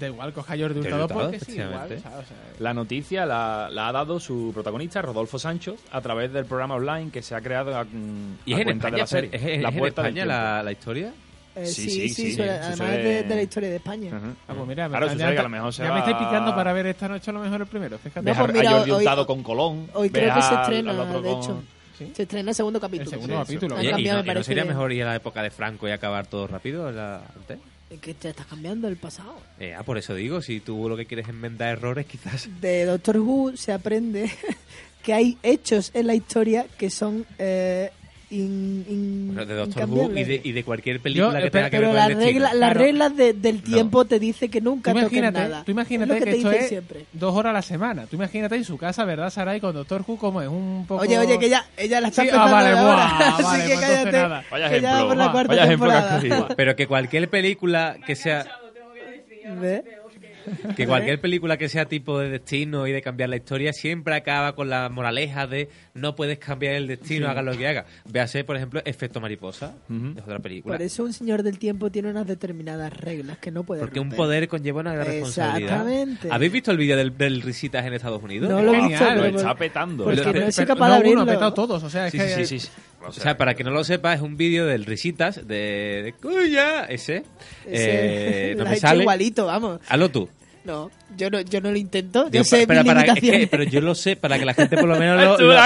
Speaker 3: Da igual, coja a Jordi Hurtado
Speaker 1: Hurtado,
Speaker 3: porque sí, igual.
Speaker 1: efectivamente.
Speaker 3: ¿sabes? O sea,
Speaker 4: La noticia la, la ha dado su protagonista, Rodolfo Sancho, a través del programa online que se ha creado a, mm,
Speaker 1: ¿Y
Speaker 4: a
Speaker 1: es en
Speaker 4: cuenta
Speaker 1: España,
Speaker 4: de la serie.
Speaker 1: es- es-
Speaker 4: la
Speaker 1: es en
Speaker 4: Puerta del
Speaker 1: España
Speaker 4: Tiempo.
Speaker 1: la, la historia?
Speaker 2: Eh,
Speaker 4: Sí,
Speaker 2: sí,
Speaker 4: sí,
Speaker 2: sí,
Speaker 4: sí,
Speaker 2: suena-
Speaker 4: sí,
Speaker 2: además
Speaker 4: sucede-
Speaker 2: es de, de la historia de España.
Speaker 4: Ujú.
Speaker 3: ah, pues mira, me
Speaker 4: claro,
Speaker 3: está-
Speaker 4: sucede
Speaker 3: ya,
Speaker 4: que a lo mejor se
Speaker 3: ya
Speaker 4: va-
Speaker 3: me estoy picando para ver esta noche a lo mejor el primero, fíjate.
Speaker 4: Ves
Speaker 2: No,
Speaker 4: a-
Speaker 2: pues
Speaker 4: a
Speaker 2: mira,
Speaker 4: Jordi
Speaker 2: hoy-
Speaker 4: Hurtado con Colón.
Speaker 2: Hoy
Speaker 4: ves
Speaker 2: creo que se
Speaker 4: al-
Speaker 2: estrena,
Speaker 4: al otro
Speaker 2: de
Speaker 4: con-
Speaker 2: hecho.
Speaker 3: ¿Sí?
Speaker 2: Se estrena el segundo capítulo.
Speaker 3: El segundo capítulo.
Speaker 2: Han
Speaker 1: Oye, ¿y,
Speaker 2: cambiado,
Speaker 1: no,
Speaker 2: me
Speaker 1: y no
Speaker 2: parece
Speaker 1: sería
Speaker 2: de-
Speaker 1: mejor ir a la época de Franco y acabar todo rápido? La, antes?
Speaker 2: Es que te estás cambiando el pasado.
Speaker 1: Eh, ah, por eso digo, si tú lo que quieres es enmendar errores, quizás.
Speaker 2: De Doctor Who se aprende que hay hechos en la historia que son eh, in- in-
Speaker 1: Bueno, de Doctor Who
Speaker 2: incambiables.
Speaker 1: y de, y de cualquier película
Speaker 3: Yo,
Speaker 1: que
Speaker 3: eh,
Speaker 1: tenga que ver
Speaker 2: eh, Pero
Speaker 1: con
Speaker 2: las
Speaker 1: el destino.
Speaker 2: reglas las
Speaker 3: Claro.
Speaker 2: reglas de- del tiempo te dice que
Speaker 3: Tú
Speaker 2: nunca toques
Speaker 3: imagínate,
Speaker 2: nada.
Speaker 3: tú
Speaker 2: Es
Speaker 3: imagínate
Speaker 2: lo
Speaker 3: que,
Speaker 2: que, te
Speaker 3: esto
Speaker 2: dicen
Speaker 3: es
Speaker 2: siempre.
Speaker 3: dos horas a la semana. Tú imagínate en su casa, ¿verdad, Saray? Con Doctor Who como es un poco...
Speaker 2: Oye, oye, que ella, ella la está
Speaker 3: Sí, ah,
Speaker 2: empezando
Speaker 3: vale,
Speaker 2: ahora.
Speaker 3: buah,
Speaker 2: así
Speaker 3: vale,
Speaker 2: que
Speaker 3: pues entonces
Speaker 2: cállate.
Speaker 3: nada.
Speaker 4: Vaya
Speaker 2: que ya
Speaker 4: ejemplo,
Speaker 2: por la
Speaker 4: va,
Speaker 2: cuarta
Speaker 4: vaya ejemplo que has
Speaker 2: temporada.
Speaker 4: cogido.
Speaker 1: Pero que cualquier película que sea
Speaker 2: ¿Ves?
Speaker 1: que cualquier película que sea tipo de destino y de cambiar la historia siempre acaba con la moraleja de no puedes cambiar el destino, haga lo que haga. Véase, por ejemplo, Efecto Mariposa, es otra película.
Speaker 2: Por eso un señor del tiempo tiene unas determinadas reglas que no puede
Speaker 1: Porque un
Speaker 2: romper.
Speaker 1: poder conlleva una gran responsabilidad.
Speaker 2: Exactamente.
Speaker 1: ¿Habéis visto el vídeo del, del Risitas en Estados Unidos?
Speaker 2: No lo he
Speaker 4: Genial,
Speaker 2: visto,
Speaker 4: lo
Speaker 2: pero
Speaker 4: está
Speaker 2: por-
Speaker 4: petando.
Speaker 2: porque
Speaker 1: Pero-
Speaker 2: no he sido
Speaker 3: Pero
Speaker 2: capaz
Speaker 3: no
Speaker 2: de
Speaker 3: uno,
Speaker 2: abrirlo.
Speaker 3: ha petado todos, o sea, es
Speaker 1: Sí,
Speaker 3: que...
Speaker 1: sí, sí,
Speaker 4: sí.
Speaker 1: O sea, para que no lo sepa, es un vídeo del Risitas de, de Cuya, ese.
Speaker 2: Ese-
Speaker 1: Eh, no
Speaker 2: lo
Speaker 1: me
Speaker 2: has hecho
Speaker 1: sale.
Speaker 2: igualito, vamos.
Speaker 1: Hazlo tú.
Speaker 2: No, yo no, yo no lo intento. Yo
Speaker 1: Digo,
Speaker 2: sé
Speaker 1: pa- pero,
Speaker 2: mis
Speaker 1: para- es que-
Speaker 2: limitaciones.
Speaker 1: pero yo lo sé, para que la gente por lo menos lo-
Speaker 4: Tú
Speaker 1: lo- Eh,
Speaker 4: la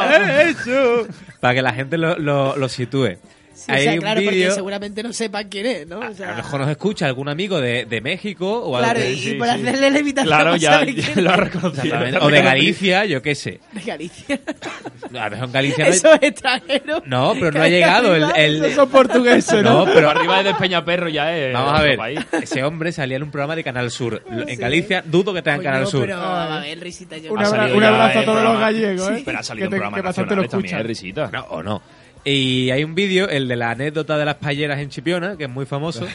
Speaker 4: has cogido.
Speaker 1: para que la gente lo, lo- lo sitúe.
Speaker 2: Sí, o sea,
Speaker 1: un
Speaker 2: claro, porque
Speaker 1: vídeo- Ah,
Speaker 2: seguramente no sepan quién es, ¿no?
Speaker 1: a,
Speaker 2: O sea,
Speaker 1: a lo mejor nos escucha algún amigo de, de México o algo
Speaker 2: claro,
Speaker 1: de-
Speaker 2: y
Speaker 4: sí,
Speaker 2: por
Speaker 4: sí.
Speaker 2: hacerle la invitación
Speaker 4: Claro,
Speaker 2: no
Speaker 4: ya,
Speaker 2: saben
Speaker 4: ya
Speaker 2: quién
Speaker 4: lo ha
Speaker 2: es.
Speaker 4: reconocido.
Speaker 1: Exactamente. o de Galicia, yo qué sé.
Speaker 2: De Galicia.
Speaker 1: A lo mejor en Galicia no hay-
Speaker 2: Esos extranjeros.
Speaker 1: No, pero
Speaker 2: que
Speaker 1: no ha
Speaker 2: hay
Speaker 1: llegado el-
Speaker 2: arriba,
Speaker 1: el-
Speaker 2: esos son portugueses, ¿no?
Speaker 1: No, pero
Speaker 4: arriba de Despeñaperro ya es.
Speaker 1: Vamos a
Speaker 4: otro
Speaker 1: ver,
Speaker 4: país.
Speaker 1: ese hombre salía en un programa de Canal Sur. Lo- En Galicia dudo que tengan
Speaker 2: Ah, Oye,
Speaker 1: Canal
Speaker 2: no,
Speaker 1: Sur.
Speaker 2: Pero, a ver, Ah, risita, yo
Speaker 3: Un,
Speaker 4: Ha
Speaker 2: no sé.
Speaker 3: abra-
Speaker 4: salido
Speaker 3: un
Speaker 4: ya
Speaker 3: abrazo a
Speaker 4: el
Speaker 3: todos los
Speaker 4: programa.
Speaker 3: gallegos, ¿eh?
Speaker 4: Pero ha salido
Speaker 3: que
Speaker 4: un
Speaker 3: te-
Speaker 4: programa
Speaker 3: que bastante lo
Speaker 4: nacional también,
Speaker 3: escuchan.
Speaker 4: risita.
Speaker 1: No, o no. Y hay un vídeo, el de la anécdota de las payeras en Chipiona, que es muy famoso,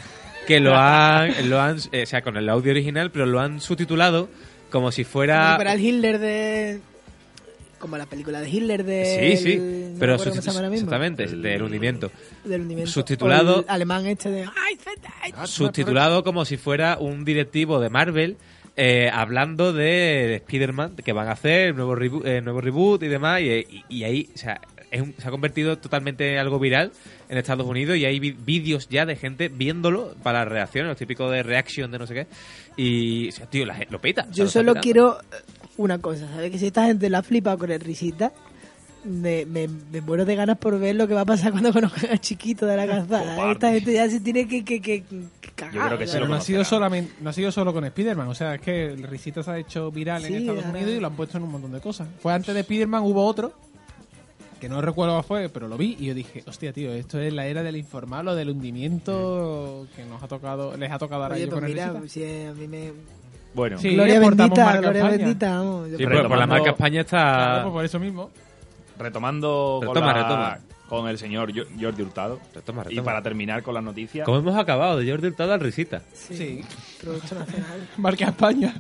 Speaker 1: que lo han, lo han, eh, o sea, con el audio original, pero lo han subtitulado como si fuera...
Speaker 2: Como para el Hitler de... Como la película de Hitler de...
Speaker 1: Sí, sí,
Speaker 2: no me
Speaker 1: pero
Speaker 2: acuerdo cómo se llama ahora mismo.
Speaker 1: exactamente, del hundimiento.
Speaker 2: Del hundimiento.
Speaker 1: Subtitulado. Ah,
Speaker 2: O el alemán este de... "Ay, Zeta, ay".
Speaker 1: Subtitulado como si fuera un directivo de Marvel eh, hablando de Spider-Man, que van a hacer, nuevo, rebu- eh, nuevo reboot y demás, y, y- y ahí, o sea, es un- se ha convertido totalmente en algo viral en Estados Unidos y hay vi- vídeos ya de gente viéndolo para las reacciones, lo típico de reaction de no sé qué, y, o sea, tío, la gente lo peta. o sea,
Speaker 2: Yo
Speaker 1: lo está
Speaker 2: solo
Speaker 1: petando.
Speaker 2: quiero eh, una cosa, ¿sabes? Que si esta gente la flipa con el risita, me, me, me muero de ganas por ver lo que va a pasar cuando conozcan al chiquito de la calzada.
Speaker 4: Cobarde.
Speaker 2: Esta gente ya se tiene que, que, que, que cagar.
Speaker 4: Yo creo que
Speaker 2: o
Speaker 4: se
Speaker 2: sea,
Speaker 3: Pero
Speaker 4: lo
Speaker 3: no ha, sido
Speaker 4: conocerá.
Speaker 3: solamente, no ha sido solo con Spider-Man, o sea, es que el Risita se ha hecho viral
Speaker 2: Sí,
Speaker 3: en Estados
Speaker 2: ahora-
Speaker 3: Unidos y lo han puesto en un montón de cosas. Fue antes de Spider-Man, hubo otro, que no recuerdo cuál fue, pero lo vi y yo dije, hostia, tío, esto es la era del informal o del hundimiento que nos ha tocado, les ha tocado ahora
Speaker 2: Oye,
Speaker 3: yo
Speaker 2: pues
Speaker 3: con el
Speaker 2: mira,
Speaker 3: Risita.
Speaker 2: si a mí me...
Speaker 4: Bueno,
Speaker 3: Sí,
Speaker 2: gloria
Speaker 3: exportamos
Speaker 2: bendita,
Speaker 3: marca
Speaker 2: gloria
Speaker 3: España.
Speaker 2: bendita, vamos. yo-
Speaker 1: Sí, pues, por la
Speaker 4: Retomando-
Speaker 1: marca España
Speaker 3: Claro,
Speaker 1: está...
Speaker 3: pues por eso mismo.
Speaker 4: retomando con,
Speaker 1: Retoma,
Speaker 4: la-
Speaker 1: retoma.
Speaker 4: con el señor Jo- Jordi Hurtado.
Speaker 1: Retoma,
Speaker 4: Y
Speaker 1: retoma.
Speaker 4: para terminar con las noticias,
Speaker 1: Como hemos acabado, de Jordi Hurtado al risita.
Speaker 3: Sí.
Speaker 2: Producto nacional.
Speaker 3: Marca España.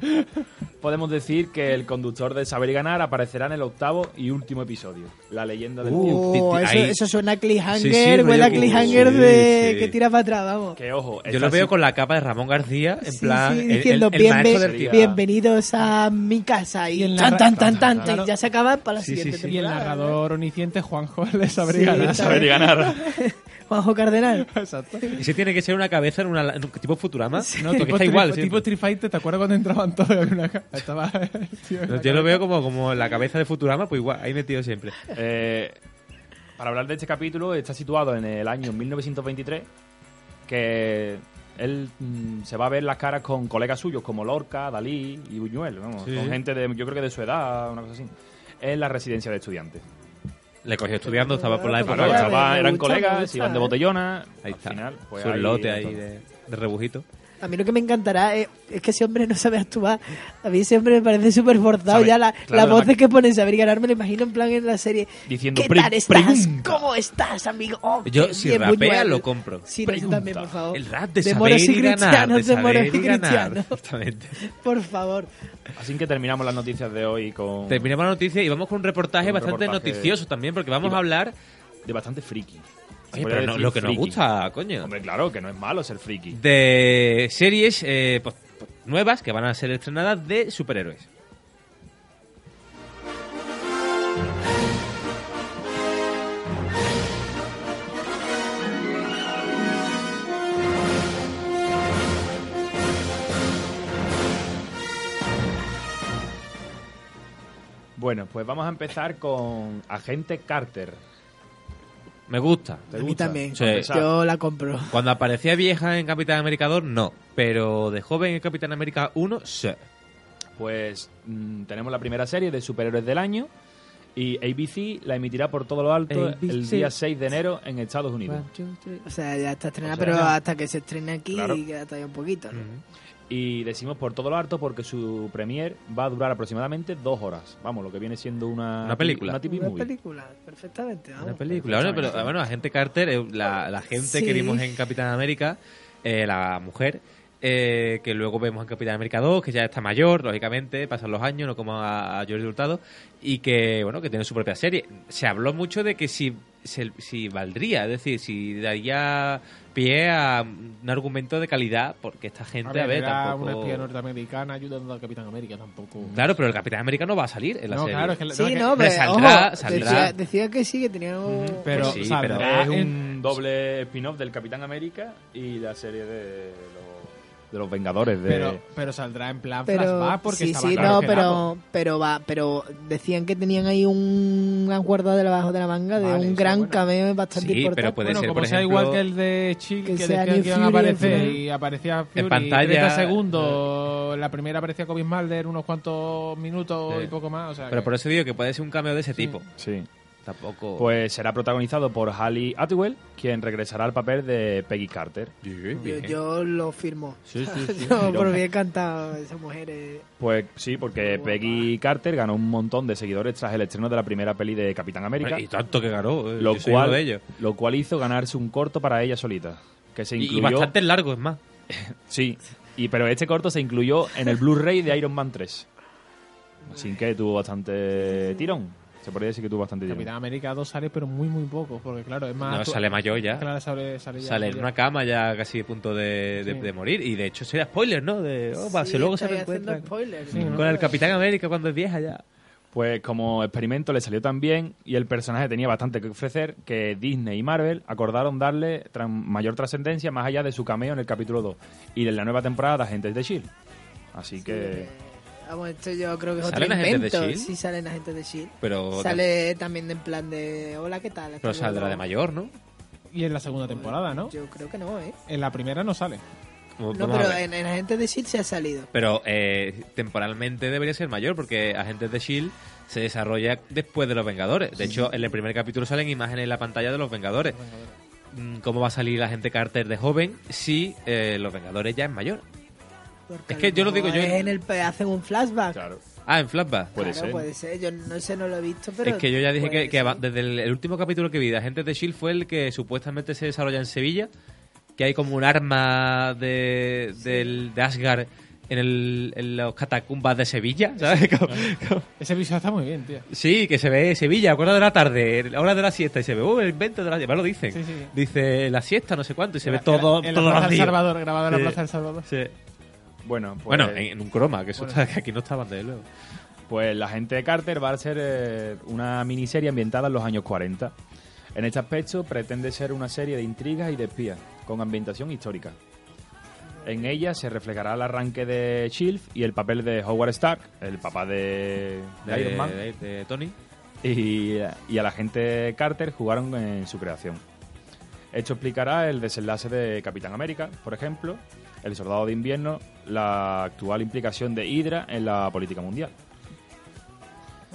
Speaker 4: podemos decir que el conductor de Saber y Ganar aparecerá en el octavo y último episodio. La leyenda del
Speaker 1: Uh.
Speaker 4: tiempo.
Speaker 2: Oh, eso,
Speaker 1: ahí-
Speaker 2: eso suena a cliffhanger,
Speaker 1: Sí, sí, rollo
Speaker 2: huele a
Speaker 1: que-
Speaker 2: cliffhanger
Speaker 1: sí,
Speaker 2: de
Speaker 1: sí.
Speaker 2: que tira para atrás, vamos.
Speaker 4: Que ojo,
Speaker 1: Yo lo
Speaker 4: esta
Speaker 1: veo
Speaker 4: sí-
Speaker 1: con la capa de Ramón García, en
Speaker 2: Sí,
Speaker 1: plan...
Speaker 2: sí,
Speaker 1: el- el-
Speaker 2: diciendo
Speaker 1: el maestro
Speaker 2: "Bienve-
Speaker 1: del
Speaker 4: tiempo".
Speaker 2: bienvenidos a mi casa y,
Speaker 3: Y el
Speaker 2: tan,
Speaker 3: narra-
Speaker 2: tan, tan, tan,
Speaker 3: Claro.
Speaker 2: y ya se acaba para la
Speaker 1: Sí, sí,
Speaker 2: siguiente
Speaker 1: sí.
Speaker 3: Y el
Speaker 2: temporada.
Speaker 3: narrador onisciente Juanjo
Speaker 2: Sí,
Speaker 3: les sabría ganar.
Speaker 2: está
Speaker 4: Saber y
Speaker 2: bien.
Speaker 4: Ganar.
Speaker 2: Juanjo Cardenal.
Speaker 3: Exacto.
Speaker 1: Ese tiene que ser una cabeza en, una, en un tipo Futurama.
Speaker 3: No,
Speaker 1: porque
Speaker 3: tipo,
Speaker 1: está
Speaker 3: Street-
Speaker 1: igual.
Speaker 3: tipo
Speaker 1: siempre.
Speaker 3: Street Fighter, ¿te acuerdas cuando entraban todos? y había una ca- Estaba el tío en la
Speaker 1: Yo lo
Speaker 3: cabeza?
Speaker 1: veo como, como la cabeza de Futurama, pues igual, ahí metido siempre.
Speaker 4: Eh, para hablar de este capítulo, está situado en el año 1923, que él mm, se va a ver las caras con colegas suyos como Lorca, Dalí y Buñuel, vamos,
Speaker 1: Sí.
Speaker 4: con gente de, yo creo que de su edad, una cosa así, en la residencia de estudiantes.
Speaker 1: Le cogió estudiando, estaba por la
Speaker 2: Claro,
Speaker 1: época.
Speaker 4: Claro,
Speaker 2: Vale,
Speaker 4: estaba-
Speaker 2: me
Speaker 4: eran
Speaker 2: gusta, me
Speaker 4: colegas,
Speaker 2: gusta,
Speaker 4: iban de
Speaker 2: eh.
Speaker 4: botellona.
Speaker 1: Ahí está.
Speaker 4: Al final, pues
Speaker 1: Su lote ahí
Speaker 4: entonces,
Speaker 1: de, de rebujito.
Speaker 2: A mí lo que me encantará es, es que ese hombre no sabe actuar. A mí ese hombre me parece súper forzado. Ya la,
Speaker 4: claro,
Speaker 2: la
Speaker 4: la
Speaker 2: voz
Speaker 4: ma-
Speaker 2: que pone Saber Ganar me lo imagino en plan en la serie.
Speaker 4: Diciendo,
Speaker 2: ¿Qué
Speaker 4: "Pre-
Speaker 2: tal estás?
Speaker 4: pregunta".
Speaker 2: ¿Cómo estás, amigo? Oh,
Speaker 1: Yo,
Speaker 2: qué
Speaker 1: si
Speaker 2: bien,
Speaker 1: rapea,
Speaker 2: Buñuel.
Speaker 1: lo compro.
Speaker 2: Sí, no, yo también, por favor.
Speaker 1: El rap de
Speaker 2: De
Speaker 1: saber
Speaker 2: moros y
Speaker 1: y ganar,
Speaker 2: cristianos,
Speaker 1: de
Speaker 2: de moros
Speaker 1: saber
Speaker 2: y
Speaker 1: y ganar.
Speaker 2: cristianos.
Speaker 1: Justamente.
Speaker 2: Por favor.
Speaker 4: Así que terminamos las noticias de hoy con.
Speaker 1: Terminamos la noticia y vamos con un reportaje
Speaker 4: Un
Speaker 1: bastante
Speaker 4: reportaje-
Speaker 1: noticioso también, porque vamos
Speaker 4: Y-
Speaker 1: a hablar...
Speaker 4: de bastante friki.
Speaker 1: Oye,
Speaker 4: Se podría
Speaker 1: pero no-
Speaker 4: decir
Speaker 1: lo que nos
Speaker 4: friki.
Speaker 1: gusta, coño.
Speaker 4: Hombre, claro, que no es malo ser friki.
Speaker 1: de series eh, pues, pues, nuevas que van a ser estrenadas de superhéroes.
Speaker 4: Bueno, pues vamos a empezar con Agente Carter.
Speaker 1: Me gusta.
Speaker 4: ¿Te
Speaker 2: a mí
Speaker 4: gusta?
Speaker 2: también.
Speaker 1: Sí.
Speaker 2: Yo la compro.
Speaker 1: Cuando aparecía vieja en Capitán América 2, no. Pero de joven en Capitán América 1, sí.
Speaker 4: Pues mm, tenemos la primera serie de superhéroes del año y ABC la emitirá por todo lo alto el
Speaker 1: ABC.
Speaker 4: día 6 de enero en Estados Unidos.
Speaker 2: O sea, ya está estrenada,
Speaker 4: O sea,
Speaker 2: pero
Speaker 4: ya.
Speaker 2: hasta que se estrene aquí
Speaker 4: Claro.
Speaker 2: y queda todavía un poquito. ¿no?
Speaker 4: Y decimos por todo lo alto porque su premier va a durar aproximadamente dos horas. Vamos, lo que viene siendo una,
Speaker 1: Una película.
Speaker 4: Una TV
Speaker 2: Una
Speaker 4: movie.
Speaker 2: película, perfectamente. Vamos.
Speaker 1: Una película. Bueno, pero bueno, Agente Carter, eh, la, la gente
Speaker 2: Sí.
Speaker 1: que vimos en Capitán América, eh, la mujer, eh, que luego vemos en Capitán América 2, que ya está mayor, lógicamente, pasan los años, no como a, a Jordi Hurtado, y que, bueno, que tiene su propia serie. Se habló mucho de que si, se- si valdría, es decir, si daría pie a un argumento de calidad, porque esta gente,
Speaker 3: A
Speaker 1: a
Speaker 3: ver,
Speaker 1: ver,
Speaker 3: era
Speaker 1: tampoco...
Speaker 3: una espía norteamericana ayudando al Capitán América tampoco.
Speaker 1: Claro, pero el Capitán América no va a salir en la
Speaker 3: no,
Speaker 1: serie.
Speaker 3: claro, es que la-
Speaker 2: Sí,
Speaker 3: es que-
Speaker 2: no, pero
Speaker 1: saldrá-
Speaker 2: ojo,
Speaker 1: saldrá.
Speaker 2: Decía, decía que sí, que tenía un...
Speaker 3: pero
Speaker 1: Pues sí, pero
Speaker 3: saldrá
Speaker 4: Es
Speaker 3: en-
Speaker 4: un doble spin-off del Capitán América y la serie de los, de los Vengadores. De...
Speaker 3: pero, pero saldrá en plan
Speaker 2: pero
Speaker 3: flashback porque
Speaker 2: sí,
Speaker 3: estaba
Speaker 2: sí,
Speaker 3: claro
Speaker 2: no,
Speaker 3: que era-
Speaker 2: pero, pero va, pero decían que tenían ahí un- una guarda de debajo de la manga de
Speaker 3: Vale,
Speaker 2: un
Speaker 3: eso,
Speaker 2: gran
Speaker 3: bueno.
Speaker 2: cameo bastante
Speaker 1: Sí,
Speaker 2: importante.
Speaker 1: pero puede
Speaker 3: bueno,
Speaker 1: ser,
Speaker 3: como
Speaker 1: por
Speaker 3: sea
Speaker 1: ejemplo,
Speaker 3: igual que el de Chill,
Speaker 2: que
Speaker 3: que,
Speaker 2: sea
Speaker 3: decían que
Speaker 2: Nick
Speaker 3: iban a
Speaker 2: Fury,
Speaker 3: aparecer
Speaker 2: ¿verdad?
Speaker 3: y aparecía Fury
Speaker 1: pantalla-
Speaker 3: 30 segundos, la primera aparecía Kobe Smulders unos cuantos minutos
Speaker 1: Sí.
Speaker 3: y poco más, o sea
Speaker 1: Pero
Speaker 3: que-
Speaker 1: por eso digo que puede ser un cambio de ese tipo.
Speaker 4: Mm, Sí.
Speaker 1: Tampoco...
Speaker 4: Pues será protagonizado por Halle Atwell, quien regresará al papel de Peggy Carter.
Speaker 2: Yo, yo lo firmo.
Speaker 1: Sí, sí, sí.
Speaker 2: Yo
Speaker 4: Pero-
Speaker 2: por bien cantado eh. esas mujeres.
Speaker 4: Pues sí, porque
Speaker 2: Guapa.
Speaker 4: Peggy Carter ganó un montón de seguidores tras el estreno de la primera peli de Capitán América,
Speaker 1: Bueno, Y tanto que ganó. eh,
Speaker 4: lo,
Speaker 1: yo soy uno
Speaker 4: cual,
Speaker 1: de ellos.
Speaker 4: lo cual hizo ganarse un corto para ella solita, que se
Speaker 1: Y, y
Speaker 4: incluyó...
Speaker 1: bastante largo, es más.
Speaker 4: Sí, y, pero este corto se incluyó en el Blu-ray de Iron Man 3. Así que tuvo bastante tirón. Se podría decir que tuvo bastante tirón.
Speaker 3: Capitán América 2 sale pero muy muy poco, porque claro, es más
Speaker 1: No,
Speaker 3: actu-
Speaker 1: sale mayor ya.
Speaker 3: claro, sale, sale, ya-
Speaker 1: sale en
Speaker 3: ya-
Speaker 1: una cama ya casi a punto de, de-
Speaker 3: Sí.
Speaker 1: de morir. Y de hecho sería spoiler, ¿no? De, oh, va,
Speaker 2: Sí,
Speaker 1: si luego se
Speaker 2: estáis haciendo
Speaker 1: reencuentran
Speaker 2: spoilers,
Speaker 3: Sí,
Speaker 2: ¿no?
Speaker 1: con el Capitán América cuando es vieja ya.
Speaker 4: Pues como experimento le salió tan bien y el personaje tenía bastante que ofrecer que Disney y Marvel acordaron darle tran- mayor trascendencia más allá de su cameo en el capítulo 2 y de la nueva temporada de Agentes de S.H.I.E.L.D. E Así que...
Speaker 2: Vamos, esto yo creo que es otro
Speaker 1: ¿Salen agentes de
Speaker 2: invento.
Speaker 1: S.H.I.E.L.D.?
Speaker 2: Sí, salen agentes de Shield.
Speaker 1: Pero,
Speaker 2: Sale también en plan de hola, ¿qué tal?
Speaker 1: pero
Speaker 2: Hasta
Speaker 1: saldrá
Speaker 2: luego.
Speaker 1: de mayor, ¿no?
Speaker 3: y en la segunda temporada, ¿no?
Speaker 2: Yo creo que no, ¿eh?
Speaker 3: En la primera no sale.
Speaker 1: Como-
Speaker 2: No,
Speaker 1: vamos Pues a
Speaker 2: pero
Speaker 1: ver.
Speaker 2: en, en Agentes de S.H.I.E.L.D. se ha salido.
Speaker 1: Pero eh, temporalmente debería ser mayor porque Agentes de S.H.I.E.L.D. E se desarrolla después de Los Vengadores. De hecho, en el primer capítulo salen imágenes en la pantalla de Los Vengadores. Mm, ¿Cómo va a salir la gente Carter de joven si eh, Los Vengadores ya es mayor?
Speaker 2: Porque
Speaker 1: Es
Speaker 2: a
Speaker 1: que yo lo
Speaker 2: mejor
Speaker 1: digo, yo-
Speaker 2: es en el pe- hacen un flashback.
Speaker 4: Claro.
Speaker 1: Ah, en flashback.
Speaker 4: Puede
Speaker 2: Claro,
Speaker 4: ser.
Speaker 2: Puede ser. Yo no sé, no lo he visto, pero.
Speaker 1: es que yo ya dije
Speaker 2: puede
Speaker 1: que, que
Speaker 2: ser.
Speaker 1: va- desde el, el último capítulo que vi de Agentes de Shield E fue el que supuestamente se desarrolla en Sevilla, que hay como un arma de, del- de Asgard en, el- en los catacumbas de Sevilla, ¿sabes? Como- como-
Speaker 3: Ese episodio está muy bien, tío.
Speaker 1: sí, que se ve Sevilla, hora de la tarde, hora de la siesta, y se ve, oh, el invento de la siesta, lo dicen.
Speaker 3: Sí, sí, sí.
Speaker 1: Dice la siesta, no sé cuánto, y se
Speaker 3: En
Speaker 1: ve
Speaker 3: la-
Speaker 1: todo,
Speaker 3: en la
Speaker 1: todo
Speaker 3: Plaza del
Speaker 1: vacío.
Speaker 3: Salvador, grabado en la
Speaker 1: Sí.
Speaker 3: Plaza del Salvador.
Speaker 1: Sí.
Speaker 4: Bueno, pues,
Speaker 1: Bueno, en, en un croma, que, eso
Speaker 3: Bueno.
Speaker 1: está- que aquí no estaban, desde luego.
Speaker 4: pues la gente de Carter va a ser eh, una miniserie ambientada en los años 40. En este aspecto pretende ser una serie de intrigas y de espías, con ambientación histórica. En ella se reflejará el arranque de S.H.I.E.L.D. y el papel de Howard Stark, el papá de, de Iron Man,
Speaker 1: de- de Tony.
Speaker 4: y, y a la gente Carter jugaron en su creación. Esto explicará el desenlace de Capitán América, por ejemplo, el soldado de invierno, la actual implicación de Hydra en la política mundial.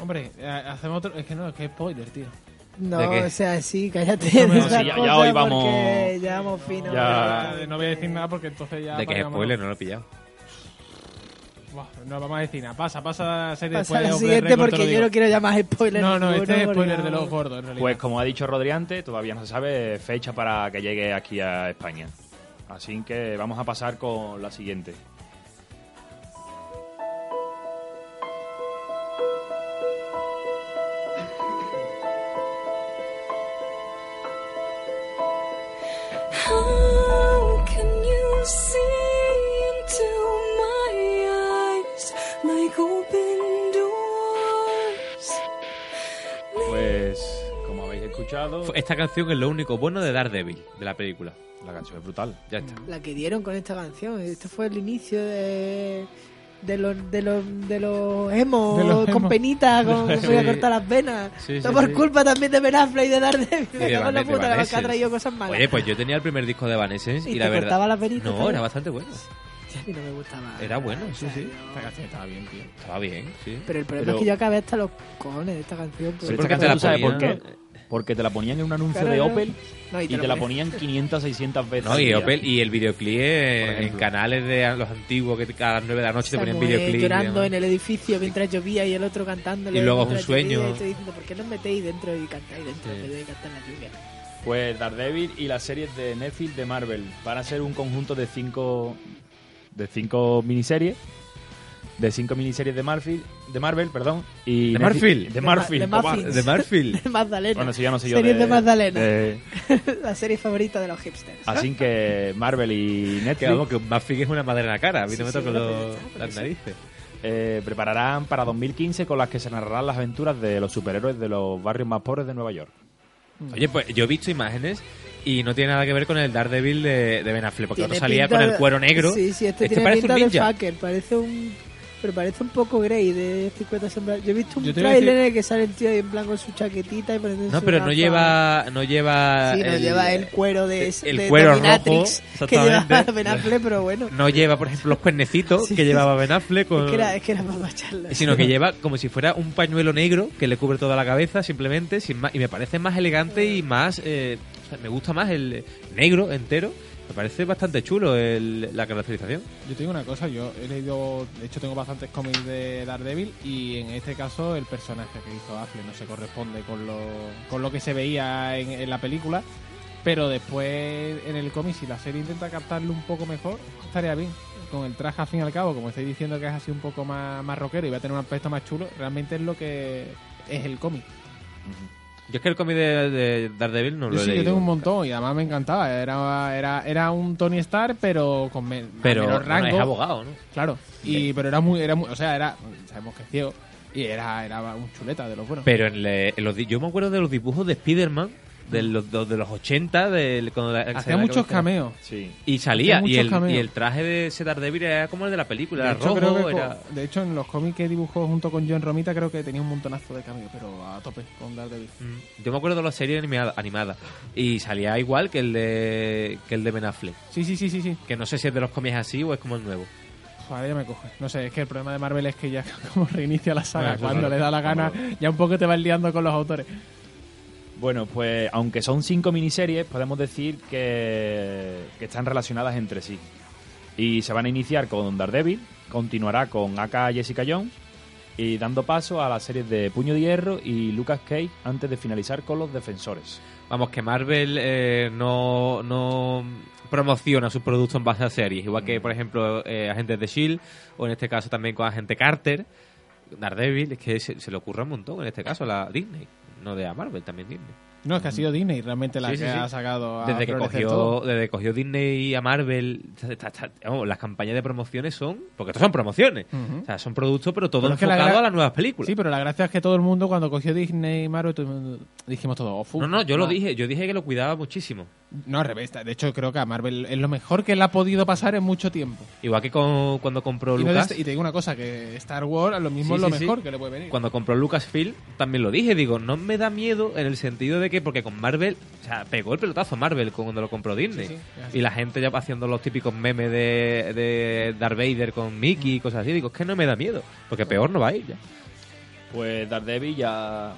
Speaker 3: Hombre, eh, hacemos otro, es que no, es que es spoiler, tío.
Speaker 2: No,
Speaker 1: ¿De qué?
Speaker 2: o sea, sí, cállate. de
Speaker 3: No, no,
Speaker 4: sí,
Speaker 2: esas
Speaker 4: ya- ya
Speaker 2: cosas
Speaker 4: hoy vamos-
Speaker 2: porque Ya vamos fino.
Speaker 4: Ya-
Speaker 2: hombre.
Speaker 3: Eh, No voy a decir nada porque entonces ya.
Speaker 1: De que es
Speaker 3: apagamos.
Speaker 1: spoiler, no lo he pillado.
Speaker 3: Buah, no vamos a decir nada. Pasa, pasa la
Speaker 2: Pasa
Speaker 3: serie después
Speaker 2: a la
Speaker 3: de Off the
Speaker 2: siguiente
Speaker 3: Record, te
Speaker 2: porque
Speaker 3: lo
Speaker 2: yo no
Speaker 3: digo.
Speaker 2: quiero ya más spoilers.
Speaker 3: No, no, este es
Speaker 2: ninguno,
Speaker 3: spoiler
Speaker 2: porque
Speaker 3: de
Speaker 2: ya-
Speaker 3: los gordos, en realidad.
Speaker 4: Pues como ha dicho Rodriante, todavía no se sabe fecha para que llegue aquí a España. Así que vamos a pasar con la siguiente.
Speaker 5: How can you see into my eyes like open doors?
Speaker 4: Pues, como habéis escuchado,
Speaker 1: Fue- Esta canción es lo único bueno de Daredevil, de la película.
Speaker 4: la canción es brutal.
Speaker 1: Ya está.
Speaker 2: La que dieron con esta canción. Este fue el inicio de. De los, de los, de los emos,
Speaker 3: De los
Speaker 2: con
Speaker 3: emos.
Speaker 2: penita, con que voy a
Speaker 1: Sí.
Speaker 2: cortar las venas.
Speaker 1: Sí,
Speaker 2: Todo
Speaker 1: sí,
Speaker 2: por
Speaker 1: sí.
Speaker 2: culpa también de Ben Affleck y de Daredevil.
Speaker 1: Y
Speaker 2: Me
Speaker 1: de
Speaker 2: cago en la
Speaker 1: Van- de
Speaker 2: puta, la que ha
Speaker 1: Evanescence.
Speaker 2: traído cosas malas.
Speaker 1: Oye, pues yo tenía el primer disco de Evanescence y,
Speaker 2: Y
Speaker 1: la
Speaker 2: te
Speaker 1: verdad.
Speaker 2: cortaba las venitas
Speaker 1: no,
Speaker 2: también.
Speaker 1: era bastante bueno.
Speaker 2: A mí no me gustaba.
Speaker 1: Era bueno, sí, sí.
Speaker 3: Esta canción estaba bien, tío.
Speaker 1: Estaba bien, sí.
Speaker 2: Pero el problema
Speaker 4: Pero-
Speaker 2: es que yo acabé hasta los cojones de esta canción. pues.
Speaker 1: Sí,
Speaker 4: Esta
Speaker 1: porque te
Speaker 4: canción,
Speaker 1: la
Speaker 4: ¿tú sabes por
Speaker 1: ponían-
Speaker 4: qué? Porque te la ponían en un anuncio
Speaker 2: Claro,
Speaker 4: de
Speaker 2: no.
Speaker 4: Opel
Speaker 2: No,
Speaker 4: y te la ponían 500, 600 veces.
Speaker 1: No,
Speaker 4: al
Speaker 1: y
Speaker 4: día.
Speaker 1: Opel y el videoclip en-
Speaker 4: Por
Speaker 1: en
Speaker 4: ejemplo.
Speaker 1: canales de a- los antiguos que te- a las 9 de la noche te ponían videoclip. y
Speaker 2: eh, llorando
Speaker 1: demás.
Speaker 2: en el edificio mientras llovía y el otro cantándole.
Speaker 1: Y luego es un
Speaker 2: mientras llovía,
Speaker 1: sueño.
Speaker 2: Y estoy diciendo, ¿por qué no os metéis dentro y cantáis dentro?
Speaker 1: Sí.
Speaker 2: Que yo voy a cantar en la lluvia.
Speaker 4: Pues Daredevil y las series de Netflix de Marvel van a ser un conjunto de cinco de cinco miniseries de cinco miniseries de Marvel de Marvel perdón y
Speaker 1: ¿De
Speaker 4: Netflix-
Speaker 1: Marvel?
Speaker 4: de
Speaker 2: Ma-
Speaker 4: Marvel
Speaker 2: de
Speaker 4: Omar.
Speaker 2: Muffins.
Speaker 1: De Marfield.
Speaker 2: De Magdalena.
Speaker 4: bueno si ya no sé yo
Speaker 2: Series de Magdalena.
Speaker 4: de-
Speaker 2: la serie favorita de los hipsters.
Speaker 4: así que Marvel y
Speaker 1: Que
Speaker 4: Netflix
Speaker 1: vamos, que Buffy es una madre en la cara. A mí
Speaker 2: Sí,
Speaker 1: no me
Speaker 2: sí,
Speaker 1: toco
Speaker 2: lo
Speaker 1: los-
Speaker 2: pensaba, por
Speaker 1: las
Speaker 2: eso.
Speaker 1: narices.
Speaker 4: eh, prepararán para 2015 con las que se narrarán las aventuras de los superhéroes de los barrios más pobres de Nueva York
Speaker 2: Mm.
Speaker 1: Oye, pues yo he visto imágenes y no tiene nada que ver con el Daredevil de, de Ben Affleck, porque
Speaker 2: Tiene
Speaker 1: otro salía
Speaker 2: pinta
Speaker 1: con el
Speaker 2: de-
Speaker 1: cuero negro.
Speaker 2: Sí, sí, este,
Speaker 1: Este
Speaker 2: tiene
Speaker 1: parece
Speaker 2: pinta
Speaker 1: un
Speaker 2: de
Speaker 1: ninja.
Speaker 2: fucker. Parece un. Pero parece un poco Grey de 50 sombras. Yo he visto un
Speaker 3: Yo te iba a
Speaker 2: trailer
Speaker 3: decir-
Speaker 2: en el que sale el tío ahí en blanco con su chaquetita y poniendo
Speaker 1: No, pero no lleva, no lleva.
Speaker 2: Sí, no lleva el cuero de,
Speaker 1: el- el
Speaker 2: de
Speaker 1: cuero
Speaker 2: Dominatrix
Speaker 1: rojo,
Speaker 2: que lleva
Speaker 1: exactamente.
Speaker 2: Ben Affleck, pero bueno.
Speaker 1: No lleva, por ejemplo, los cuernecitos
Speaker 2: Sí.
Speaker 1: que llevaba Ben Affleck. Con...
Speaker 2: Es que era, es que era para macharla.
Speaker 1: Sino que lleva como si fuera un pañuelo negro que le cubre toda la cabeza, simplemente. sin más- y me parece más elegante y más. eh, o sea, me gusta más el negro entero. Me parece bastante chulo el- la caracterización.
Speaker 3: Yo te digo una cosa, yo he leído, de hecho tengo bastantes cómics de Daredevil y en este caso el personaje que hizo Affleck no se corresponde con lo, con lo que se veía en, en la película, pero después en el cómic si la serie intenta captarlo un poco mejor, estaría bien. Con el traje al fin y al cabo, como estáis diciendo que es así un poco más, más rockero y va a tener un aspecto más chulo, realmente es lo que es el cómic.
Speaker 1: Yo es que el cómic de, de Daredevil no
Speaker 3: Yo
Speaker 1: lo he
Speaker 3: sí que
Speaker 1: leído.
Speaker 3: tengo un montón y además me encantaba, era, era, era un Tony Stark pero con men-
Speaker 1: Pero
Speaker 3: menor
Speaker 1: bueno,
Speaker 3: rango.
Speaker 1: es abogado, ¿no?
Speaker 3: Claro, y, pero era muy, era muy, o sea, era, sabemos que es ciego, y era, era un chuleta de los buenos.
Speaker 1: Pero en, le- en los, di- yo me acuerdo de los dibujos de Spider-Man, de los, de, los 80, de, cuando la-
Speaker 3: Hacía
Speaker 1: salía la
Speaker 3: muchos
Speaker 1: cabeza.
Speaker 3: cameos.
Speaker 4: sí
Speaker 1: Y salía,
Speaker 3: Hacía
Speaker 1: y el,
Speaker 3: muchos cameos.
Speaker 1: y el traje de ese Daredevil era como el de la película,
Speaker 3: De
Speaker 1: era
Speaker 3: hecho,
Speaker 1: rojo,
Speaker 3: creo que
Speaker 1: era...
Speaker 3: con- de hecho, en los cómics que dibujó junto con John Romita, creo que tenía un montonazo de cameos, pero a tope con Daredevil.
Speaker 1: Mm. Yo me acuerdo de la serie animada, animada, y salía igual que el de que el de Ben Affleck.
Speaker 3: Sí, sí, sí, sí, sí.
Speaker 1: Que no sé si es de los cómics así o es como el nuevo.
Speaker 3: Joder, ya me coge. No sé, es que el problema de Marvel es que ya como reinicia la
Speaker 1: Bueno, Ah,
Speaker 3: saga,
Speaker 1: eso es
Speaker 3: cuando
Speaker 1: verdad.
Speaker 3: le da la gana, ya un poco te vas liando con los autores.
Speaker 4: Bueno, pues aunque son cinco miniseries, podemos decir que, que están relacionadas entre sí. Y se van a iniciar con Daredevil, continuará con Aka Jessica Jones y dando paso a las series de Puño de Hierro y Lucas Cage antes de finalizar con los Defensores.
Speaker 1: Vamos, que Marvel eh, no, no promociona sus productos en base a series, igual que, por ejemplo, eh, Agentes de Shield, o en este caso también con Agente Carter, Daredevil, es que se, se le ocurre un montón en este caso a la Disney, no de a Marvel, también Disney.
Speaker 3: No, es que ha sido Disney realmente la
Speaker 1: Sí,
Speaker 3: que
Speaker 1: sí, sí.
Speaker 3: ha sacado a
Speaker 1: Desde que,
Speaker 3: florecer
Speaker 1: cogió,
Speaker 3: todo.
Speaker 1: desde que cogió Disney y a Marvel, ta- ta- ta- vamos, las campañas de promociones son. Porque estos son promociones.
Speaker 3: Ujú.
Speaker 1: O sea, son productos, pero todo
Speaker 3: Pero es que la
Speaker 1: enfocado
Speaker 3: gra-
Speaker 1: a las nuevas películas.
Speaker 3: Sí, pero la gracia es que todo el mundo cuando cogió Disney y Marvel todo el mundo- dijimos todo, "Oh, fu,
Speaker 1: no, no, yo lo
Speaker 3: ah".
Speaker 1: dije. Yo dije que lo cuidaba muchísimo.
Speaker 3: No, al revés. De hecho, creo que a Marvel es lo mejor que le ha podido pasar en mucho tiempo.
Speaker 1: Igual que con- cuando compró
Speaker 3: Y, no
Speaker 1: Lucas.
Speaker 3: des- y te digo una cosa, que Star Wars a lo mismo
Speaker 1: Sí,
Speaker 3: es lo
Speaker 1: sí, sí.
Speaker 3: mejor que le puede venir.
Speaker 1: Cuando compró Lucasfilm, también lo dije. Digo, no me da miedo en el sentido de que, porque con Marvel, o sea, pegó el pelotazo Marvel cuando lo compró Disney.
Speaker 3: Sí, sí, es así.
Speaker 1: y la gente ya haciendo los típicos memes de, de Darth Vader con Mickey y
Speaker 2: Mm.
Speaker 1: cosas así. Digo, es que no me da miedo, porque peor no va a ir ya.
Speaker 4: Pues Daredevil ya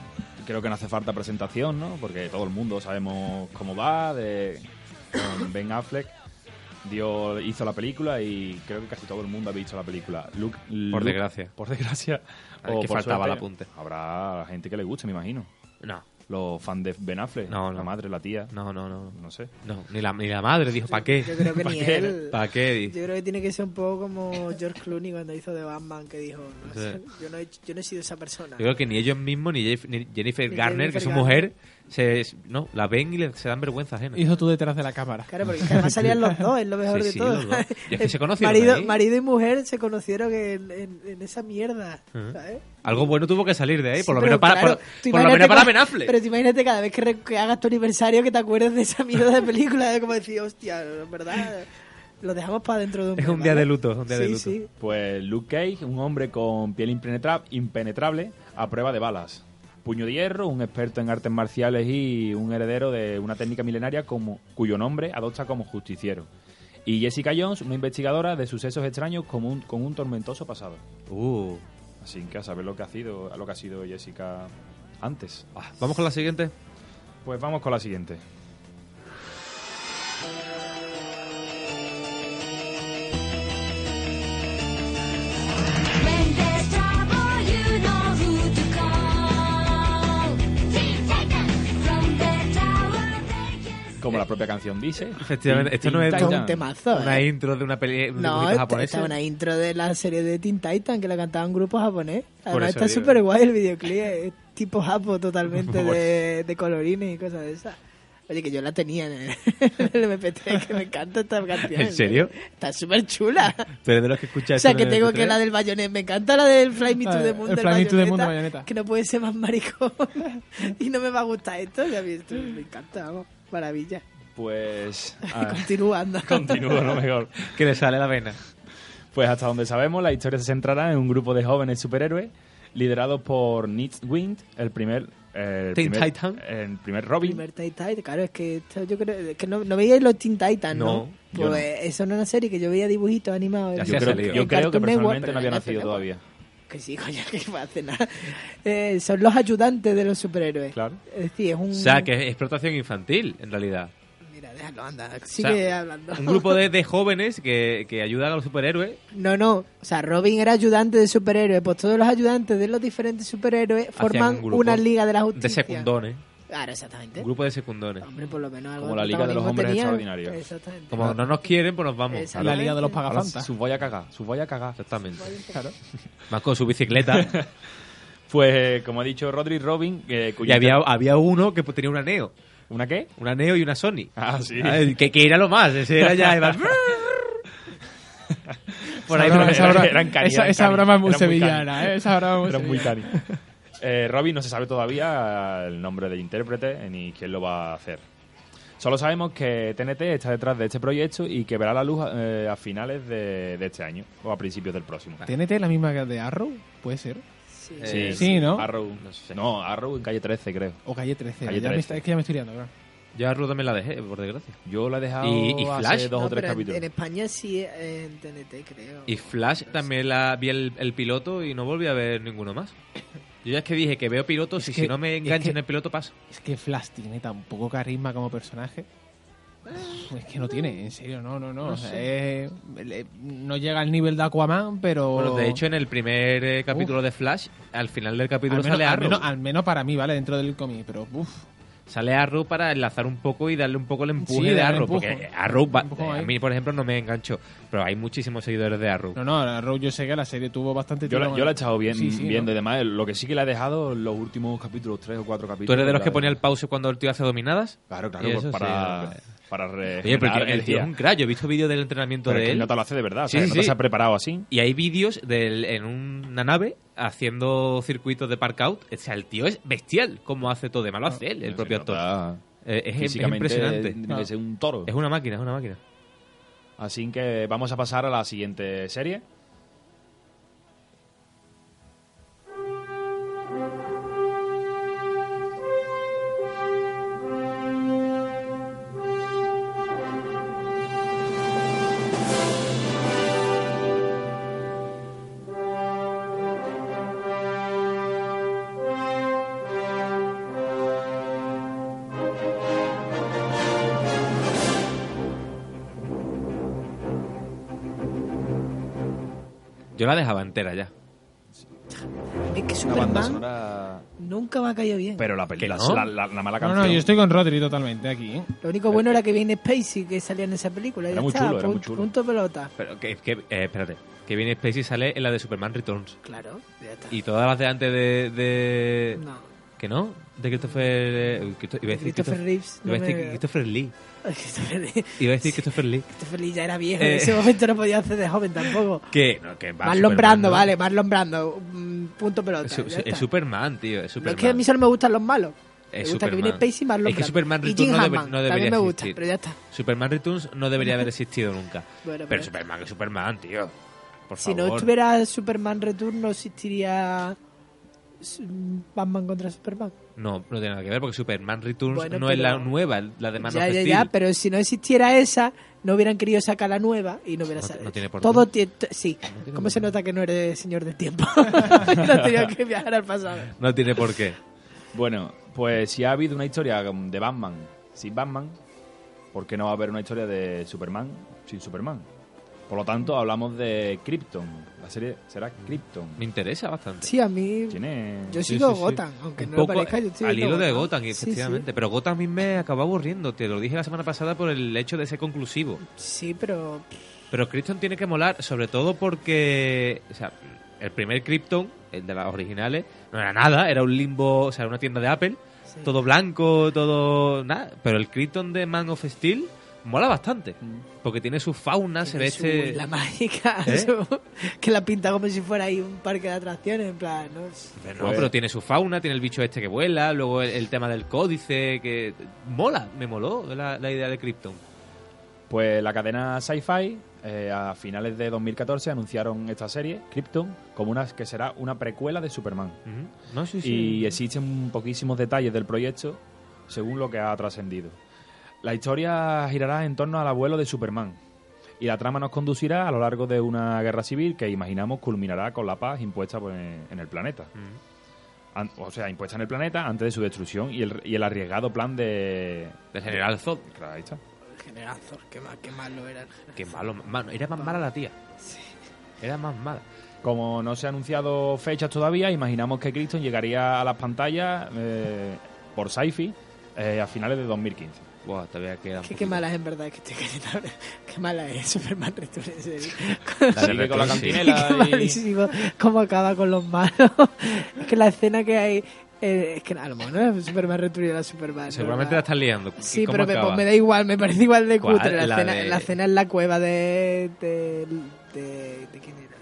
Speaker 4: creo que no hace falta presentación, ¿no? Porque todo el mundo sabemos cómo va, de con Ben Affleck dio, hizo la película y creo que casi todo el mundo ha visto la película. Luke- Luke-
Speaker 1: desgracia.
Speaker 4: Por desgracia.
Speaker 1: Ah, que faltaba el apunte.
Speaker 4: Habrá gente que le guste, me imagino.
Speaker 1: No,
Speaker 4: Los fans de Ben Affleck,
Speaker 1: No,
Speaker 4: la
Speaker 1: no.
Speaker 4: madre, la tía,
Speaker 1: no, no, no.
Speaker 4: no sé.
Speaker 1: No, ni la, ni la madre dijo, ¿para qué?
Speaker 2: Yo creo que ni él.
Speaker 1: ¿Para qué?
Speaker 2: Yo
Speaker 1: Dice.
Speaker 2: creo que tiene que ser un poco como George Clooney cuando hizo de Batman, que dijo, no
Speaker 1: Sí.
Speaker 2: sé, yo, no he, yo no he sido esa persona.
Speaker 1: Yo creo que ni ellos mismos, ni, Jeff- ni Jennifer
Speaker 2: Ni
Speaker 1: Garner, que es su
Speaker 2: Jennifer Garner.
Speaker 1: mujer, se, no, la ven y le- se dan vergüenza ajena.
Speaker 3: Hizo tú detrás de la cámara.
Speaker 2: Claro, porque además salían los dos, es lo mejor
Speaker 1: Sí,
Speaker 2: de
Speaker 1: sí,
Speaker 2: todo.
Speaker 1: los dos. Y es que se conocieron
Speaker 2: marido,
Speaker 1: ahí.
Speaker 2: marido y mujer se conocieron en, en- en esa mierda,
Speaker 1: Ujú.
Speaker 2: ¿sabes?
Speaker 1: Algo bueno tuvo que salir de ahí,
Speaker 2: Sí,
Speaker 1: por lo
Speaker 2: pero
Speaker 1: menos para,
Speaker 2: claro,
Speaker 1: por,
Speaker 2: tú
Speaker 1: por lo
Speaker 2: imagínate
Speaker 1: menos para
Speaker 2: cua-
Speaker 1: Ben Affleck.
Speaker 2: Pero te imagínate cada vez que, re- que hagas tu aniversario que te acuerdes de esa mierda de película, de como decir, hostia, en verdad, lo dejamos para dentro de un
Speaker 1: Es
Speaker 2: mes,
Speaker 1: un día
Speaker 2: ¿vale?
Speaker 1: de luto, un día de
Speaker 2: Sí,
Speaker 1: luto.
Speaker 2: sí.
Speaker 4: Pues Luke Cage, un hombre con piel impenetra- impenetrable a prueba de balas. Puño de hierro, un experto en artes marciales y un heredero de una técnica milenaria como, cuyo nombre adopta como justiciero. Y Jessica Jones, una investigadora de sucesos extraños con un, con un tormentoso pasado.
Speaker 1: Uh,
Speaker 4: Así que a saber lo que ha sido, a lo que ha sido Jessica antes. Ah,
Speaker 1: Vamos con la siguiente.
Speaker 4: pues vamos con la siguiente.
Speaker 5: When there's trouble, you know who to call. Team Titan. From the tower, they can
Speaker 4: Como la propia canción dice.
Speaker 1: Efectivamente,
Speaker 4: Teen-
Speaker 1: esto no
Speaker 4: Teen
Speaker 1: es-
Speaker 2: Esto es
Speaker 4: Titan.
Speaker 2: un temazo,
Speaker 1: Una
Speaker 2: ¿eh?
Speaker 1: intro de una peli de un
Speaker 2: No,
Speaker 1: dibujito
Speaker 2: esta
Speaker 1: japonés.
Speaker 2: esta es una intro de la serie de Teen Titan que la cantaba un grupo japonés. Además
Speaker 1: eso
Speaker 2: está
Speaker 1: digo.
Speaker 2: súper guay el videoclip, es tipo japo totalmente de, de colorines y cosas de esas. Oye, que yo la tenía en el, en el MP3, que me encanta esta canción.
Speaker 1: ¿En serio?
Speaker 2: Está súper chula.
Speaker 1: Tú eres de los que escuchas
Speaker 2: O sea,
Speaker 1: esto
Speaker 2: que
Speaker 1: en el E
Speaker 2: tengo que
Speaker 1: MP3.
Speaker 2: la del bayonet. Me encanta la del Fly Me to
Speaker 3: Ah,
Speaker 2: the
Speaker 3: el
Speaker 2: Moon del
Speaker 3: Fly Me to the Moon
Speaker 2: Bayonetta,
Speaker 3: de Bayonetta.
Speaker 2: Que no puede ser más maricón. y no me va a gustar esto. Ya ves, esto me encanta, vamos. Maravilla.
Speaker 4: Pues. ah,
Speaker 2: Continuando.
Speaker 4: continúo, no mejor.
Speaker 1: Que le sale la vena.
Speaker 4: Pues hasta donde sabemos, la historia se centrará en un grupo de jóvenes superhéroes liderados por Nightwing, el primer... eh, El
Speaker 1: Teen
Speaker 4: primer,
Speaker 1: Titan.
Speaker 4: El primer Robin.
Speaker 2: Primer Teen Titan, claro, es que esto yo creo es que no, no veíais los Teen Titans, ¿no?
Speaker 1: No,
Speaker 4: yo
Speaker 2: Pues eso no era una serie que yo veía dibujitos animados.
Speaker 1: Ya
Speaker 2: en-
Speaker 4: yo
Speaker 1: se ha
Speaker 4: creo,
Speaker 1: salido.
Speaker 4: yo
Speaker 2: en
Speaker 4: creo que
Speaker 2: Cartoon Network,
Speaker 4: personalmente
Speaker 2: pero
Speaker 4: no había
Speaker 2: en
Speaker 1: este
Speaker 2: Cartoon
Speaker 4: nacido
Speaker 2: Network.
Speaker 4: todavía.
Speaker 2: Que sí, coño, que va a hacer nada. Eh, son los ayudantes de los superhéroes.
Speaker 4: Claro.
Speaker 2: Es decir, es un.
Speaker 1: O sea, que es explotación infantil, en realidad.
Speaker 2: Mira, déjalo andar. Sigue
Speaker 1: O sea,
Speaker 2: hablando.
Speaker 1: Un grupo de, de jóvenes que, que ayudan a los superhéroes.
Speaker 2: No, no. O sea, Robin era ayudante de superhéroes. Pues todos los ayudantes de los diferentes superhéroes forman
Speaker 1: un grupo
Speaker 2: una liga de la justicia.
Speaker 1: De secundones.
Speaker 2: Claro, exactamente.
Speaker 1: Un grupo de secundones.
Speaker 2: Hombre, por lo menos algo
Speaker 4: Como la liga de los hombres
Speaker 2: protagonismo tenía.
Speaker 4: extraordinarios.
Speaker 2: Exactamente.
Speaker 1: Como no nos quieren, pues nos vamos.
Speaker 2: Exacto.
Speaker 3: La liga de los
Speaker 4: Ahora
Speaker 3: pagafantas.
Speaker 4: sus voy a cagar, sus voy a cagar.
Speaker 1: Exactamente. Más con su bicicleta.
Speaker 4: Pues, como ha dicho Rodri Robin, eh,
Speaker 1: y
Speaker 4: cuyo-
Speaker 1: había, había uno que pues, tenía una Neo.
Speaker 4: ¿Una qué?
Speaker 1: Una Neo y una Sony.
Speaker 4: Ah, sí.
Speaker 1: Ay, Que, que era lo más. Ese era ya... iba- Por ahí
Speaker 3: Esa
Speaker 1: no-
Speaker 3: broma- esa broma-
Speaker 4: eran cani,
Speaker 3: esa-
Speaker 4: eran
Speaker 3: esa
Speaker 4: cani,
Speaker 3: broma es muy
Speaker 4: eran muy
Speaker 3: sevillana, ¿eh? Esa broma es muy
Speaker 4: Era muy
Speaker 3: sevillana.
Speaker 4: cari. Eh, Robin no se sabe todavía el nombre del intérprete ni quién lo va a hacer. Solo sabemos que TNT está detrás de este proyecto y que verá la luz eh, a finales de, de este año o a principios del próximo.
Speaker 3: ¿TNT es la misma que de Arrow? Puede ser.
Speaker 1: Eh,
Speaker 3: sí, ¿no?
Speaker 4: Arrow. No, Arrow en calle 13, creo.
Speaker 3: O Calle 13.
Speaker 4: Calle
Speaker 3: ya me
Speaker 4: 13.
Speaker 3: está- es que ya me estoy liando, claro.
Speaker 1: Yo a Ruth también la dejé, por desgracia.
Speaker 4: Yo la he
Speaker 3: Ah,
Speaker 4: dejado
Speaker 1: ¿Y- y Flash?
Speaker 4: Oh, hace dos
Speaker 2: No,
Speaker 4: o tres
Speaker 2: pero en-
Speaker 4: capítulos.
Speaker 2: En España sí, eh, en TNT, creo.
Speaker 1: Y Flash también la vi el, el piloto y no volví a ver ninguno más. Yo ya es que dije que veo pilotos y
Speaker 3: que-
Speaker 1: si no me
Speaker 3: es
Speaker 1: engancho
Speaker 3: que-
Speaker 1: en el piloto paso.
Speaker 3: Es que Flash tiene tan poco carisma como personaje.
Speaker 2: Ah.
Speaker 3: Es que no tiene, en serio, no, no, no. o sea, es- le- no llega al nivel de Aquaman, pero.
Speaker 1: Bueno, de hecho en el primer eh, capítulo de Flash, al final del
Speaker 3: al
Speaker 1: capítulo
Speaker 3: menos,
Speaker 1: sale
Speaker 3: al
Speaker 1: Arrow.
Speaker 3: menos- al menos para mí, ¿vale? Dentro del cómic, pero uff.
Speaker 1: Sale Arrow para enlazar un poco y darle un poco el empuje
Speaker 3: Sí,
Speaker 1: de
Speaker 3: darle
Speaker 1: Arrow.
Speaker 3: empuje. eh.
Speaker 1: Porque Arrow, va- eh,
Speaker 3: Empujón
Speaker 1: a
Speaker 3: ahí.
Speaker 1: mí por ejemplo no me engancho, pero hay muchísimos seguidores de Arrow.
Speaker 3: No, no, Arrow yo sé que la serie tuvo bastante
Speaker 4: Yo la,
Speaker 3: tirón.
Speaker 4: yo la he estado bien,
Speaker 3: Sí, sí, ¿no?
Speaker 4: viendo y demás. Lo que sí que la he dejado en los últimos capítulos, tres o cuatro capítulos.
Speaker 1: ¿Tú eres de los que
Speaker 4: la-
Speaker 1: ponía el pause cuando el tío hace dominadas?
Speaker 4: Claro,
Speaker 1: Y
Speaker 4: claro,
Speaker 1: eso
Speaker 4: para,
Speaker 1: sí.
Speaker 4: para
Speaker 1: Oye,
Speaker 4: regenerar
Speaker 1: porque el tío
Speaker 4: energía.
Speaker 1: es un crack. Yo he visto vídeos del entrenamiento
Speaker 4: Pero es
Speaker 1: de
Speaker 4: que
Speaker 1: él.
Speaker 4: no te lo hace de verdad, o sea,
Speaker 1: Sí,
Speaker 4: que no
Speaker 1: sí.
Speaker 4: te has preparado así.
Speaker 1: Y hay vídeos de él en una nave haciendo circuitos de parkout. O sea, el tío es bestial como hace todo. Además, lo hace él, el
Speaker 4: Se
Speaker 1: propio actor.
Speaker 4: nota
Speaker 1: Eh, Es, es
Speaker 4: físicamente,
Speaker 1: impresionante.
Speaker 4: tiene que ser un toro.
Speaker 1: Es una máquina, es una máquina.
Speaker 4: Así que vamos a pasar a la siguiente serie.
Speaker 1: Yo la dejaba entera ya.
Speaker 2: Es que
Speaker 4: Una banda
Speaker 2: Superman
Speaker 4: sonora.
Speaker 2: nunca me ha caído bien.
Speaker 4: Pero la película,
Speaker 1: no?
Speaker 4: la, la- la mala
Speaker 3: No,
Speaker 4: canción.
Speaker 3: no, yo estoy con Rodri totalmente aquí, ¿eh?
Speaker 2: Lo único bueno era que viene Spacey que salía en esa película.
Speaker 4: Era
Speaker 2: ya
Speaker 4: muy
Speaker 2: está,
Speaker 4: chulo, era muy
Speaker 2: punto-
Speaker 4: chulo.
Speaker 2: punto pelota.
Speaker 1: Pero que, que- eh, espérate, que viene Spacey sale en la de Superman Returns.
Speaker 2: Claro, ya está.
Speaker 1: Y todas las de antes de... de-
Speaker 2: No.
Speaker 1: ¿Que no? De Christopher... eh, Christo- iba a decir
Speaker 2: Christopher Reeves,
Speaker 1: iba a
Speaker 2: no
Speaker 1: decir
Speaker 2: me-
Speaker 1: Christopher Lee.
Speaker 2: Christopher Lee-
Speaker 1: Iba a decir Christopher Lee.
Speaker 2: Christopher Lee este ya era viejo,
Speaker 1: Eh.
Speaker 2: en ese momento no podía hacer de joven tampoco.
Speaker 1: Que, no, que va,
Speaker 2: Marlon
Speaker 1: Superman,
Speaker 2: Brando,
Speaker 1: ¿no?
Speaker 2: vale, Marlon Brando. mm, punto pelota.
Speaker 1: Es, su-
Speaker 2: ya
Speaker 1: es
Speaker 2: está.
Speaker 1: Superman, tío. Es
Speaker 2: No,
Speaker 1: Superman.
Speaker 2: es que a mí solo me gustan los malos. me
Speaker 1: Es
Speaker 2: gusta que
Speaker 1: Superman.
Speaker 2: viene Spacey y Marlon
Speaker 1: Es que
Speaker 2: Brando.
Speaker 1: Superman
Speaker 2: y
Speaker 1: Returns
Speaker 2: Jim
Speaker 1: no, debe-
Speaker 2: Hammond,
Speaker 1: no debería
Speaker 2: también me gusta,
Speaker 1: existir.
Speaker 2: pero ya está.
Speaker 1: Superman Returns no debería haber existido nunca.
Speaker 2: Bueno,
Speaker 1: pero
Speaker 2: pero-
Speaker 1: Superman es Superman, tío. Por
Speaker 2: Si no
Speaker 1: favor.
Speaker 2: estuviera Superman Return, no existiría su- Batman contra Superman.
Speaker 1: No, no tiene nada que ver porque Superman Returns
Speaker 2: Bueno,
Speaker 1: no es
Speaker 2: pero-
Speaker 1: la nueva, la de Man
Speaker 2: ya,
Speaker 1: of
Speaker 2: ya,
Speaker 1: Steel.
Speaker 2: ya, pero si no existiera esa, no hubieran querido sacar la nueva y no hubiera
Speaker 1: No-
Speaker 2: salido.
Speaker 1: no tiene por
Speaker 2: Todo
Speaker 1: qué.
Speaker 2: tie- t- sí.
Speaker 1: tiene
Speaker 2: ¿Cómo
Speaker 1: por
Speaker 2: se
Speaker 1: qué.
Speaker 2: nota que no eres señor del tiempo? no tenía que viajar al pasado.
Speaker 1: No tiene por qué.
Speaker 4: Bueno, pues si ha habido una historia de Batman sin Batman, ¿por qué no va a haber una historia de Superman sin Superman? Por lo tanto, hablamos de Krypton. La serie será Krypton.
Speaker 1: Me interesa bastante.
Speaker 2: Sí, a mí.
Speaker 4: Tiene...
Speaker 2: Yo
Speaker 1: Sí,
Speaker 2: sigo
Speaker 1: sí, sí.
Speaker 2: Gotham, aunque
Speaker 1: Un
Speaker 2: no lo
Speaker 1: poco
Speaker 2: parezca, yo estoy
Speaker 1: Al
Speaker 2: viendo
Speaker 1: hilo de Gotham,
Speaker 2: Sí, sí.
Speaker 1: efectivamente. Pero Gotham a mí me acaba aburriendo, te lo dije la semana pasada por el hecho de ser conclusivo.
Speaker 2: Sí, pero.
Speaker 1: Pero Krypton tiene que molar, sobre todo porque. O sea, el primer Krypton, el de las originales, no era nada, era un limbo, o sea, una tienda de Apple,
Speaker 2: sí.
Speaker 1: todo blanco, todo. nada. Pero el Krypton de Man of Steel mola bastante, porque tiene su fauna, se ve
Speaker 2: Mm. Tiene su
Speaker 1: este.
Speaker 2: La mágica.
Speaker 1: ¿Eh?
Speaker 2: su- que la pinta como si fuera ahí un parque de atracciones. En plan, ¿no?
Speaker 1: Pero No, pero tiene su fauna, tiene el bicho este que vuela, luego el, el tema del códice, que mola, me moló la, la idea de Krypton.
Speaker 4: Pues la cadena Sci-Fi eh, a finales de 2014 anunciaron esta serie, Krypton, como una que será una precuela de Superman.
Speaker 1: Ujú. No, sí, sí.
Speaker 4: y existen poquísimos detalles del proyecto según lo que ha trascendido. La historia girará en torno al abuelo de Superman y la trama nos conducirá a lo largo de una guerra civil que imaginamos culminará con la paz impuesta pues, en el planeta.
Speaker 1: Mm.
Speaker 4: An- O sea, impuesta en el planeta antes de su destrucción y el, y el arriesgado plan de...
Speaker 1: Del general Zod.
Speaker 4: Claro, ahí está.
Speaker 2: General Zor, qué, ma- qué malo era. el General
Speaker 1: Qué
Speaker 2: Zod.
Speaker 1: malo, mano, era más mala la tía. Era más mala.
Speaker 4: Como no se han anunciado fechas todavía, imaginamos que Krypton llegaría a las pantallas eh, por sci-fi eh, a finales de 2015.
Speaker 1: Buah, todavía queda. un
Speaker 2: Que qué
Speaker 1: poquito.
Speaker 2: mala es en verdad que estoy queriendo hablar. Qué mala es Superman Returns. en serio.
Speaker 1: La de
Speaker 4: Sigue con
Speaker 1: Return,
Speaker 4: la
Speaker 1: sí.
Speaker 4: cantinela
Speaker 2: Qué
Speaker 4: y-
Speaker 2: malísimo cómo acaba con los malos. es que la escena que hay. eh, es que a lo mejor no es Superman Returns era Superman. ¿no?
Speaker 1: Seguramente la estás liando.
Speaker 2: Sí,
Speaker 1: ¿Cómo
Speaker 2: pero me,
Speaker 1: acaba?
Speaker 2: pues me da igual, me parece igual de
Speaker 1: ¿Cuál?
Speaker 2: cutre. La,
Speaker 1: La
Speaker 2: escena,
Speaker 1: de-
Speaker 2: la escena en la cueva de. de. de, de quién era.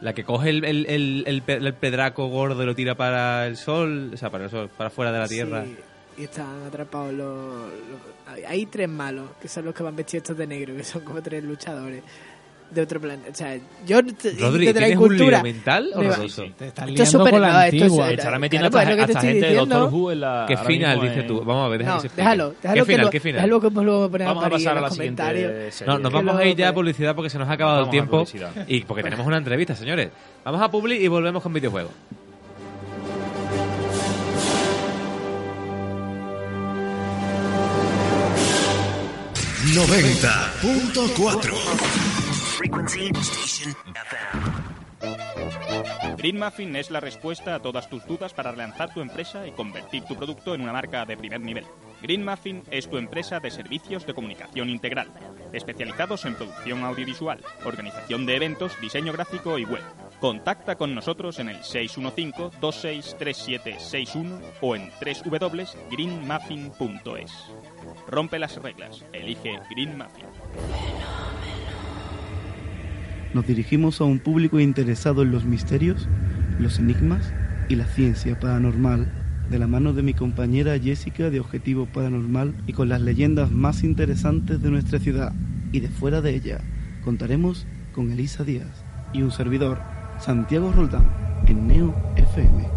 Speaker 1: La que coge el, el, el, el pe- el pedraco gordo y lo tira para el sol, o sea, para el sol, para fuera de la tierra.
Speaker 2: Sí, y están atrapados los, los- hay- Hay tres malos, que son los que van vestidos estos de negro, que son como tres luchadores de otro planeta. O sea, yo
Speaker 1: Rodri,
Speaker 2: de
Speaker 1: ¿tienes
Speaker 2: la
Speaker 1: un lío
Speaker 2: cultura.
Speaker 1: mental
Speaker 2: Me va-
Speaker 1: horroroso?
Speaker 3: Te
Speaker 2: Esto
Speaker 3: estás liando
Speaker 2: es súper-
Speaker 3: con la
Speaker 2: no, esto es-
Speaker 3: antigua.
Speaker 2: eh,
Speaker 4: Estará
Speaker 2: claro,
Speaker 4: metiendo
Speaker 2: pues,
Speaker 4: hasta,
Speaker 2: lo que te
Speaker 4: hasta
Speaker 2: estoy
Speaker 4: gente de
Speaker 2: diciendo.
Speaker 4: Doctor Who en la...
Speaker 1: ¿Qué
Speaker 4: ahora
Speaker 1: final
Speaker 4: mismo
Speaker 1: dices
Speaker 4: en-
Speaker 1: tú? Vamos a ver, déjalo
Speaker 2: No,
Speaker 1: que se explique.
Speaker 2: déjalo, déjalo
Speaker 1: ¿Qué final?
Speaker 2: que, lo-
Speaker 1: ¿Qué final?
Speaker 2: déjalo que pues lo voy a poner
Speaker 4: Vamos
Speaker 2: a
Speaker 4: a
Speaker 2: parir
Speaker 4: pasar
Speaker 2: en
Speaker 4: a la
Speaker 2: los comentarios.
Speaker 4: siguiente serie.
Speaker 1: No, nos
Speaker 2: Que
Speaker 1: vamos a
Speaker 2: luego
Speaker 1: ir ya a
Speaker 2: puede-
Speaker 1: publicidad porque se nos ha acabado
Speaker 4: Vamos a
Speaker 1: el tiempo
Speaker 4: publicidad.
Speaker 1: y porque tenemos una entrevista, señores. Vamos a Publi y volvemos con videojuegos.
Speaker 8: Greenmuffin es la respuesta a todas tus dudas para relanzar tu empresa y convertir tu producto en una marca de primer nivel. Greenmuffin es tu empresa de servicios de comunicación integral, especializados en producción audiovisual, organización de eventos, diseño gráfico y web. Contacta con nosotros en el 615-263761 o en www.greenmuffin.es. Rompe las reglas, elige Green Muffin.
Speaker 9: Nos dirigimos a un público interesado en los misterios, los enigmas y la ciencia paranormal, de la mano de mi compañera Jessica de Objetivo Paranormal y con las leyendas más interesantes de nuestra ciudad y de fuera de ella. Contaremos con Elisa Díaz y un servidor, Santiago Roldán, en Neo FM.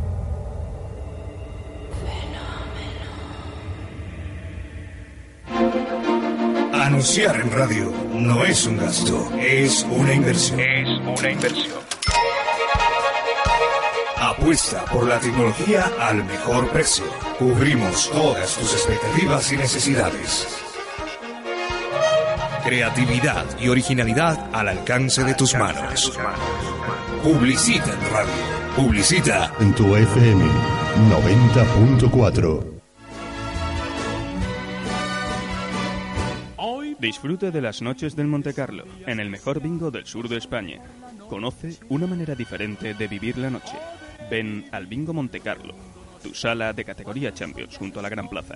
Speaker 7: Anunciar en radio no es un gasto, es una inversión. Es una inversión. Apuesta por la tecnología al mejor precio. Cubrimos todas tus expectativas y necesidades. Creatividad y originalidad al alcance de tus manos. Publicita en radio. Publicita.
Speaker 11: En tu FM 90.4.
Speaker 8: Disfruta de las noches del Monte Carlo, en el mejor bingo del sur de España. Conoce una manera diferente de vivir la noche. Ven al Bingo Monte Carlo, tu sala de categoría Champions junto a la Gran Plaza.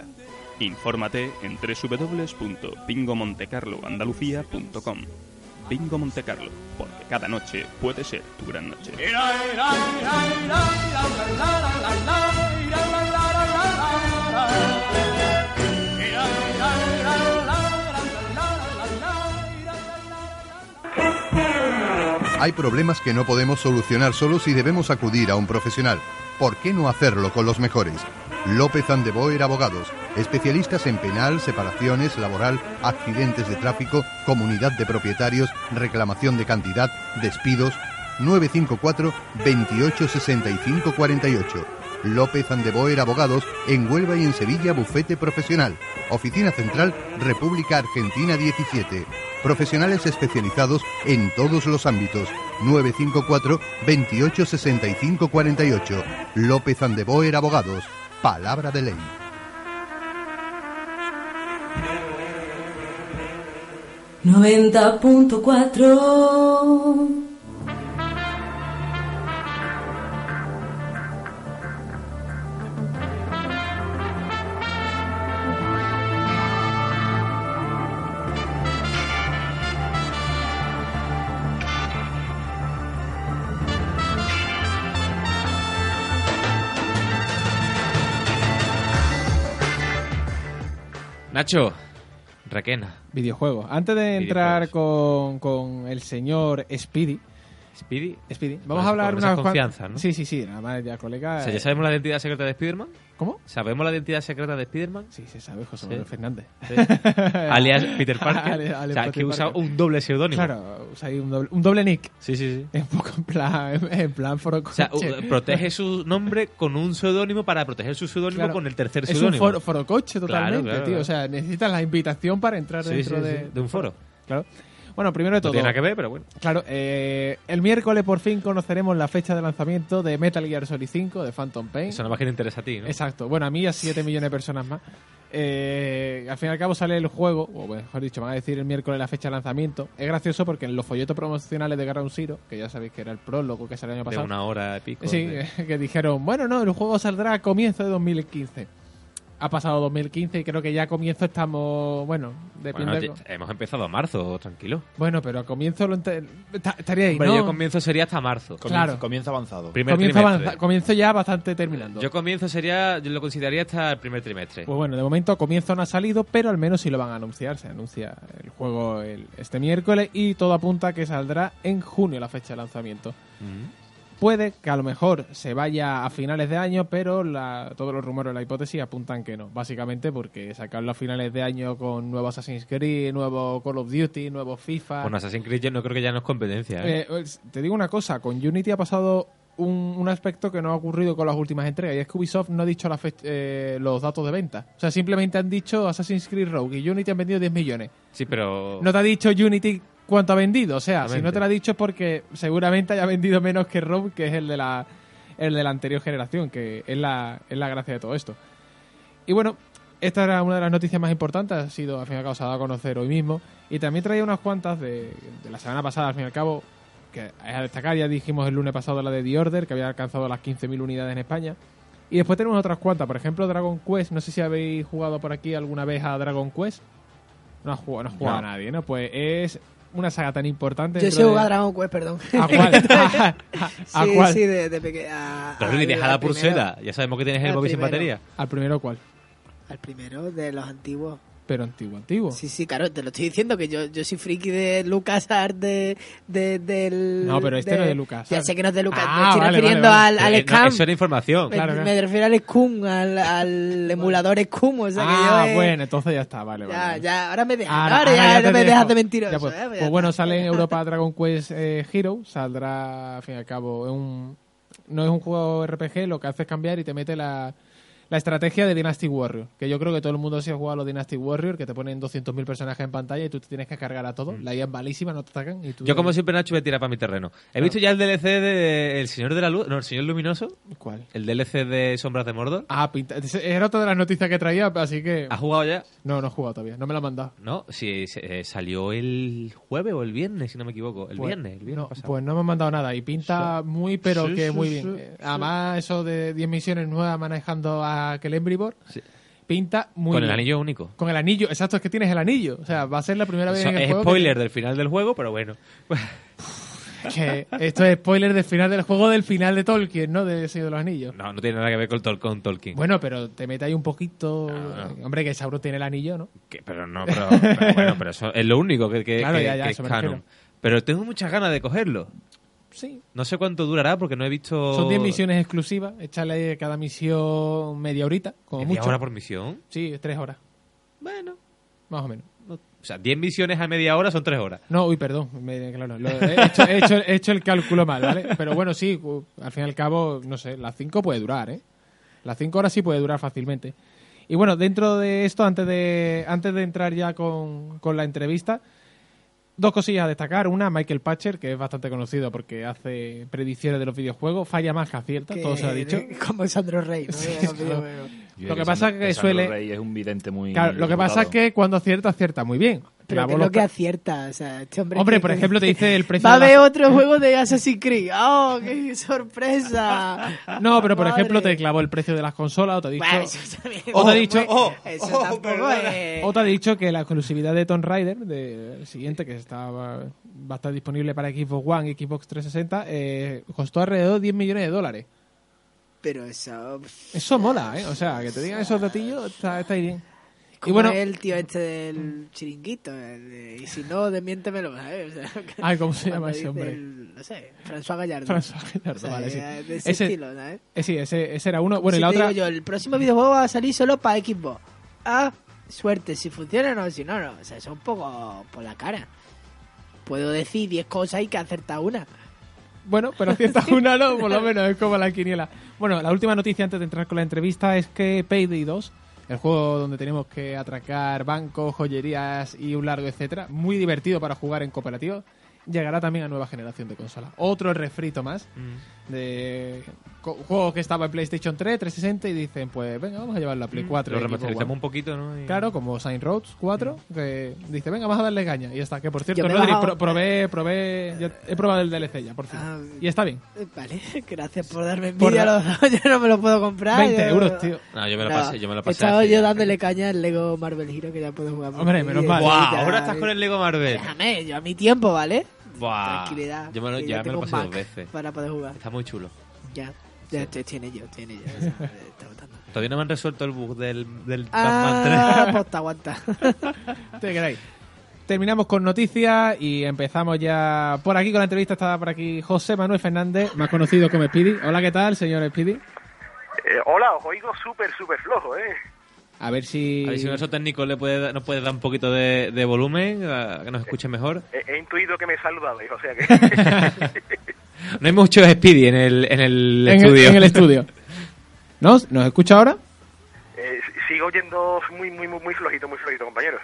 Speaker 8: Infórmate en www.bingomontecarloandalucía.com. Bingo Monte Carlo, porque cada noche puede ser tu gran noche.
Speaker 10: Hay problemas que no podemos solucionar solos y debemos acudir a un profesional. ¿Por qué no hacerlo con los mejores? López Andeboer Abogados, especialistas en penal, separaciones, laboral, accidentes de tráfico, comunidad de propietarios, reclamación de cantidad, despidos. 954 286548 López Andeboer Abogados, en Huelva y en Sevilla, bufete profesional. Oficina Central, República Argentina 17. Profesionales especializados en todos los ámbitos. 954-286548. López Andeboer Abogados. Palabra de ley.
Speaker 12: Noventa punto cuatro.
Speaker 1: Nacho, Requena.
Speaker 3: Videojuegos. Antes de entrar con, con el señor Speedy.
Speaker 1: Speedy.
Speaker 3: Speedy. Vamos
Speaker 1: Con
Speaker 3: a
Speaker 1: esa-
Speaker 3: hablar
Speaker 1: con
Speaker 3: unas
Speaker 1: esa
Speaker 3: cuan-
Speaker 1: confianza, ¿no?
Speaker 3: Sí, sí, sí. Nada más ya, colega.
Speaker 1: O sea,
Speaker 3: eh,
Speaker 1: ¿ya sabemos la identidad secreta de Spiderman?
Speaker 3: ¿Cómo?
Speaker 1: ¿Sabemos la identidad secreta de Spiderman?
Speaker 3: Sí, se sabe, José Manuel Fernández.
Speaker 1: Sí. Alias Peter Parker.
Speaker 3: Ale-
Speaker 1: o
Speaker 3: alias
Speaker 1: sea, que
Speaker 3: Peter
Speaker 1: usa
Speaker 3: Parker.
Speaker 1: un doble seudónimo.
Speaker 3: Claro, usa ahí un doble, un doble nick.
Speaker 1: Sí, sí, sí.
Speaker 3: Es un poco en plan, en plan foro
Speaker 1: O sea, u- protege su nombre con un seudónimo para proteger su seudónimo con el tercer
Speaker 3: Es un
Speaker 1: seudónimo.
Speaker 3: foro, forocoche
Speaker 1: Claro,
Speaker 3: totalmente,
Speaker 1: claro, claro.
Speaker 3: tío. O sea, necesitas la invitación para entrar
Speaker 1: Sí,
Speaker 3: dentro
Speaker 1: sí,
Speaker 3: de...
Speaker 1: sí, de un foro.
Speaker 3: Claro. Bueno, primero de
Speaker 1: No
Speaker 3: todo...
Speaker 1: tiene nada que ver, pero bueno.
Speaker 3: Claro, eh, el miércoles por fin conoceremos la fecha de lanzamiento de Metal Gear Solid 5 de Phantom Pain.
Speaker 1: Eso nada más que te interesa a ti, ¿no?
Speaker 3: Exacto. Bueno, a mí y a 7 millones de personas más. Eh, al fin y al cabo sale el juego, o mejor dicho, van a decir el miércoles la fecha de lanzamiento. Es gracioso porque en los folletos promocionales de Ground Zero, que ya sabéis que era el prólogo que salió el año
Speaker 1: De
Speaker 3: pasado,
Speaker 1: una hora y pico.
Speaker 3: Sí,
Speaker 1: de-
Speaker 3: que dijeron, bueno, no, el juego saldrá a comienzo de 2015. Ha pasado 2015 y creo que ya a comienzo estamos, bueno, depende.
Speaker 1: Bueno,
Speaker 3: Bueno,
Speaker 1: ya- hemos empezado a marzo, tranquilo.
Speaker 3: bueno pero a comienzo lo ente- ta- estaría ahí,
Speaker 1: Hombre,
Speaker 3: ¿no?
Speaker 1: yo comienzo sería hasta marzo.
Speaker 3: Comienzo- Claro.
Speaker 4: Comienza avanzado.
Speaker 1: Primer
Speaker 3: comienzo,
Speaker 1: trimestre.
Speaker 3: avanza- comienzo ya bastante terminando.
Speaker 1: Yo comienzo sería, yo lo consideraría hasta el primer trimestre.
Speaker 3: Pues bueno, de momento comienzo no ha salido, pero al menos sí lo van a anunciar. Se anuncia el juego el- este miércoles y todo apunta a que saldrá en junio la fecha de lanzamiento. Puede que a lo mejor se vaya a finales de año, pero la- todos los rumores, la hipótesis apuntan que no. Básicamente porque sacarlo a finales de año con nuevo Assassin's Creed, nuevo Call of Duty, nuevo FIFA.
Speaker 1: Con Assassin's Creed yo no creo que ya no es competencia. ¿eh?
Speaker 3: Eh, es- te digo una cosa, con Unity ha pasado un, un aspecto que no ha ocurrido con las últimas entregas y es que Ubisoft no ha dicho la fech- eh, los datos de venta. O sea, simplemente han dicho Assassin's Creed Rogue y Unity han vendido 10 millones.
Speaker 1: sí, pero...
Speaker 3: No te ha dicho Unity cuánto ha vendido. O sea, si no
Speaker 1: Exactamente.
Speaker 3: te lo ha dicho es porque seguramente haya vendido menos que Rob, que es el de la, el de la anterior generación, que es la, es la gracia de todo esto. Y bueno, esta era una de las noticias más importantes, ha sido, al fin y al cabo, se ha dado a conocer hoy mismo. Y también traía unas cuantas de, de la semana pasada, al fin y al cabo, que es a destacar, ya dijimos el lunes pasado la de The Order, que había alcanzado las 15.000 unidades en España. Y después tenemos otras cuantas, por ejemplo Dragon Quest, no sé si habéis jugado por aquí alguna vez a Dragon Quest. No ha jugado, no ha jugado
Speaker 1: No.
Speaker 3: a nadie, ¿no? Pues es una saga tan importante.
Speaker 2: Yo
Speaker 3: dentro
Speaker 2: sé
Speaker 3: de-
Speaker 2: jugar a Dragon Quest, perdón.
Speaker 3: ¿A cuál? ¿A, a- a
Speaker 2: sí,
Speaker 3: cuál?
Speaker 2: sí, de, de pequeña.
Speaker 1: Pero Lili, deja la pulsera. Ya sabemos que tienes el
Speaker 2: Al
Speaker 1: móvil sin
Speaker 2: primero.
Speaker 1: batería.
Speaker 3: ¿Al primero cuál?
Speaker 2: Al primero de los antiguos.
Speaker 3: Pero antiguo, antiguo.
Speaker 2: Sí, sí, claro, te lo estoy diciendo que yo, yo soy friki de Lucas de, de- del.
Speaker 3: No, pero este no es de LucasArts.
Speaker 2: Ya sé que no es de Lucas.
Speaker 3: Ah,
Speaker 2: me estoy
Speaker 3: vale,
Speaker 2: refiriendo
Speaker 3: vale, vale.
Speaker 2: al, al
Speaker 1: Eh, no,
Speaker 2: Scam.
Speaker 1: eso era información.
Speaker 2: me,
Speaker 3: claro, claro.
Speaker 2: me refiero al Scum, al, al emulador Scum. O sea que
Speaker 3: ah,
Speaker 2: yo. eh,
Speaker 3: bueno, entonces ya está, vale,
Speaker 2: Ya,
Speaker 3: vale.
Speaker 2: ya, ahora me dejas. Ahora,
Speaker 3: Ahora- ahora
Speaker 2: ya,
Speaker 3: ya
Speaker 2: no
Speaker 3: te
Speaker 2: me
Speaker 3: dejo.
Speaker 2: dejas de mentiroso.
Speaker 3: Ya, pues,
Speaker 2: eh, ya
Speaker 3: pues
Speaker 2: está.
Speaker 3: bueno, sale en Europa Dragon Quest eh, Hero, saldrá, al fin y al cabo, es un, no es un juego RPG, lo que hace es cambiar y te mete la, la estrategia de Dynasty Warrior, que yo creo que todo el mundo se ha jugado a los Dynasty Warrior, que te ponen 200.000 personajes en pantalla y tú te tienes que cargar a todo. La IA es malísima, no te atacan. Y tú
Speaker 1: Mm. Yo, como siempre, Nacho, voy a tirar para mi terreno. He visto ya el DLC de El Señor de la Luz, no, El Señor Luminoso,
Speaker 3: ¿Cuál?
Speaker 1: el DLC de Sombras de Mordor.
Speaker 3: Ah, pinta. Era otra de las noticias que traía, así que.
Speaker 1: ¿Has jugado ya?
Speaker 3: No, no he jugado todavía. No me la han mandado.
Speaker 1: No, si salió el jueves o el viernes, si no me equivoco. El
Speaker 3: Pues-
Speaker 1: viernes, el viernes
Speaker 3: no,
Speaker 1: pasado.
Speaker 3: Pues no me han mandado nada y pinta muy, pero
Speaker 1: Sí,
Speaker 3: que
Speaker 1: sí,
Speaker 3: muy
Speaker 1: sí,
Speaker 3: bien.
Speaker 1: sí.
Speaker 3: Eh, Además, eso de 10 misiones nuevas manejando a Celebrimbor,
Speaker 1: Sí.
Speaker 3: pinta muy
Speaker 1: Con el
Speaker 3: bien.
Speaker 1: anillo único.
Speaker 3: Con el anillo, exacto, es que tienes el anillo. O sea, va a ser la primera vez
Speaker 1: Eso
Speaker 3: en el
Speaker 1: es
Speaker 3: juego.
Speaker 1: spoiler del final del juego, pero bueno.
Speaker 3: Que, que esto es spoiler del final del juego, del final de Tolkien, ¿no? De Señor de los Anillos.
Speaker 1: No, no tiene nada que ver con, Tol- con Tolkien.
Speaker 3: Bueno, pero te mete ahí un poquito.
Speaker 1: No, no.
Speaker 3: Hombre, que Sauron tiene el anillo, ¿no?
Speaker 1: Que- pero no, pero, pero bueno, pero eso es lo único que, que-
Speaker 3: Claro,
Speaker 1: que-
Speaker 3: ya, ya,
Speaker 1: que es
Speaker 3: eso me
Speaker 1: canon.
Speaker 3: refiero.
Speaker 1: Pero tengo muchas ganas de cogerlo.
Speaker 3: Sí.
Speaker 1: No sé cuánto durará porque no he visto.
Speaker 3: Son 10 misiones exclusivas. Échale cada misión media horita, como
Speaker 1: ¿Media
Speaker 3: mucho.
Speaker 1: hora por misión?
Speaker 3: Sí, tres horas,
Speaker 1: Bueno.
Speaker 3: más o menos.
Speaker 1: no- o sea, 10 misiones a media hora son 3 horas.
Speaker 3: No, uy, perdón, me- claro, lo- he, hecho, he hecho- he hecho el cálculo mal, ¿vale? Pero bueno, sí, u- al fin y al cabo, no sé, las 5 puede durar, ¿eh? Las 5 horas sí puede durar fácilmente. Y bueno, dentro de esto, antes de, antes de entrar ya con, con la entrevista, dos cosillas a destacar. Una, Michael Patcher, que es bastante conocido porque hace predicciones de los videojuegos, falla más que acierta, todo se ha dicho.
Speaker 2: Como Sandro Rey. ¿no?
Speaker 3: Sí,
Speaker 2: De los
Speaker 3: claro.
Speaker 2: videojuegos.
Speaker 3: Lo que pasa es que suele-
Speaker 4: Rey es un vidente muy.
Speaker 3: Claro, lo que pasa es que cuando acierta, acierta muy bien.
Speaker 2: Pero
Speaker 3: Clavó
Speaker 2: que es
Speaker 3: los
Speaker 2: lo que
Speaker 3: ca-
Speaker 2: acierta. O sea, este hombre,
Speaker 3: Hombre,
Speaker 2: que-
Speaker 3: por ejemplo, te dice el precio
Speaker 2: Va a
Speaker 3: de la-
Speaker 2: haber otro juego de Assassin's Creed. ¡Oh, qué sorpresa!
Speaker 3: No, pero por
Speaker 2: Madre.
Speaker 3: ejemplo, te clavó el precio de las consolas o te ha dicho.
Speaker 2: Bueno, eso también-
Speaker 3: O te ha dicho- "Oh,
Speaker 2: Bueno, eh, eso tampoco es-
Speaker 3: Otra ha dicho que la exclusividad de Tomb Raider, de, el siguiente que estaba, va a estar disponible para Xbox One y Xbox 360, eh, costó alrededor de 10 millones de dólares.
Speaker 2: Pero eso...
Speaker 3: Eso mola, ¿eh? O sea, que te digan esos datillos está, está ahí bien.
Speaker 2: Como
Speaker 3: Y bueno,
Speaker 2: el tío este del chiringuito. el de- y si no, desmiéntemelo. ¿sabes? O sea,
Speaker 3: Ay, ¿cómo se
Speaker 2: cuando
Speaker 3: llama ese
Speaker 2: dice
Speaker 3: hombre?
Speaker 2: el- no sé, François Gallardo.
Speaker 3: François Gallardo,
Speaker 2: O sea,
Speaker 3: vale, sí.
Speaker 2: De ese,
Speaker 3: Ese-
Speaker 2: estilo, ¿sabes?
Speaker 3: eh, sí, ese, ese era uno. Bueno,
Speaker 2: Si
Speaker 3: y la
Speaker 2: te
Speaker 3: otra.
Speaker 2: digo yo, el próximo videojuego va a salir solo para Xbox. Ah, suerte, si funciona o no, si no, no. O sea, eso es un poco por la cara. Puedo decir 10 cosas y que acerta una.
Speaker 3: Bueno, pero aciertas una, ¿no? Por lo menos es como la quiniela. Bueno, la última noticia antes de entrar con la entrevista es que Payday 2, el juego donde tenemos que atracar bancos, joyerías y un largo etcétera, muy divertido para jugar en cooperativo, llegará también a nueva generación de consolas. Otro refrito más de co- juegos que estaba en PlayStation 3, 360 y dicen, pues venga, vamos a llevarlo a Play
Speaker 1: Mm.
Speaker 3: 4.
Speaker 1: Lo
Speaker 3: y Xbox
Speaker 1: remasterizamos
Speaker 3: One.
Speaker 1: un poquito, ¿no? Y- Mm.
Speaker 3: Claro, como Saint Roads 4, que dice, venga, vamos a darle caña. Y está, que por cierto,
Speaker 2: me he
Speaker 3: Rodri,
Speaker 2: bajado-
Speaker 3: pro- probé, probé, ya he probado el DLC ya, por fin.
Speaker 2: Ah.
Speaker 3: Y está bien.
Speaker 2: Eh, Vale, gracias por darme
Speaker 3: Por
Speaker 2: envidia.
Speaker 3: dar-
Speaker 2: los dos. Yo no me lo puedo comprar.
Speaker 3: 20
Speaker 2: yo-
Speaker 3: euros, tío.
Speaker 1: No, yo me lo
Speaker 2: Nada,
Speaker 1: pasé, yo me lo pasé.
Speaker 2: Estaba
Speaker 1: hace
Speaker 2: yo
Speaker 1: ya.
Speaker 2: dándole caña al Lego Marvel Hero que ya puedo jugar. por
Speaker 3: Hombre,
Speaker 2: mí,
Speaker 3: menos
Speaker 2: y-
Speaker 3: mal.
Speaker 2: y
Speaker 1: ¡Guau!
Speaker 2: ya-
Speaker 1: Ahora estás con el Lego Marvel.
Speaker 2: Déjame, yo a mi tiempo, ¿vale?
Speaker 1: ¡Buah!
Speaker 2: Tranquilidad.
Speaker 1: Yo me lo,
Speaker 2: que
Speaker 1: ya me
Speaker 2: tengo
Speaker 1: lo
Speaker 2: un
Speaker 1: pasé dos
Speaker 2: Mac
Speaker 1: veces.
Speaker 2: Para poder jugar.
Speaker 1: Está muy chulo.
Speaker 2: Ya, ya estoy, estoy en ello, estoy en ello. o sea, eh, está votando.
Speaker 1: Todavía no me han resuelto el bug del, del
Speaker 2: Ah,
Speaker 1: Batman 3.
Speaker 2: pues te aguanta.
Speaker 3: Te queráis. Terminamos con noticias y empezamos ya por aquí con la entrevista. Estaba por aquí José Manuel Fernández, más conocido como Speedy. Hola, ¿qué tal, señor Speedy?
Speaker 11: Eh, hola, os oigo súper, súper flojo, ¿eh?
Speaker 3: A ver si...
Speaker 1: A ver si nuestro técnico le puede, da- nos puede dar un poquito de, de volumen, a- que nos escuche mejor.
Speaker 11: He, he intuido que me saludabais, o sea que...
Speaker 1: No hay muchos Speedy en el, en el
Speaker 3: en, el,
Speaker 1: estudio.
Speaker 3: en el estudio. ¿Nos, ¿Nos escucha ahora?
Speaker 11: eh, sigo oyendo muy, muy, muy, muy flojito, muy flojito, compañeros.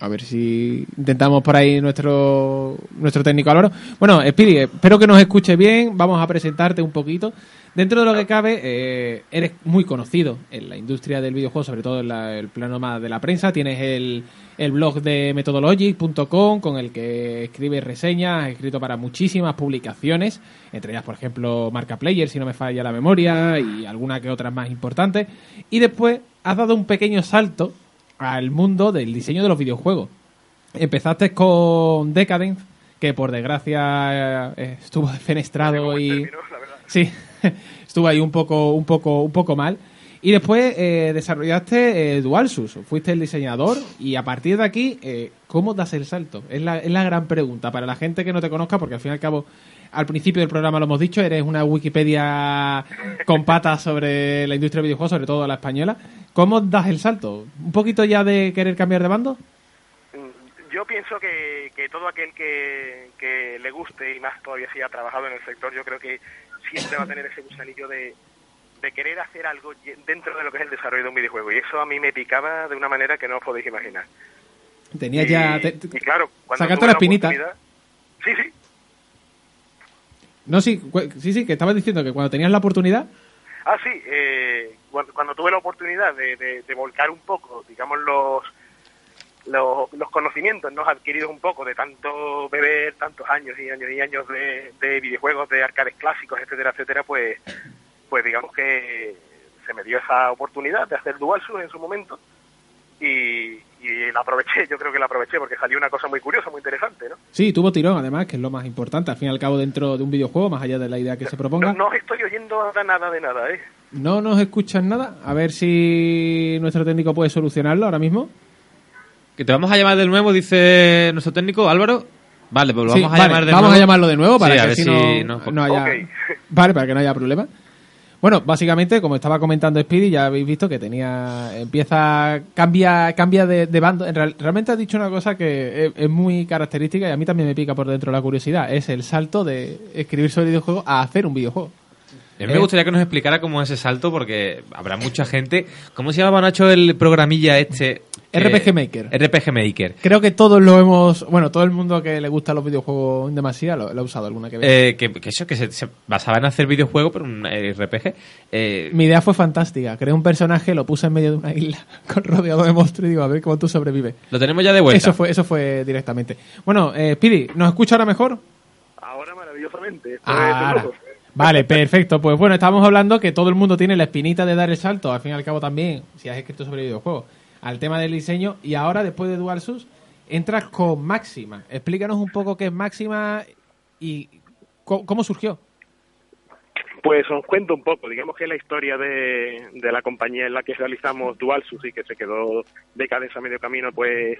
Speaker 3: A ver si intentamos por ahí nuestro, nuestro técnico al oro. Bueno, Speedy, espero que nos escuche bien. Vamos a presentarte un poquito. Dentro de lo que cabe, eh, eres muy conocido en la industria del videojuego, sobre todo en la- el plano más de la prensa. Tienes el, el blog de methodologic.com con el que escribes reseñas, has escrito para muchísimas publicaciones, entre ellas, por ejemplo, Marca Player, si no me falla la memoria, y alguna que otras más importantes. Y después has dado un pequeño salto al mundo del diseño de los videojuegos. Empezaste con Decadence, que por desgracia eh, estuvo defenestrado y... Sí, estuvo ahí un poco, un poco, un poco mal. Y después eh, desarrollaste eh, DualSense, fuiste el diseñador y a partir de aquí, eh, ¿cómo das el salto? Es la, es la gran pregunta para la gente que no te conozca, porque al fin y al cabo, al principio del programa lo hemos dicho, eres una Wikipedia con patas sobre la industria del videojuego, sobre todo la española. ¿Cómo das el salto? ¿Un poquito ya de querer cambiar de bando?
Speaker 11: Mm, Yo pienso que, que todo aquel que, que le guste y más todavía si ha trabajado en el sector, yo creo que siempre va a tener ese gusanillo de, de querer hacer algo ye- dentro de lo que es el desarrollo de un videojuego. Y eso a mí me picaba de una manera que no os podéis imaginar.
Speaker 3: Tenías
Speaker 11: Y-
Speaker 3: ya. te-
Speaker 11: y claro, cuando
Speaker 3: sacaste
Speaker 11: tuve
Speaker 3: la
Speaker 11: la
Speaker 3: espinita.
Speaker 11: oportunidad- Sí, sí.
Speaker 3: No, sí, cu- sí, sí, que estabas diciendo que cuando tenías la oportunidad.
Speaker 11: Ah, sí, eh, cuando, cuando tuve la oportunidad de, de- de volcar un poco, digamos, los, los, los conocimientos ¿no? adquiridos un poco de tanto beber, tantos años y años y años de, de videojuegos, de arcades clásicos, etcétera, etcétera, pues, pues digamos que se me dio esa oportunidad de hacer Dual Sur en su momento y, y la aproveché, yo creo que la aproveché porque salió una cosa muy curiosa, muy interesante, ¿no?
Speaker 3: Sí, tuvo tirón, además, que es lo más importante. Al fin y al cabo, dentro de un videojuego, más allá de la idea que se proponga.
Speaker 11: No os estoy oyendo ahora nada de nada, ¿eh?
Speaker 3: No nos escuchan nada. A ver si nuestro técnico puede solucionarlo ahora mismo.
Speaker 1: Que te vamos a llamar de nuevo, dice nuestro técnico Álvaro. Vale, pues lo
Speaker 3: Sí,
Speaker 1: vamos a
Speaker 3: vale,
Speaker 1: llamar de
Speaker 3: vamos
Speaker 1: nuevo.
Speaker 3: a llamarlo de nuevo para
Speaker 1: Sí, a
Speaker 3: que
Speaker 1: ver
Speaker 3: así
Speaker 1: si
Speaker 3: no,
Speaker 1: nos-
Speaker 3: no haya. Vale, para que no haya problema. Bueno, básicamente, como estaba comentando Speedy, ya habéis visto que tenía. Empieza. Cambia cambia de, de bando. En real- realmente has dicho una cosa que es, es muy característica y a mí también me pica por dentro la curiosidad. Es el salto de escribir sobre videojuegos a hacer un videojuego.
Speaker 1: A
Speaker 3: Eh.
Speaker 1: mí me gustaría que nos explicara cómo es ese salto, porque habrá mucha gente. ¿Cómo se llamaba Nacho el programilla este?
Speaker 3: RPG
Speaker 1: Eh,
Speaker 3: Maker.
Speaker 1: RPG Maker.
Speaker 3: Creo que todos lo hemos. Bueno, todo el mundo que le gusta los videojuegos demasiado lo, lo ha usado alguna que vez.
Speaker 1: Eh, que, que eso, que se, se basaba en hacer videojuegos, pero un RPG. Eh,
Speaker 3: Mi idea fue fantástica. Creé un personaje, lo puse en medio de una isla con rodeado de monstruos y digo, a ver cómo tú sobrevives.
Speaker 1: lo tenemos ya de vuelta.
Speaker 3: Eso fue, eso fue directamente. Bueno, eh, Speedy, ¿nos escucha ahora mejor?
Speaker 11: Ahora maravillosamente. esto es de
Speaker 3: Ahora.
Speaker 11: lujo.
Speaker 3: Vale, perfecto. Pues bueno, estábamos hablando que todo el mundo tiene la espinita de dar el salto, al fin y al cabo también, si has escrito sobre videojuegos, al tema del diseño. Y ahora, después de Dualsus, entras con Máxima. Explícanos un poco qué es Máxima y co- cómo surgió.
Speaker 11: Pues os cuento un poco, digamos que la historia de, de la compañía en la que realizamos Dualsus y que se quedó décadas a medio camino, pues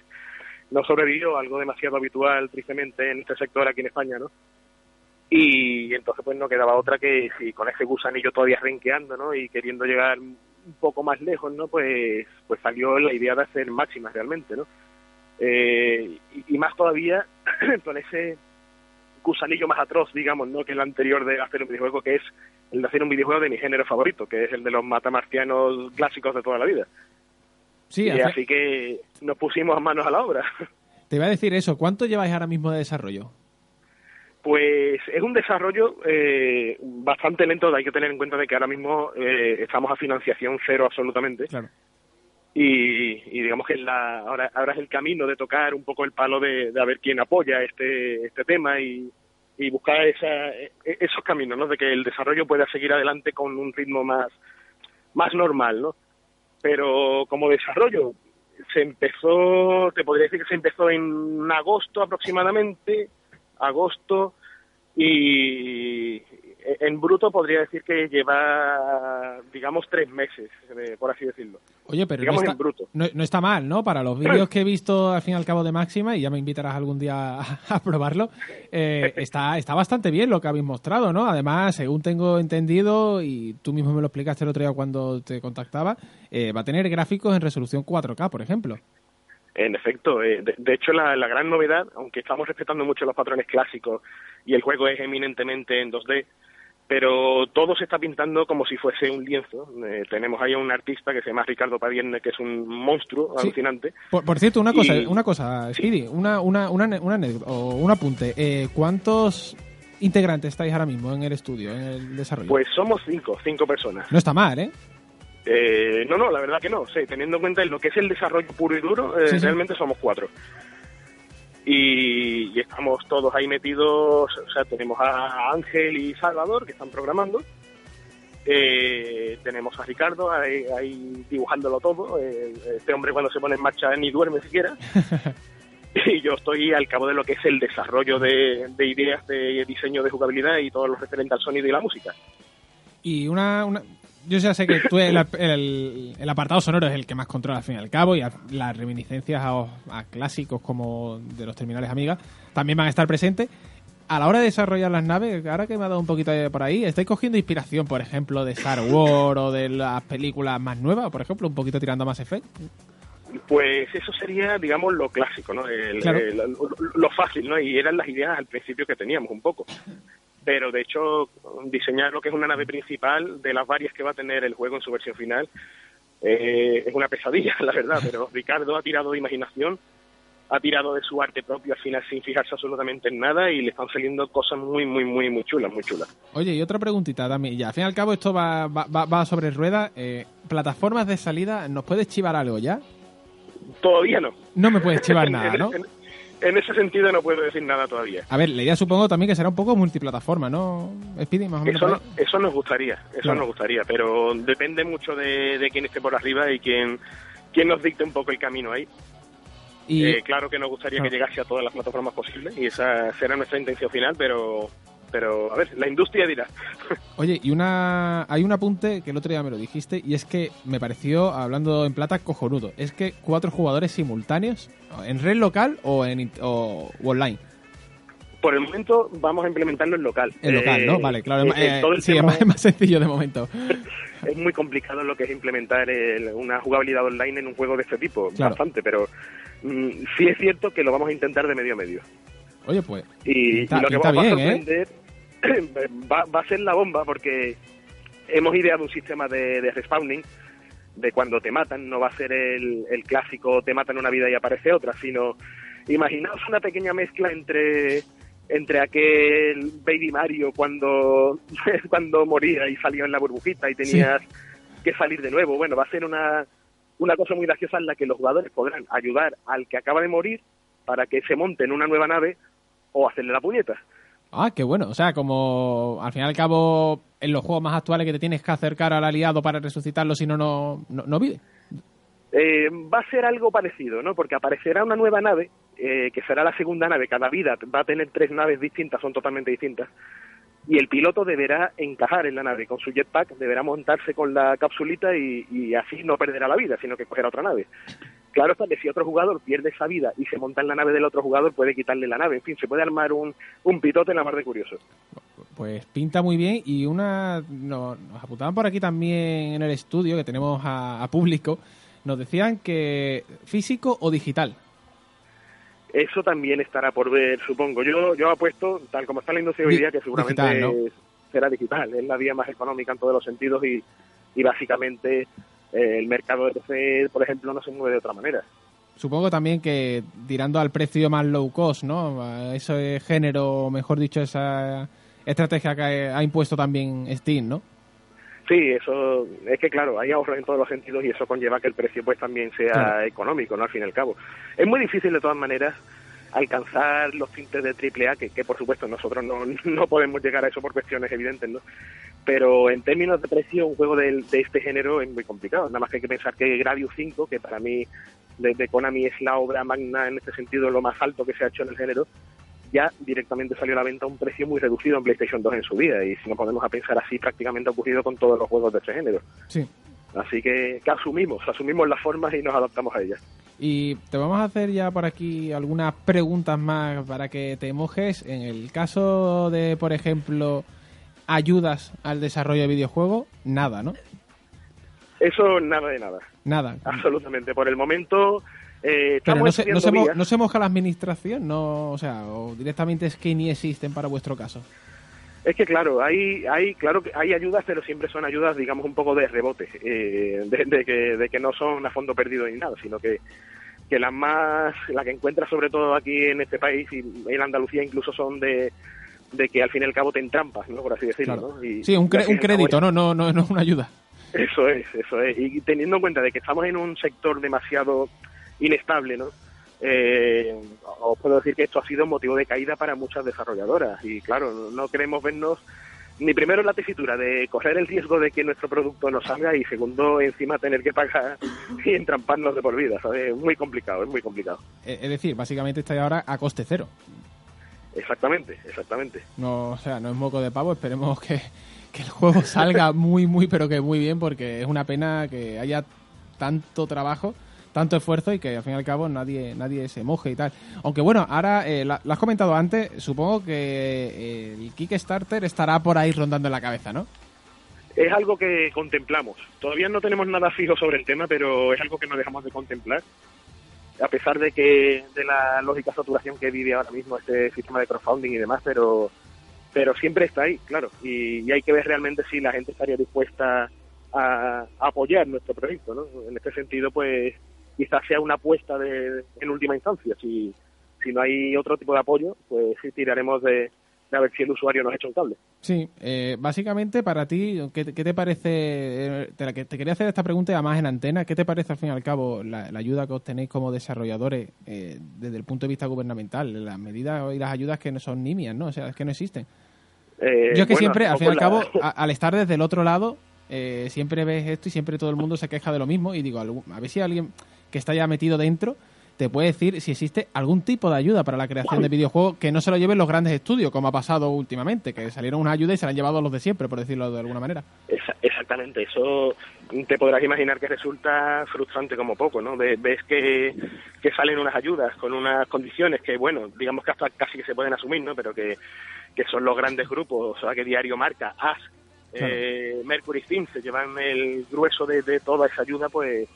Speaker 11: no sobrevivió, algo demasiado habitual tristemente en este sector aquí en España, ¿no? Y entonces pues no quedaba otra que si con ese gusanillo todavía renqueando, ¿no? Y queriendo llegar un poco más lejos, ¿no? Pues, pues salió la idea de hacer máximas realmente, ¿no? Eh, y, y más todavía con ese gusanillo más atroz, digamos, ¿no? Que el anterior de hacer un videojuego, que es el de hacer un videojuego de mi género favorito, que es el de los matamarcianos clásicos de toda la vida.
Speaker 3: Sí,
Speaker 11: Y
Speaker 3: al fin-
Speaker 11: así que nos pusimos manos a la obra.
Speaker 3: te voy a decir eso. ¿Cuánto lleváis ahora mismo de desarrollo?
Speaker 11: Pues es un desarrollo eh, bastante lento, hay que tener en cuenta de que ahora mismo eh, estamos a financiación cero absolutamente.
Speaker 3: Claro.
Speaker 11: Y, y digamos que la, ahora, ahora es el camino de tocar un poco el palo de, de a ver quién apoya este, este tema y, y buscar esa, e- esos caminos, ¿no? De que el desarrollo pueda seguir adelante con un ritmo más, más normal, ¿no? Pero como desarrollo, se empezó, te podría decir que se empezó en agosto aproximadamente, agosto, y en bruto podría decir que lleva, digamos, tres meses, eh, por así decirlo.
Speaker 3: Oye, pero no
Speaker 11: Digamos
Speaker 3: está,
Speaker 11: en bruto.
Speaker 3: no- no está mal, ¿no? Para los vídeos que he visto al fin y al cabo de Máxima, y ya me invitarás algún día a, a probarlo, eh, está, está bastante bien lo que habéis mostrado, ¿no? Además, según tengo entendido, y tú mismo me lo explicaste el otro día cuando te contactaba, eh, va a tener gráficos en resolución 4K, por ejemplo.
Speaker 11: En efecto, eh, de, de hecho la, la gran novedad, aunque estamos respetando mucho los patrones clásicos y el juego es eminentemente en 2D, pero todo se está pintando como si fuese un lienzo. Eh, tenemos ahí a un artista que se llama Ricardo Padierne, que es un monstruo
Speaker 3: Sí.
Speaker 11: alucinante.
Speaker 3: Por, por cierto, una cosa,
Speaker 11: Y-
Speaker 3: una cosa, Speedy, una, una, una, ane- una anécdota, o un apunte. Eh, ¿Cuántos integrantes estáis ahora mismo en el estudio, en el desarrollo?
Speaker 11: Pues somos cinco, cinco personas.
Speaker 3: no está mal, ¿eh?
Speaker 11: Eh, no, no, la verdad que no. Sí, teniendo en cuenta lo que es el desarrollo puro y duro, eh,
Speaker 3: Sí, sí.
Speaker 11: realmente somos cuatro. Y, y estamos todos ahí metidos. O sea, tenemos a Ángel y Salvador que están programando. Eh, tenemos a Ricardo ahí, ahí dibujándolo todo. Eh, este hombre cuando se pone en marcha ni duerme siquiera. y yo estoy al cabo de lo que es el desarrollo de, de ideas de diseño de jugabilidad y todo lo referente al sonido y la música.
Speaker 3: Y una, una- yo ya sé que tú el, ap- el- el apartado sonoro es el que más controla al fin y al cabo y a- las reminiscencias a, a clásicos como de los terminales amigas también van a estar presentes. A la hora de desarrollar las naves, ahora que me ha dado un poquito de por ahí, ¿estáis cogiendo inspiración, por ejemplo, de Star Wars o de las películas más nuevas, por ejemplo, un poquito tirando a Mass Effect?
Speaker 11: Pues eso sería, digamos, lo clásico, ¿no? El-
Speaker 3: Claro.
Speaker 11: el- lo, lo fácil, ¿no? Y eran las ideas al principio que teníamos un poco. pero de hecho diseñar lo que es una nave principal de las varias que va a tener el juego en su versión final eh, es una pesadilla, la verdad, pero Ricardo ha tirado de imaginación, ha tirado de su arte propio al final sin fijarse absolutamente en nada y le están saliendo cosas muy, muy, muy, muy chulas, muy chulas.
Speaker 3: Oye, y otra preguntita también. Ya, al fin y al cabo esto va, va, va- va sobre ruedas. Eh, plataformas de salida, ¿nos puedes chivar algo ya?
Speaker 11: Todavía no.
Speaker 3: No me puedes chivar nada, ¿no?
Speaker 11: En, en ese sentido no puedo decir nada todavía.
Speaker 3: A ver, la idea supongo también que será un poco multiplataforma, ¿no? Speedy, más o menos.
Speaker 11: Eso,
Speaker 3: por
Speaker 11: no-
Speaker 3: ahí.
Speaker 11: eso nos gustaría, eso
Speaker 3: Claro.
Speaker 11: nos gustaría, pero depende mucho de, de quién esté por arriba y quién, quién nos dicte un poco el camino ahí.
Speaker 3: Y-
Speaker 11: Eh, claro que nos gustaría que
Speaker 3: Ah.
Speaker 11: llegase a todas las plataformas posibles y esa será nuestra intención final, pero, pero a ver, la industria dirá.
Speaker 3: Oye, y una hay un apunte que el otro día me lo dijiste y es que me pareció, hablando en plata, cojonudo. Es que cuatro jugadores simultáneos, en red local o en int- o, o online.
Speaker 11: Por el momento vamos a implementarlo en local.
Speaker 3: En local,
Speaker 11: Eh,
Speaker 3: ¿no? Vale, claro. es-
Speaker 11: eh,
Speaker 3: eh,
Speaker 11: todo el
Speaker 3: sí, es
Speaker 11: tema
Speaker 3: más, es más sencillo de momento.
Speaker 11: es muy complicado lo que es implementar el- una jugabilidad online en un juego de este tipo,
Speaker 3: Claro.
Speaker 11: bastante, pero mm, sí es cierto que lo vamos a intentar de medio a medio.
Speaker 3: Oye, pues.
Speaker 11: Y,
Speaker 3: Pinta-
Speaker 11: y lo que
Speaker 3: pinta
Speaker 11: vamos a
Speaker 3: bien, ¿eh?
Speaker 11: sorprender va, va a ser la bomba porque hemos ideado un sistema de, de respawning de cuando te matan, no va a ser el, el clásico te matan una vida y aparece otra, sino imaginaos una pequeña mezcla entre entre aquel Baby Mario cuando cuando moría y salía en la burbujita y tenías que salir de nuevo. Bueno, va a ser una, una cosa muy graciosa en la que los jugadores podrán ayudar al que acaba de morir para que se monte en una nueva nave o hacerle la puñeta.
Speaker 3: Ah, qué bueno. O sea, como al fin y al cabo, en los juegos más actuales que te tienes que acercar al aliado para resucitarlo, si no, no, no, no vive.
Speaker 11: Eh, va a ser algo parecido, ¿no? Porque aparecerá una nueva nave, eh, que será la segunda nave. Cada vida va a tener tres naves distintas, son totalmente distintas. Y el piloto deberá encajar en la nave con su jetpack, deberá montarse con la capsulita y, y así no perderá la vida, sino que cogerá otra nave. Claro está que si otro jugador pierde esa vida y se monta en la nave del otro jugador, puede quitarle la nave. En fin, se puede armar un, un pitote en la mar de curioso.
Speaker 3: Pues pinta muy bien y una no- nos apuntaban por aquí también en el estudio que tenemos a, a público, nos decían que físico o digital.
Speaker 11: Eso también estará por ver, supongo. Yo, yo apuesto, tal como está la industria hoy
Speaker 3: Di-
Speaker 11: día, que seguramente
Speaker 3: digital, ¿no?
Speaker 11: es- será digital. Es la vía más económica en todos los sentidos y, y básicamente eh, el mercado de PC, por ejemplo, no se mueve de otra manera.
Speaker 3: Supongo también que tirando al precio más low cost, ¿no? A Ese género, o mejor dicho, esa estrategia que ha impuesto también Steam, ¿no?
Speaker 11: Sí, eso es que claro, hay ahorros en todos los sentidos y eso conlleva que el precio pues también sea
Speaker 3: Claro.
Speaker 11: económico, ¿no? Al fin y al cabo. Es muy difícil de todas maneras alcanzar los tintes de AAA, que, que por supuesto nosotros no, no podemos llegar a eso por cuestiones evidentes, ¿no? Pero en términos de precio, un juego del- de, este género es muy complicado. Nada más que hay que pensar que Gradius 5, que para mí desde Konami es la obra magna en este sentido, lo más alto que se ha hecho en el género, ya directamente salió a la venta a un precio muy reducido en PlayStation 2 en su vida. Y si nos ponemos a pensar así, prácticamente ha ocurrido con todos los juegos de este género.
Speaker 3: Sí.
Speaker 11: Así que, que asumimos, asumimos las formas y nos adaptamos a ellas.
Speaker 3: Y te vamos a hacer ya por aquí algunas preguntas más para que te mojes. En el caso de, por ejemplo, ayudas al desarrollo de videojuegos, nada, ¿no?
Speaker 11: Eso nada de nada,
Speaker 3: Nada.
Speaker 11: absolutamente. Por el momento eh, estamos
Speaker 3: Pero no se, no,
Speaker 11: estudiando
Speaker 3: se mo-
Speaker 11: vías.
Speaker 3: no se moja la administración, no, o sea, o directamente es que ni existen para vuestro caso.
Speaker 11: Es que claro, hay, hay, claro que hay ayudas, pero siempre son ayudas, digamos, un poco de rebote, eh, de, de que, de que no son a fondo perdido ni nada, sino que, que las más, la que encuentras sobre todo aquí en este país y en Andalucía incluso son de, de que al fin y al cabo te entrampas, ¿no? Por así decirlo,
Speaker 3: Claro.
Speaker 11: ¿no? Y-
Speaker 3: Sí, un,
Speaker 11: y al
Speaker 3: cre-
Speaker 11: fin
Speaker 3: un
Speaker 11: y al cabo
Speaker 3: crédito, no, no, no, no es una ayuda.
Speaker 11: eso es, eso es. Y teniendo en cuenta de que estamos en un sector demasiado inestable, ¿no? Eh, os puedo decir que esto ha sido motivo de caída para muchas desarrolladoras. Y claro, no queremos vernos ni primero en la tesitura de correr el riesgo de que nuestro producto no salga y segundo, encima tener que pagar y entramparnos de por vida, ¿sabes? Es muy complicado, es muy complicado.
Speaker 3: Eh, Es decir, básicamente estáis ahora a coste cero.
Speaker 11: Exactamente, exactamente.
Speaker 3: No, o sea, no es moco de pavo, esperemos que, que el juego salga muy, muy, pero que muy bien, porque es una pena que haya tanto trabajo, tanto esfuerzo y que al fin y al cabo nadie, nadie se moje y tal. Aunque bueno, ahora eh, la- lo has comentado antes, supongo que eh, el Kickstarter estará por ahí rondando en la cabeza, ¿no?
Speaker 11: es algo que contemplamos. Todavía no tenemos nada fijo sobre el tema, pero es algo que no dejamos de contemplar. A pesar de que de la lógica saturación que vive ahora mismo este sistema de crowdfunding y demás, pero pero siempre está ahí, claro, y, y hay que ver realmente si la gente estaría dispuesta a, a apoyar nuestro proyecto, ¿no? En este sentido, pues quizás sea una apuesta de, en última instancia, si, si no hay otro tipo de apoyo, pues sí tiraremos de, de a ver si el usuario nos echa un cable.
Speaker 3: Sí, eh, básicamente para ti, ¿qué, te- qué te parece? eh, Te, la que- te quería hacer esta pregunta y además en antena. ¿Qué te parece al fin y al cabo la, la ayuda que obtenéis como desarrolladores eh, desde el punto de vista gubernamental? Las medidas y las ayudas que no son nimias, ¿no? O sea, es que no existen.
Speaker 11: Eh,
Speaker 3: Yo es que
Speaker 11: bueno,
Speaker 3: siempre, al fin y al cabo,
Speaker 11: tampoco la-
Speaker 3: a- al estar desde el otro lado, eh, siempre ves esto y siempre todo el mundo se queja de lo mismo. Y digo, algún- a ver si alguien que está ya metido dentro te puede decir si existe algún tipo de ayuda para la creación de videojuegos que no se lo lleven los grandes estudios, como ha pasado últimamente, que salieron una ayuda y se la han llevado a los de siempre, por decirlo de alguna manera.
Speaker 11: Esa- Exactamente, eso te podrás imaginar que resulta frustrante como poco, ¿no? Ve- Ves que, que salen unas ayudas con unas condiciones que, bueno, digamos que hasta casi que se pueden asumir, ¿no? Pero que, que son los grandes grupos, o sea, que Diario Marca, Ask, eh, Mercury Steam se llevan el grueso de, de toda esa ayuda, pues,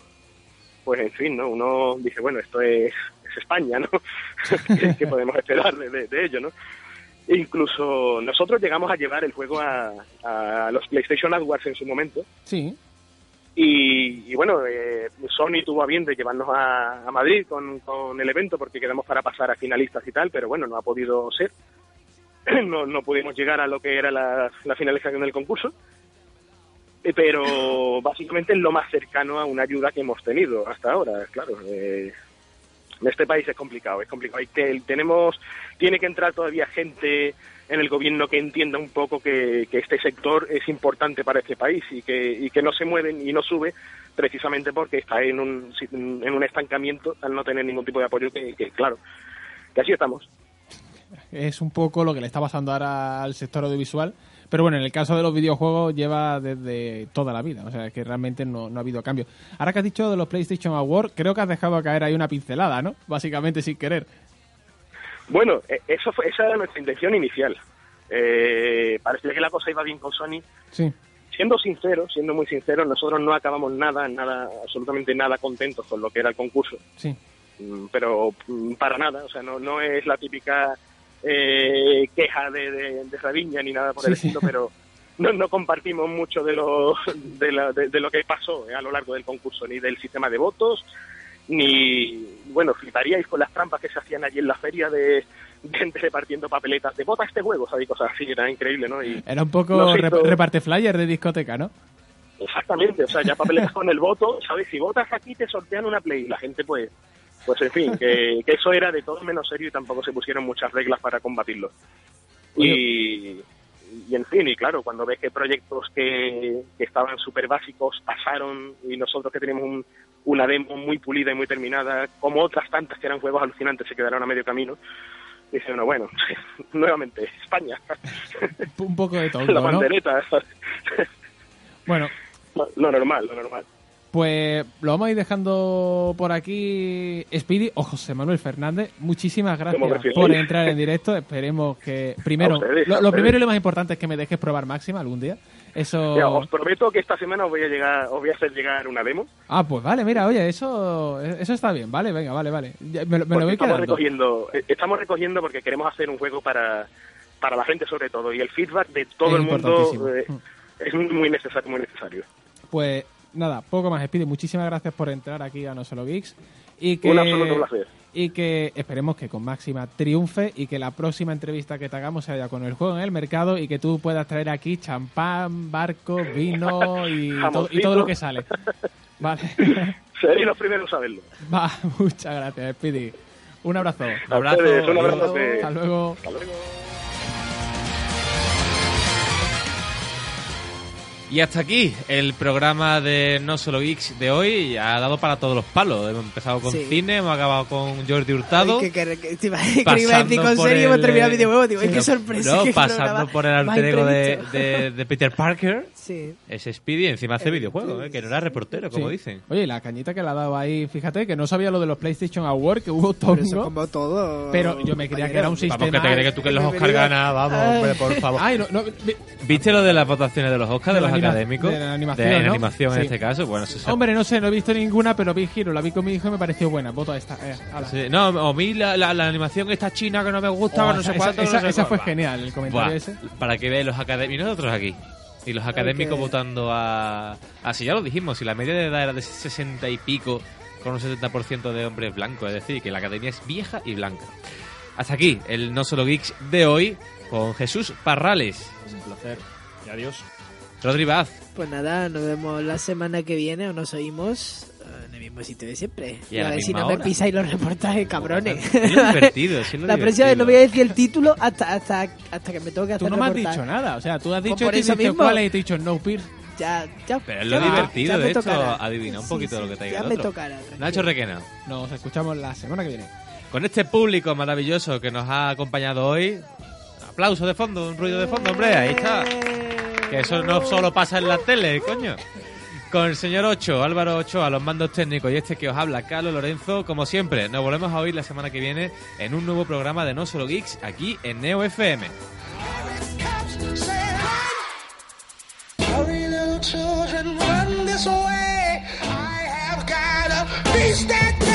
Speaker 11: pues en fin, ¿no? Uno dice, bueno, esto es, es España, ¿no? ¿Qué- ¿Qué podemos esperar de, de- de ello, no? Incluso nosotros llegamos a llevar el juego a, a los PlayStation AdWords en su momento.
Speaker 3: Sí.
Speaker 11: Y, y bueno, eh, Sony tuvo a bien de llevarnos a, a Madrid con, con el evento porque quedamos para pasar a finalistas y tal, pero bueno, no ha podido ser. No, no pudimos llegar a lo que era la, la finalización del concurso. Eh, Pero básicamente es lo más cercano a una ayuda que hemos tenido hasta ahora, claro. eh, en este país es complicado, es complicado. Hay que- tenemos, tiene que entrar todavía gente en el gobierno que entienda un poco que, que este sector es importante para este país y que, y que no se mueven y no sube precisamente porque está en un, sit- en un estancamiento al no tener ningún tipo de apoyo que, que, claro, que así estamos.
Speaker 3: es un poco lo que le está pasando ahora al sector audiovisual. Pero bueno, en el caso de los videojuegos lleva desde toda la vida. O sea, es que realmente no, no ha habido cambio. Ahora que has dicho de los PlayStation Awards, creo que has dejado caer ahí una pincelada, ¿no? Básicamente sin querer.
Speaker 11: Bueno, eh, eso fue, esa era nuestra intención inicial. Eh, parecía que la cosa iba bien con Sony.
Speaker 3: Sí.
Speaker 11: Siendo sinceros, siendo muy sinceros, nosotros no acabamos nada, nada, absolutamente nada contentos con lo que era el concurso.
Speaker 3: Sí.
Speaker 11: Mm, pero mm, para nada, o sea, no, no es la típica eh, queja de, de, de Raviña ni nada por el
Speaker 3: Sí, sí.
Speaker 11: estilo, pero no, no compartimos mucho de lo, de, la- de- de lo que pasó eh, a lo largo del concurso, ni del sistema de votos, ni, bueno, fliparíais con las trampas que se hacían allí en la feria de de gente repartiendo papeletas de vota este juego, ¿sabes? Y cosas así, era increíble, ¿no? Y
Speaker 3: Era un poco
Speaker 11: nos hizo-
Speaker 3: rep- reparte flyer de discoteca, ¿no?
Speaker 11: Exactamente, o sea, ya papeletas con el voto, ¿sabes? Si votas aquí te sortean una Play. La gente, pues, pues en fin, que, que eso era de todo menos serio y tampoco se pusieron muchas reglas para combatirlo. Y, y en fin, y claro, cuando ves que proyectos que, que estaban súper básicos pasaron y nosotros que tenemos un- una demo muy pulida y muy terminada, como otras tantas que eran juegos alucinantes se quedaron a medio camino, dice uno, bueno, nuevamente, España,
Speaker 3: Un poco de todo,
Speaker 11: la
Speaker 3: ¿no?
Speaker 11: bandereta,
Speaker 3: Bueno,
Speaker 11: lo normal, lo normal.
Speaker 3: Pues lo vamos a ir dejando por aquí, Speedy o José Manuel Fernández. Muchísimas
Speaker 11: Como
Speaker 3: gracias
Speaker 11: prefieráis.
Speaker 3: por entrar en directo. Esperemos que. Primero,
Speaker 11: A ustedes,
Speaker 3: lo,
Speaker 11: a
Speaker 3: lo
Speaker 11: ustedes.
Speaker 3: primero y lo más importante es que me dejes probar Máxima algún día.
Speaker 11: Ya, os
Speaker 3: Eso.
Speaker 11: prometo que esta semana os voy a llegar, os voy a hacer llegar una demo.
Speaker 3: Ah, pues vale, mira, oye, eso eso está bien, vale, venga, vale, vale. Ya, Me, lo- me
Speaker 11: porque
Speaker 3: lo voy
Speaker 11: Pues estamos
Speaker 3: quedando.
Speaker 11: recogiendo, eh, estamos recogiendo porque queremos hacer un juego para, para la gente sobre todo y el feedback de todo
Speaker 3: Es
Speaker 11: el
Speaker 3: importantísimo.
Speaker 11: mundo eh, es muy necesario, muy necesario.
Speaker 3: Pues nada, poco más, Speedy. Muchísimas gracias por entrar aquí a No Solo Geeks. Y que,
Speaker 11: Un absoluto placer.
Speaker 3: Y que esperemos que con Máxima triunfe y que la próxima entrevista que te hagamos sea con el juego en el mercado y que tú puedas traer aquí champán, barco, vino y, to- y todo,
Speaker 11: Jamoncito.
Speaker 3: lo que sale. Vale.
Speaker 11: Seréis los primeros a saberlo.
Speaker 3: Va, muchas gracias, Speedy. Un abrazo.
Speaker 11: A Abrazo, ustedes, un abrazo.
Speaker 3: Hasta luego. Hasta luego.
Speaker 1: Y hasta aquí el programa de No Solo Geeks de hoy. Ha dado para todos los palos. Hemos empezado con
Speaker 2: Sí.
Speaker 1: cine, hemos acabado con Jordi Hurtado.
Speaker 2: Ay, que- que- que- te iba- que iba a decir con serio y hemos terminado el videojuego. Digo, ay, qué sorpresa.
Speaker 1: No,
Speaker 2: qué
Speaker 1: pasando
Speaker 2: programa
Speaker 1: por el
Speaker 2: más
Speaker 1: alter ego de,
Speaker 2: imprevisto.
Speaker 1: de- de Peter Parker.
Speaker 2: Sí.
Speaker 1: Es Speedy, encima hace videojuegos, eh, que no era reportero, como
Speaker 3: Sí.
Speaker 1: dicen.
Speaker 3: Oye, y la cañita que le ha dado ahí, fíjate que no sabía lo de los PlayStation Awards, que hubo todo. Pero
Speaker 2: todo.
Speaker 3: Pero yo me creía que era un sistema.
Speaker 1: Vamos, que te crees que tú que los Oscar
Speaker 3: Bienvenido.
Speaker 1: gana, vamos, hombre, por favor.
Speaker 3: Ay, no, no,
Speaker 1: ¿Viste lo de las votaciones de los Oscar, de
Speaker 3: No,
Speaker 1: los
Speaker 3: no, anima-
Speaker 1: académico.
Speaker 3: de la animación,
Speaker 1: de
Speaker 3: ¿no?
Speaker 1: animación en
Speaker 3: Sí.
Speaker 1: este caso. Bueno, se- se-
Speaker 3: Hombre, no sé, no he visto ninguna, pero vi Giro, la vi con mi hijo y me pareció buena. Voto a esta. eh, ala.
Speaker 1: sí. No, o a mí la, la- la animación esta china que no me gusta,
Speaker 3: Oh,
Speaker 1: no
Speaker 3: esa-
Speaker 1: sé cuánto.
Speaker 3: esa-
Speaker 1: no sé
Speaker 3: esa
Speaker 1: cuál.
Speaker 3: fue genial, el comentario ese.
Speaker 1: Para que vean los académicos. nosotros aquí. Y los académicos
Speaker 3: Ok.
Speaker 1: votando a. Así ya lo dijimos, si la media de edad era de 60 y pico, con un 70% de hombres blancos. Es decir, que la academia es vieja y blanca. Hasta aquí, el No Solo Geeks de hoy, con Jesús Parrales,
Speaker 4: Es un placer. Y adiós.
Speaker 1: Rodri Baz
Speaker 2: Pues nada, nos vemos la semana que viene o nos oímos eh, en el mismo sitio de siempre.
Speaker 1: Y a la
Speaker 2: ver si
Speaker 1: misma
Speaker 2: no me
Speaker 1: hora.
Speaker 2: pisáis los reportajes, cabrones.
Speaker 1: Es lo divertido, sí es lo
Speaker 2: La próxima vez
Speaker 1: divertido.
Speaker 2: no voy a decir el título hasta, hasta, hasta que me toque hacer
Speaker 3: Tú no me has
Speaker 2: reportaje.
Speaker 3: dicho nada, o sea, tú has
Speaker 2: Pues
Speaker 3: dicho
Speaker 2: por
Speaker 3: esto y
Speaker 2: eso
Speaker 3: dices,
Speaker 2: mismo.
Speaker 3: cuál es y te he dicho no peer.
Speaker 2: Ya, ya.
Speaker 1: Pero es lo
Speaker 3: Ya,
Speaker 1: divertido
Speaker 3: ya me
Speaker 1: de esto,
Speaker 3: tocará.
Speaker 1: adivinar un
Speaker 3: Sí,
Speaker 1: poquito
Speaker 3: sí,
Speaker 1: lo que te
Speaker 3: ya
Speaker 1: diga
Speaker 3: me
Speaker 1: el otro.
Speaker 3: tocará,
Speaker 1: Nacho Requena.
Speaker 3: Nos escuchamos la semana que viene.
Speaker 1: Con este público maravilloso que nos ha acompañado hoy, aplauso de fondo, un ruido de fondo, hombre, ahí está. Que eso no solo pasa en la tele, coño. Con el señor Ocho, Álvaro Ocho, a los mandos técnicos y este que os habla, Carlos Lorenzo, como siempre, nos volvemos a oír la semana que viene en un nuevo programa de No Solo Geeks aquí en Neo FM.
Speaker 6: Hurry, little children, run this way. I have got a beast that